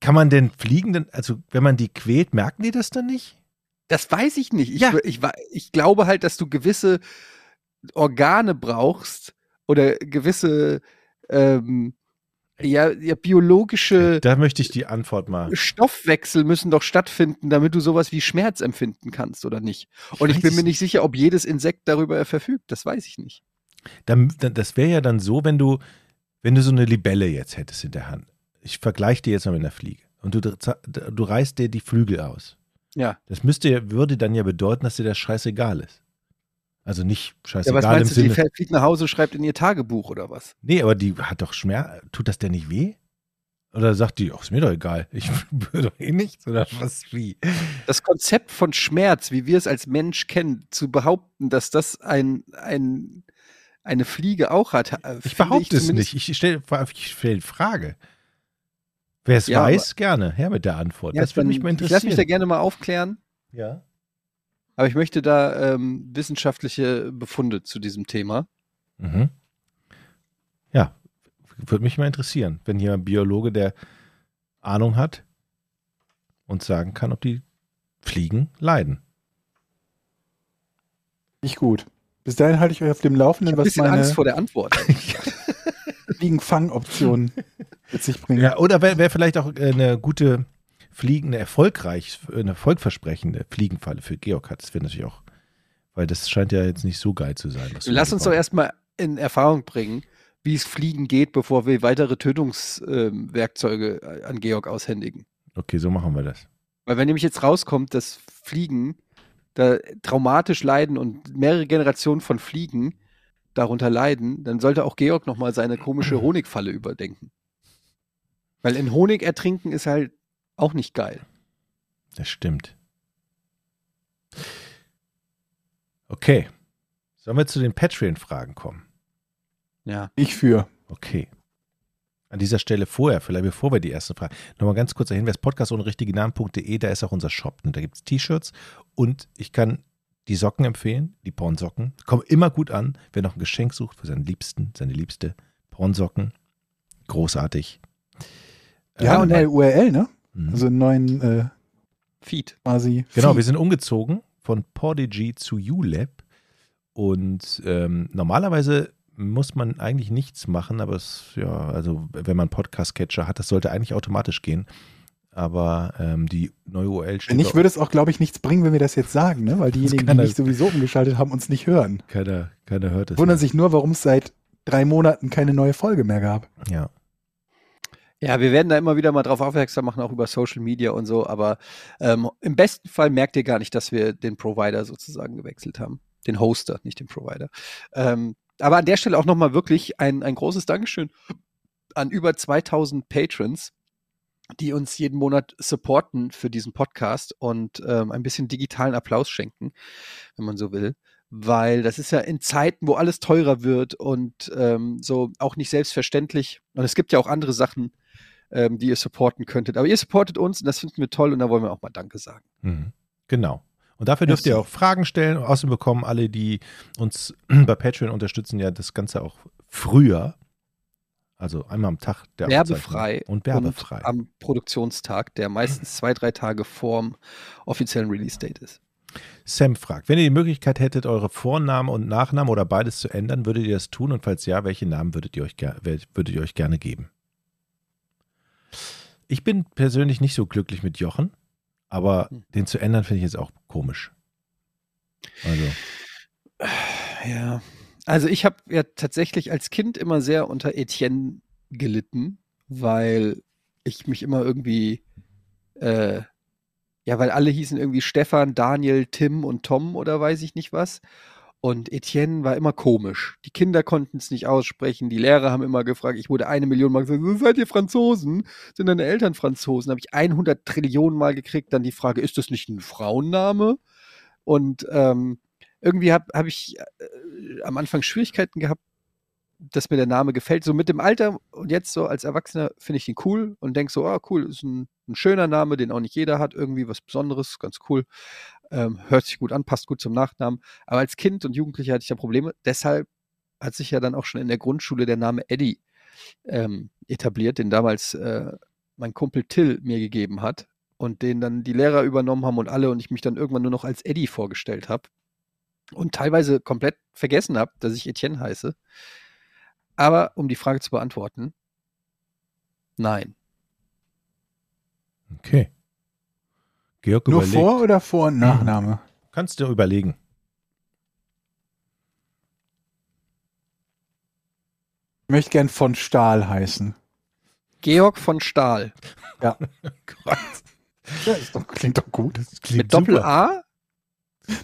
C: kann man denn fliegen, denn, also wenn man die quält, merken die das dann nicht?
B: Das weiß ich nicht. Ich,
C: Ja.
B: ich, wa- ich glaube halt, dass du gewisse Organe brauchst oder gewisse ähm, ja, ja, biologische
C: Da möchte ich die Antwort mal.
B: Stoffwechsel müssen doch stattfinden, damit du sowas wie Schmerz empfinden kannst oder nicht. Und ich,
C: weiß
B: bin
C: es
B: mir nicht sicher, ob jedes Insekt darüber verfügt. Das weiß ich nicht.
C: Dann, dann, das wäre ja dann so, wenn du, wenn du so eine Libelle jetzt hättest in der Hand. Ich vergleiche dir jetzt mal mit einer Fliege. Und du, du reißt dir die Flügel aus.
B: Ja.
C: Das müsste, ja- würde dann ja bedeuten, dass dir das scheißegal ist. Also nicht
B: ja, was
C: scheißegal im
B: meinst du, die
C: Sinne.
B: fährt fliegt nach Hause, schreibt in ihr Tagebuch oder was?
C: nee, aber die hat doch Schmerz. Tut das denn nicht weh? Oder sagt die, ach, ist mir doch egal, ich spüre doch eh nichts oder was wie.
B: Das Konzept von Schmerz, wie wir es als Mensch kennen, zu behaupten, dass das ein, ein, eine Fliege auch hat. äh,
C: Ich
B: finde
C: behaupte es
B: zumindest-
C: nicht. Ich stelle ich stell Frage. Wer es
B: Ja,
C: weiß, gerne her mit der Antwort.
B: Ja,
C: das würde
B: dann-
C: mich mal
B: Ich lasse
C: interessieren.
B: mich da gerne mal aufklären,
C: ja.
B: aber ich möchte da ähm, wissenschaftliche Befunde zu diesem Thema.
C: Mhm. ja, würde mich mal interessieren, wenn hier ein Biologe, der Ahnung hat und sagen kann, ob die Fliegen leiden.
A: Nicht gut. Bis dahin halte ich euch auf dem
B: Ich
A: Laufenden,
B: habe ein
A: was
B: bisschen Angst
A: meine
B: vor der Antwort.
A: Fliegenfangoptionen mit sich bringen.
C: Ja, oder wäre wär vielleicht auch äh, eine gute Fliegen, eine erfolgreich, eine erfolgversprechende Fliegenfalle für Georg hat. Das wäre natürlich auch, weil das scheint ja jetzt nicht so geil zu sein. was du
B: Lass uns doch
C: gebaut
B: erstmal in Erfahrung bringen, wie es fliegen geht, bevor wir weitere Tötungswerkzeuge äh, an Georg aushändigen.
C: hast. Okay, so machen wir das.
B: Weil wenn nämlich jetzt rauskommt, dass Fliegen da traumatisch leiden und mehrere Generationen von Fliegen darunter leiden, dann sollte auch Georg nochmal seine komische Honigfalle überdenken. Weil in Honig ertrinken ist halt auch nicht geil.
C: Das stimmt. Okay. Sollen wir zu den Patreon-Fragen kommen?
B: Ja.
A: Ich für.
C: Okay. An dieser Stelle vorher, vielleicht bevor wir die ersten Fragen, nochmal ganz kurzer Hinweis: Podcast ohne richtige Namen.de, da ist auch unser Shop. Ne? Da gibt es T-Shirts und ich kann die Socken empfehlen, die Pornsocken. Kommen immer gut an, wer noch ein Geschenk sucht für seinen Liebsten, seine Liebste. Pornsocken. Großartig.
A: Ja,
C: Äh,
A: und neue URL, ne?
C: mhm.
A: Also einen neuen äh,
B: Feed.
A: quasi.
C: Genau, wir
A: Feed.
C: sind umgezogen von Podigy zu ULab. Und ähm, normalerweise muss man eigentlich nichts machen, aber es, ja, also wenn man Podcast-Catcher hat, das sollte eigentlich automatisch gehen. Aber ähm, die neue URL steht.
A: Wenn nicht,
C: auch-
A: würde es auch, glaube ich, nichts bringen, wenn wir das jetzt sagen, ne? Weil diejenigen, die
C: keiner-
A: nicht sowieso umgeschaltet haben, uns nicht hören.
C: keiner, keiner hört es.
A: Wundern sich nur, warum es seit drei Monaten keine neue Folge mehr gab.
C: Ja.
B: Ja, wir werden da immer wieder mal drauf aufmerksam machen, auch über Social Media und so, aber ähm, im besten Fall merkt ihr gar nicht, dass wir den Provider sozusagen gewechselt haben. Den Hoster, nicht den Provider. Ähm, aber an der Stelle auch nochmal wirklich ein, ein großes Dankeschön an über 2000 Patrons, die uns jeden Monat supporten für diesen Podcast und ähm, ein bisschen digitalen Applaus schenken, wenn man so will. Weil das ist ja in Zeiten, wo alles teurer wird und ähm, so auch nicht selbstverständlich. Und es gibt ja auch andere Sachen, ähm, die ihr supporten könntet. Aber ihr supportet uns und das finden wir toll und da wollen wir auch mal Danke sagen.
C: Mhm. Genau. Und dafür
A: Ja,
C: dürft ihr
A: so.
C: auch Fragen stellen. Außerdem bekommen alle, die uns bei Patreon unterstützen, ja das Ganze auch früher. Also einmal am Tag der Aufzeichnung.
B: Werbefrei
C: Und werbefrei.
B: Und am Produktionstag, der meistens zwei, drei Tage vorm offiziellen Release-Date ist.
C: Sam fragt, wenn ihr die Möglichkeit hättet, eure Vornamen und Nachnamen oder beides zu ändern, würdet ihr das tun? Und falls ja, welche Namen würdet ihr euch, ger wel- würdet ihr euch gerne geben? Ich bin persönlich nicht so glücklich mit Jochen, aber
B: Hm.
C: den zu ändern finde ich jetzt auch komisch. Also,
B: Ja. Also ich habe ja tatsächlich als Kind immer sehr unter Etienne gelitten, weil ich mich immer irgendwie, äh, ja, weil alle hießen irgendwie Stefan, Daniel, Tim und Tom oder weiß ich nicht was. Und Etienne war immer komisch. Die Kinder konnten es nicht aussprechen, die Lehrer haben immer gefragt, ich wurde eine Million Mal gesagt, seid ihr Franzosen? Sind deine Eltern Franzosen? Habe ich 100 Trillionen Mal gekriegt, dann die Frage, ist das nicht ein Frauenname? Und ähm, irgendwie habe hab ich äh, am Anfang Schwierigkeiten gehabt, dass mir der Name gefällt. So mit dem Alter und jetzt so als Erwachsener finde ich ihn cool und denke so, ah cool, ist ein, ein schöner Name, den auch nicht jeder hat, irgendwie was Besonderes, ganz cool. Ähm, hört sich gut an, passt gut zum Nachnamen. Aber als Kind und Jugendlicher hatte ich ja Probleme. Deshalb hat sich ja dann auch schon in der Grundschule der Name Eddie ähm, etabliert, den damals äh, mein Kumpel Till mir gegeben hat und den dann die Lehrer übernommen haben und alle und ich mich dann irgendwann nur noch als Eddie vorgestellt habe und teilweise komplett vergessen habe, dass ich Etienne heiße. Aber um die Frage zu beantworten, nein.
C: okay. Georg
A: Nur
C: überlegt.
A: Vor- oder Vor- und Nachname?
C: Kannst du überlegen.
A: Ich möchte gern von Stahl heißen.
B: Georg von Stahl
C: Gott,
A: Ja, ist doch, klingt doch gut.
C: das
B: mit
C: super.
B: Doppel-A?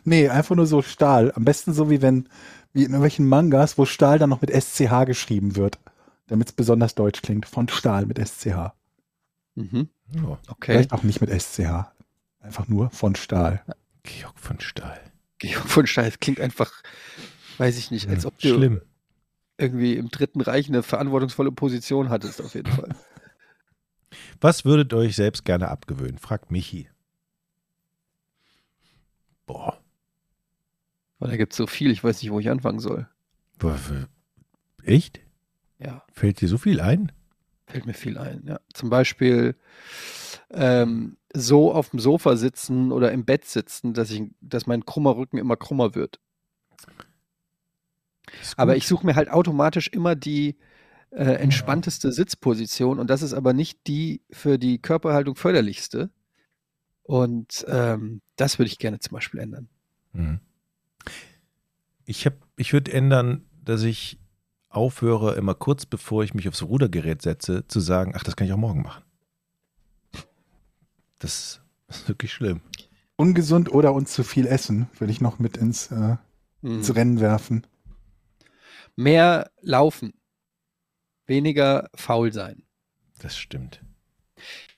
A: Nee, einfach nur so Stahl. Am besten so wie wenn, wie in irgendwelchen Mangas, wo Stahl dann noch mit SCH geschrieben wird. Damit es besonders deutsch klingt. Von Stahl mit SCH.
B: Mhm.
C: Ja.
B: Okay.
A: Vielleicht auch nicht mit SCH. Einfach nur von Stahl.
C: Georg von Stahl.
B: Georg von Stahl klingt einfach, weiß ich nicht, als ob du
C: Schlimm.
B: irgendwie im Dritten Reich eine verantwortungsvolle Position hattest, auf jeden Fall.
C: Was würdet ihr euch selbst gerne abgewöhnen? Fragt Michi. Boah.
B: Weil da gibt es so viel, ich weiß nicht, wo ich anfangen soll.
C: Boah, w- Echt?
B: Ja,
C: Fällt dir so viel ein?
B: fällt mir viel ein. Ja. Zum Beispiel ähm, so auf dem Sofa sitzen oder im Bett sitzen, dass, ich, dass mein krummer Rücken immer krummer wird.
C: Ist gut.
B: Aber ich suche mir halt automatisch immer die äh, entspannteste Sitzposition und das ist aber nicht die für die Körperhaltung förderlichste. Und ähm, das würde ich gerne zum Beispiel ändern.
C: Mhm. Ich, hab- ich würde ändern, dass ich aufhöre, immer kurz bevor ich mich aufs Rudergerät setze, zu sagen, ach, das kann ich auch morgen machen. Das ist wirklich schlimm.
A: Ungesund oder uns zu viel essen, würde ich noch mit ins, äh, ins Rennen werfen.
B: Mhm. Mehr laufen, weniger faul sein.
C: Das stimmt.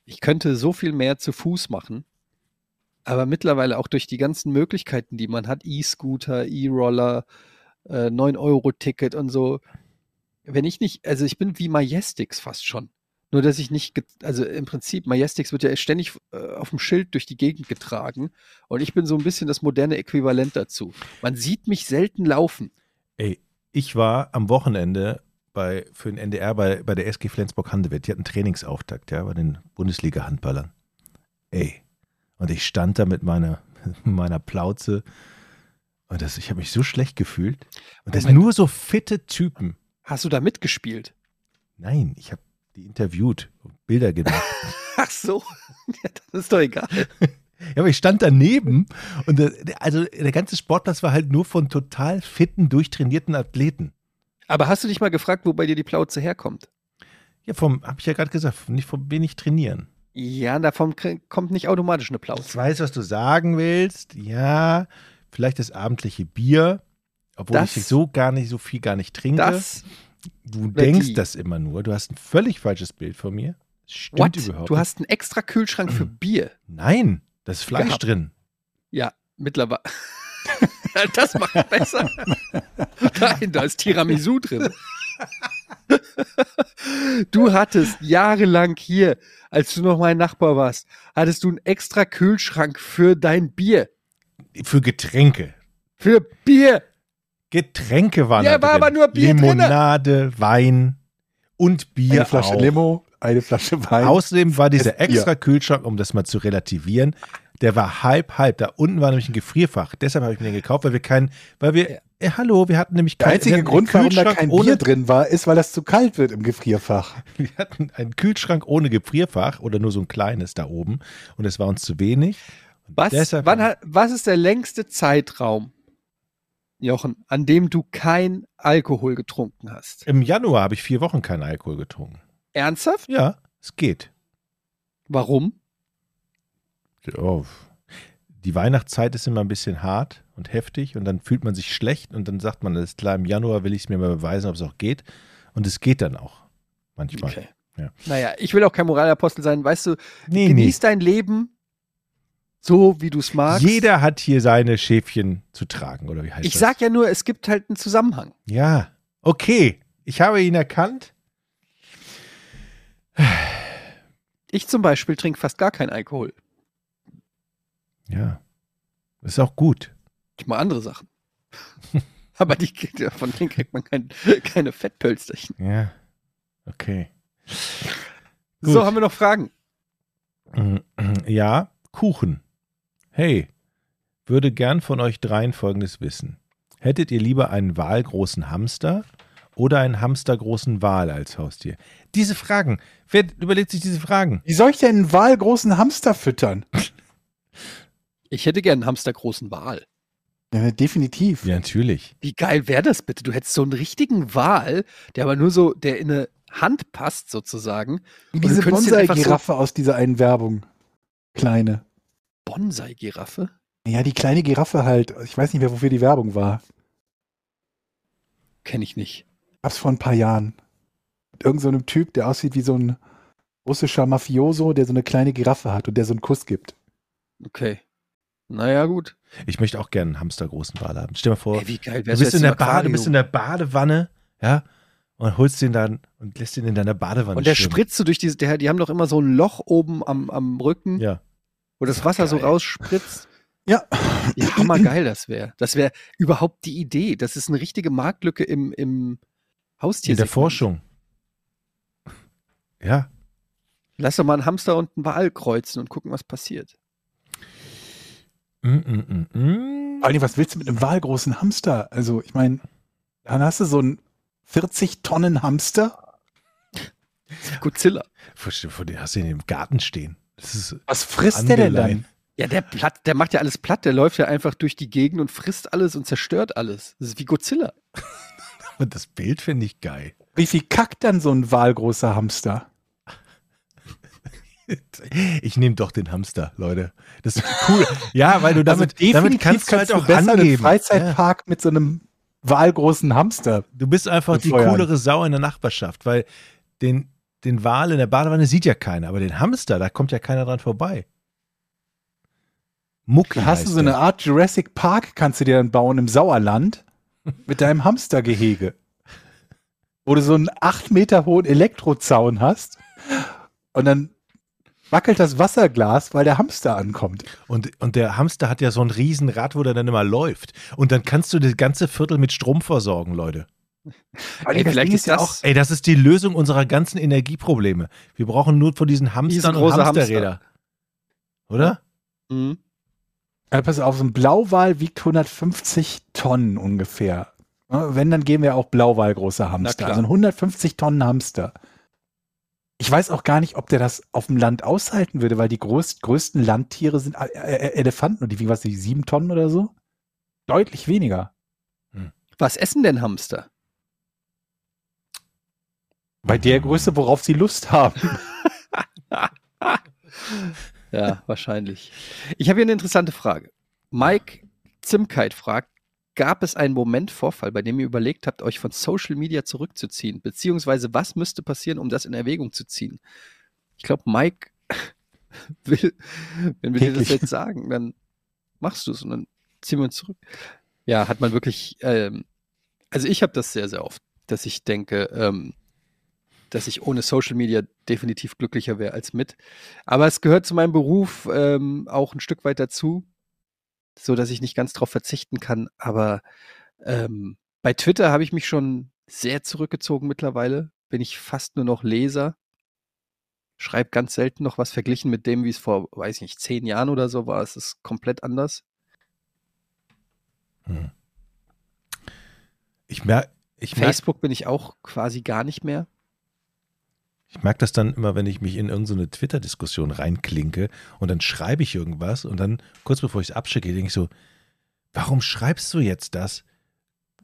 B: Ich könnte so viel mehr zu Fuß machen, aber mittlerweile auch durch die ganzen Möglichkeiten, die man hat, E-Scooter, E-Roller, äh, 9-Euro-Ticket und so. Wenn ich nicht, also ich bin wie Majestix fast schon. Nur, dass ich nicht, ge- also im Prinzip, Majestix wird ja ständig äh, auf dem Schild durch die Gegend getragen und ich bin so ein bisschen das moderne Äquivalent dazu. Man sieht mich selten laufen.
C: Ey, ich war am Wochenende bei, für den NDR bei, bei der SG Flensburg-Handewitt. Die hatten Trainingsauftakt, ja, bei den Bundesliga-Handballern. Ey. Und ich stand da mit meiner, meiner Plauze und das, ich habe mich so schlecht gefühlt. Und das
B: Moment.
C: nur so fitte Typen.
B: Hast du da mitgespielt?
C: Nein, ich habe die interviewt, und Bilder gemacht.
B: Ach so, ja, das ist doch egal.
C: ja, aber ich stand daneben und das, also der ganze Sportplatz war halt nur von total fitten, durchtrainierten Athleten.
B: Aber hast du dich mal gefragt, wo bei dir die Plauze herkommt?
C: Ja, vom, habe ich ja gerade gesagt, nicht vom wenig trainieren.
B: Ja, davon krie- kommt nicht automatisch eine
C: Ich
B: Applaus.
C: weiß, was du sagen willst. Ja, vielleicht das abendliche Bier, obwohl
B: Das-
C: ich so gar nicht so viel gar nicht trinke.
B: Das,
C: du
B: oder
C: denkst
B: die.
C: das immer nur. Du hast ein völlig falsches Bild von mir. Das stimmt
B: what?
C: überhaupt.
B: Du
C: nicht.
B: hast einen extra Kühlschrank für Bier.
C: Nein, das ist Fleisch
B: Gehabt.
C: drin.
B: Ja, mittlerweile. das macht es besser. Nein, da ist Tiramisu drin. Du hattest jahrelang hier, als du noch mein Nachbar warst, hattest du einen extra Kühlschrank für dein Bier.
C: Für Getränke.
B: Für Bier.
C: Getränke waren
B: Ja,
C: da
B: war
C: drin.
B: aber nur Bier drinne.
C: Limonade, Wein und Bier
A: Eine Flasche
C: auch.
A: Limo, eine Flasche Wein.
C: Außerdem war dieser
A: Bier.
C: extra Kühlschrank, um das mal zu relativieren, der war halb, halb. Da unten war nämlich ein Gefrierfach. Deshalb habe ich mir den gekauft, weil wir keinen, weil wir,
B: Ja.
C: äh, hallo, wir hatten nämlich
A: Der
C: keinen- wir
A: einzige
C: hatten einen
A: Grund, warum da
C: Kühlschrank
A: kein
C: ohne,
A: Bier drin war, ist, weil das zu kalt wird im Gefrierfach.
C: Wir hatten einen Kühlschrank ohne Gefrierfach oder nur so ein kleines da oben und es war uns zu wenig. Und
B: Was,
C: deshalb-
B: wann, hat- was ist der längste Zeitraum, Jochen, an dem du kein Alkohol getrunken hast?
C: Im Januar habe ich vier Wochen keinen Alkohol getrunken.
B: Ernsthaft?
C: Ja, es geht.
B: Warum?
C: Ja, Die Weihnachtszeit ist immer ein bisschen hart und heftig und dann fühlt man sich schlecht und dann sagt man, alles klar, im Januar will ich es mir mal beweisen, ob es auch geht. Und es geht dann auch. Manchmal. Ja.
B: Naja, ich will auch kein Moralapostel sein. Weißt du,
C: Nee,
B: genieß dein Leben so, wie du es magst.
C: Jeder hat hier seine Schäfchen zu tragen, oder wie heißt
B: Ich
C: das?
B: sag ja nur, es gibt halt einen Zusammenhang.
C: Ja, okay. Ich habe ihn erkannt.
B: Ich zum Beispiel trinke fast gar keinen Alkohol.
C: Ja. Das ist auch gut.
B: Ich mal andere Sachen. Aber die, von denen kriegt man kein, keine Fettpölsterchen.
C: Ja. Okay.
B: So,
C: Gut.
B: haben wir noch Fragen?
C: Ja, Kuchen. Hey, würde gern von euch dreien Folgendes wissen. Hättet ihr lieber einen wahlgroßen Hamster oder einen hamstergroßen Wal als Haustier? Diese Fragen. Wer überlegt sich diese Fragen?
A: Wie soll ich denn einen wahlgroßen Hamster füttern?
B: Ich hätte gern einen hamstergroßen Wal.
A: Ja, definitiv.
C: Ja, natürlich.
B: Wie geil wäre das bitte? Du hättest so einen richtigen Wal, der aber nur so, der in eine Hand passt sozusagen.
A: Wie
B: Und du
A: diese
B: könntest ihn einfach so-
A: Bonsai-Giraffe aus dieser einen Werbung. Kleine.
B: Bonsai-Giraffe?
A: Ja, die kleine Giraffe halt. Ich weiß nicht mehr, wofür die Werbung war.
B: Kenne ich nicht.
A: Gab's vor ein paar Jahren. Mit irgendeinem so einem Typ, der aussieht wie so ein russischer Mafioso, der so eine kleine Giraffe hat und der so einen Kuss gibt.
B: Okay. Naja, gut.
C: Ich möchte auch gerne einen hamstergroßen Wal haben. Stell dir mal vor,
B: Ey, wie geil
C: Oh. du,
B: wär's
C: bist
B: jetzt
C: in der
B: im
C: Bade, du
B: Aquarium?
C: bist in der Badewanne, ja, und holst den dann und lässt ihn in deiner Badewanne
B: Und der
C: schwimmen.
B: spritzt so durch diese, der, die haben doch immer so ein Loch oben am, am Rücken,
C: Ja.
B: wo das Wasser so
C: Geil.
B: rausspritzt.
A: Ja.
B: Wie hammergeil das wäre. Das wäre überhaupt die Idee. Das ist eine richtige Marktlücke im, im Haustier.
C: In der Forschung. Ja.
B: Lass doch mal einen Hamster und einen Wal kreuzen und gucken, was passiert.
C: Mm, mm, mm, mm.
A: Vor allem, was willst du mit einem wahlgroßen Hamster? Also, ich meine, dann hast du so einen 40 Tonnen Hamster.
B: Godzilla.
C: Vor- Vor dir hast du ihn im Garten stehen. Das ist
A: Was frisst der denn
C: Angeleiert.
A: dann?
B: Ja, der platt, der macht ja alles platt, der läuft ja einfach durch die Gegend und frisst alles und zerstört alles. Das ist wie Godzilla.
C: Und das Bild finde ich geil.
A: Wie viel kackt dann so ein wahlgroßer Hamster?
C: Ich nehme doch den Hamster, Leute. Das ist cool. Ja, weil du damit,
A: also
C: damit
A: definitiv
C: kannst du halt auch
A: besser einen
C: angeben. Ja.
A: Freizeitpark mit so einem wahlgroßen Hamster.
C: Du bist einfach
A: mit
C: die
A: Feuer an.
C: coolere Sau in der Nachbarschaft, weil den, den Wal in der Badewanne sieht ja keiner, aber den Hamster, da kommt ja keiner dran vorbei. Mucki
A: Da hast du
C: heißt
A: so eine
C: der.
A: Art Jurassic Park, kannst du dir dann bauen im Sauerland mit deinem Hamstergehege. Wo du so einen 8 Meter hohen Elektrozaun hast und dann wackelt das Wasserglas, weil der Hamster ankommt.
C: und, und der Hamster hat ja so ein Riesenrad, wo der dann immer läuft. Und dann kannst du das ganze Viertel mit Strom versorgen, Leute.
B: Ey,
A: das
B: vielleicht
A: Ding
B: ist
A: ja
B: das
A: auch-
C: Ey, das ist die Lösung unserer ganzen Energieprobleme. Wir brauchen nur von diesen Hamstern und
B: Riesengroße
C: Hamsterräder. Oder?
B: Mhm.
A: Ja, Äh, pass auf, so ein Blauwal wiegt 150 Tonnen ungefähr. Ja, Wenn, dann geben wir auch Blauwal große Hamster.
B: klar.
A: Also ein 150 Tonnen Hamster. Ich weiß auch gar nicht, ob der das auf dem Land aushalten würde, weil die groß, größten Landtiere sind äh, äh, Elefanten und die wiegen was, die sieben Tonnen oder so? Deutlich weniger.
B: Was essen denn Hamster?
A: Bei der Größe, worauf sie Lust haben.
B: Ja, wahrscheinlich. Ich habe hier eine interessante Frage. Mike Zimkeit fragt, gab es einen Moment Vorfall, bei dem ihr überlegt habt, euch von Social Media zurückzuziehen? Beziehungsweise was müsste passieren, um das in Erwägung zu ziehen? Ich glaube, Mike will, wenn wir dir das
A: Täglich.
B: jetzt sagen, dann machst du es und dann ziehen wir uns zurück. Ja, hat man wirklich, ähm, also ich habe das sehr, sehr oft, dass ich denke, ähm, dass ich ohne Social Media definitiv glücklicher wäre als mit. Aber es gehört zu meinem Beruf ähm, auch ein Stück weit dazu, so dass ich nicht ganz drauf verzichten kann. Aber ähm, bei Twitter habe ich mich schon sehr zurückgezogen mittlerweile. Bin ich fast nur noch Leser. Schreibe ganz selten noch was verglichen mit dem, wie es vor, weiß ich nicht, zehn Jahren oder so war. Es ist komplett anders.
C: Hm. Ich merke ich merk,
B: Facebook bin ich auch quasi gar nicht mehr.
C: ich merk das dann immer, wenn ich mich in irgendeine Twitter-Diskussion reinklinke und dann schreibe ich irgendwas und dann kurz bevor ich es abschicke, denke ich so, warum schreibst du jetzt das?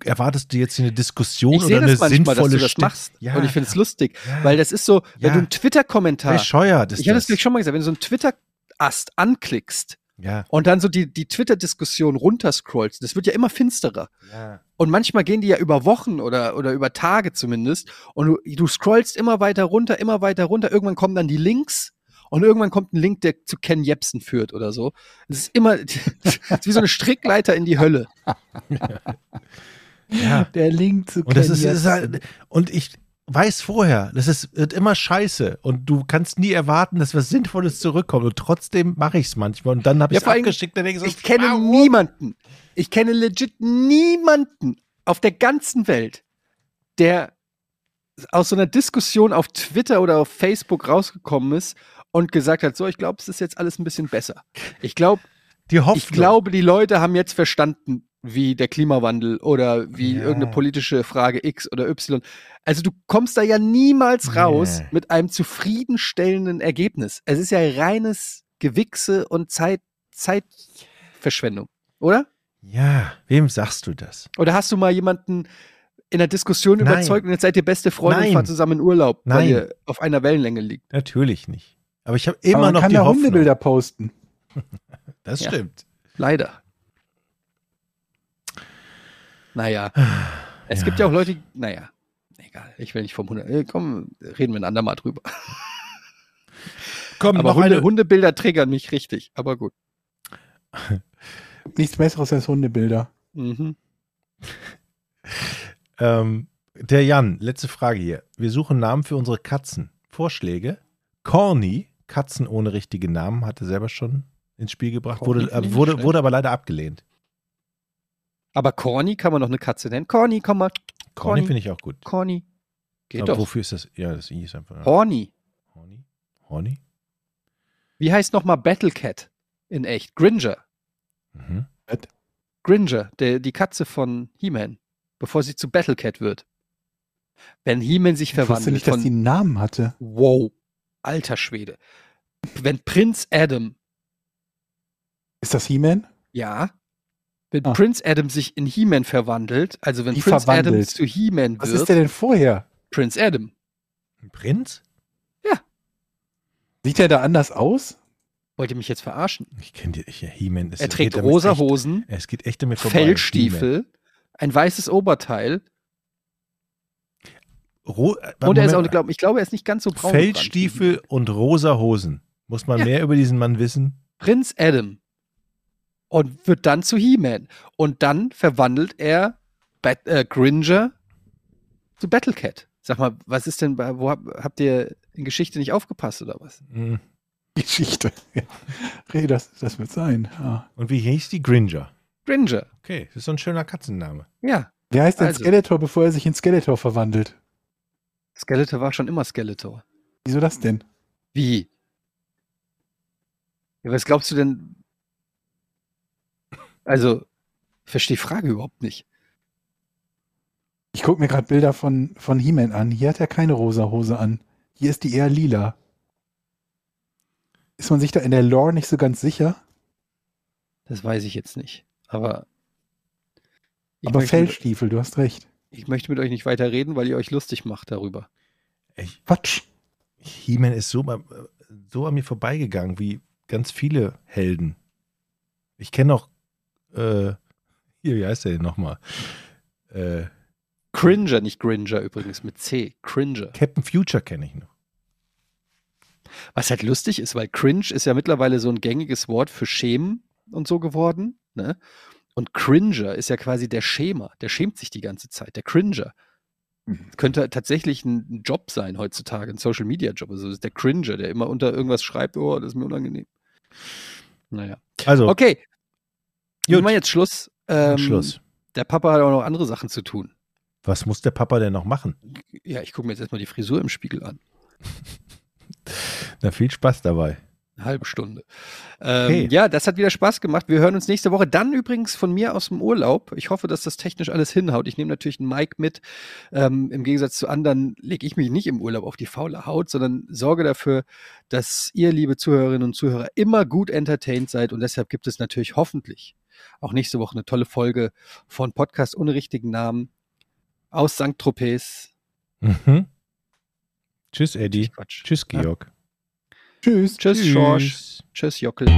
C: Erwartest du jetzt hier eine Diskussion
B: Ich
C: oder
B: sehe
C: eine
B: das manchmal, dass du
C: sinnvolle
B: das
C: Sti-
B: machst.
C: Ja.
B: Und ich finde es lustig,
C: Ja.
B: weil das ist so, wenn
C: Ja.
B: du einen Twitter-Kommentar
C: bescheuert ist
B: Ich habe das gleich schon mal gesagt, wenn du so einen Twitter-Ast anklickst
C: Ja.
B: und dann so die, die Twitter-Diskussion runterscrollst, das wird ja immer finsterer.
C: ja.
B: Und manchmal gehen die ja über Wochen oder, oder über Tage zumindest. Und du, du scrollst immer weiter runter, immer weiter runter. Irgendwann kommen dann die Links. Und irgendwann kommt ein Link, der zu Ken Jebsen führt oder so. Es ist immer es ist wie so eine Strickleiter in die Hölle.
C: ja.
A: Der Link zu
C: Und das
A: Ken
C: ist, ist
A: Jebsen.
C: halt, und ich weiß vorher, das ist, wird immer scheiße und du kannst nie erwarten, dass was Sinnvolles zurückkommt und trotzdem mache ich es manchmal und dann habe
B: Ja,
C: ich es
B: vor allem,
C: abgeschickt, dann denke ich so,
B: Ich kenne
C: warum?
B: niemanden. Ich kenne legit niemanden auf der ganzen Welt, der aus so einer Diskussion auf Twitter oder auf Facebook rausgekommen ist und gesagt hat, so, ich glaube, es ist jetzt alles ein bisschen besser. Ich glaube,
C: die Hoffnung.
B: ich glaube, die Leute haben jetzt verstanden, wie der Klimawandel oder wie
C: Ja.
B: irgendeine politische Frage X oder Y. Also du kommst da ja niemals raus
C: Nee.
B: mit einem zufriedenstellenden Ergebnis. Es ist ja reines Gewichse und Zeit, Zeitverschwendung, oder?
C: ja, wem sagst du das?
B: Oder hast du mal jemanden in der Diskussion
C: Nein.
B: überzeugt und jetzt seid ihr beste Freunde
C: Nein.
B: und fahrt zusammen in Urlaub,
C: Nein.
B: weil ihr auf einer Wellenlänge liegt?
C: Natürlich nicht. Aber ich habe
A: Aber
C: immer
A: man
C: noch
A: kann
C: die
A: da
C: Hoffnung.
A: Hundebilder posten.
C: Das
B: Ja.
C: stimmt.
B: Leider. Naja. Es
C: Ja.
B: gibt ja auch Leute, naja. Egal, ich will nicht vom 100. äh, Komm, reden wir ein andermal drüber.
C: Komm,
B: Aber
C: noch
B: Hunde,
C: eine.
B: Hundebilder triggern mich richtig, aber gut.
A: Nichts Besseres als Hundebilder.
B: Mhm.
C: Ähm, der Jan, letzte Frage hier. Wir suchen Namen für unsere Katzen. Vorschläge? Corny, Katzen ohne richtige Namen, hatte selber schon ins Spiel gebracht,
B: Corny
C: wurde,
B: finde
C: äh,
B: ich nicht
C: wurde,
B: schlecht.
C: wurde aber leider abgelehnt.
B: Aber Corny kann man noch eine Katze nennen. Corny, komm mal.
C: Corny,
B: Corny.
C: finde ich auch gut.
B: Corny. Geht
C: aber
B: doch.
C: wofür ist das? Ja, das I ist einfach.
B: Horny.
C: Horny? Horny?
B: Wie heißt nochmal Battle Cat in echt? Gringer.
C: Mhm.
B: Gringer, der, die Katze von He-Man, bevor sie zu Battle Cat wird. Wenn He-Man sich
A: Ich wusste
B: verwandelt
A: nicht,
B: von
A: dass die einen Namen hatte.
B: Wow, alter Schwede. Wenn Prinz Adam,
A: Ist das He-Man?
B: ja, wenn
A: Ah.
B: Prinz Adam sich in He-Man verwandelt, also wenn
A: Wie
B: Prinz Adam
A: verwandelt?
B: zu He-Man
A: Was
B: wird,
A: ist der denn vorher?
B: Prinz Adam.
C: Ein Prinz?
A: Sieht der da anders aus?
B: Wollt ihr mich jetzt verarschen?
C: Ich kenne die. Ich, ja, He-Man ist.
B: er
C: es
B: trägt
C: geht damit
B: rosa
C: echt,
B: Hosen,
C: Es geht echt damit vorbei. He-Man.
B: Fellstiefel, ein weißes Oberteil
C: Ro äh,
B: und er ist auch,
C: Moment,
B: glaub, ich glaube, er ist nicht ganz so braun. gebrannt wie
C: Feldstiefel und rosa Hosen. Muss man
B: Ja.
C: mehr über diesen Mann wissen?
B: Prinz Adam und wird dann zu He-Man. Und dann verwandelt er Bat äh, Gringer zu Battlecat. Sag mal, was ist denn, bei- wo hab, habt ihr in Geschichte nicht aufgepasst oder was?
C: Mhm.
A: Geschichte. Ja. Reh, das, das wird sein. Ja.
C: Und wie hieß die Gringer?
B: Gringer,
C: Okay, das ist so ein schöner Katzenname.
B: ja.
A: Wer heißt denn
B: Also.
A: Skeletor, bevor er sich in Skeletor verwandelt?
B: Skeletor war schon immer Skeletor.
A: Wieso das denn?
B: Wie? Ja, was glaubst du denn? Also, ich verstehe die Frage überhaupt nicht.
A: Ich gucke mir gerade Bilder von, von He-Man an. Hier hat er keine rosa Hose an. Hier ist die eher lila. Ist man sich da in der Lore nicht so ganz sicher?
B: Das weiß ich jetzt nicht. Aber. ich
A: Aber
B: möchte-
A: Fellstiefel, du hast recht.
B: Ich möchte mit euch nicht weiter reden, weil ihr euch lustig macht darüber.
C: Ich,
A: Quatsch.
C: He-Man ist so, bei- so an mir vorbeigegangen wie ganz viele Helden. Ich kenne noch, äh, hier, wie heißt der denn nochmal? Äh,
B: Cringer, nicht Gringer übrigens, mit C. Cringer.
C: Captain Future kenne ich noch.
B: Was halt lustig ist, weil Cringe ist ja mittlerweile so ein gängiges Wort für Schämen und so geworden. Ne? Und Cringer ist ja quasi der Schämer. Der schämt sich die ganze Zeit. Der Cringer.
A: Mhm.
B: Das könnte tatsächlich ein ein Job sein heutzutage, ein Social Media Job. Also das ist der Cringer, der immer unter irgendwas schreibt, oh, das ist mir unangenehm. Naja.
C: Also,
B: Okay.
C: Gut.
B: Gut. Machen wir jetzt Schluss. Ähm,
C: Schluss.
B: Der Papa hat auch noch andere Sachen zu tun.
C: Was muss der Papa denn noch machen?
B: Ja, ich gucke mir jetzt erstmal die Frisur im Spiegel an.
C: Na, viel Spaß dabei.
B: Eine halbe Stunde. Ähm,
C: Okay.
B: Ja, das hat wieder Spaß gemacht. Wir hören uns nächste Woche. Dann übrigens von mir aus dem Urlaub. Ich hoffe, dass das technisch alles hinhaut. Ich nehme natürlich einen Mic mit. Ähm, Im Gegensatz zu anderen lege ich mich nicht im Urlaub auf die faule Haut, sondern sorge dafür, dass ihr, liebe Zuhörerinnen und Zuhörer, immer gut entertained seid. Und deshalb gibt es natürlich hoffentlich auch nächste Woche eine tolle Folge von Podcast ohne richtigen Namen aus St. Tropez.
C: Mhm. Tschüss, Eddie.
B: Quatsch.
C: Tschüss, Georg.
A: Tschüss.
B: Tschüss, Schorsch. Tschüss, Jockel.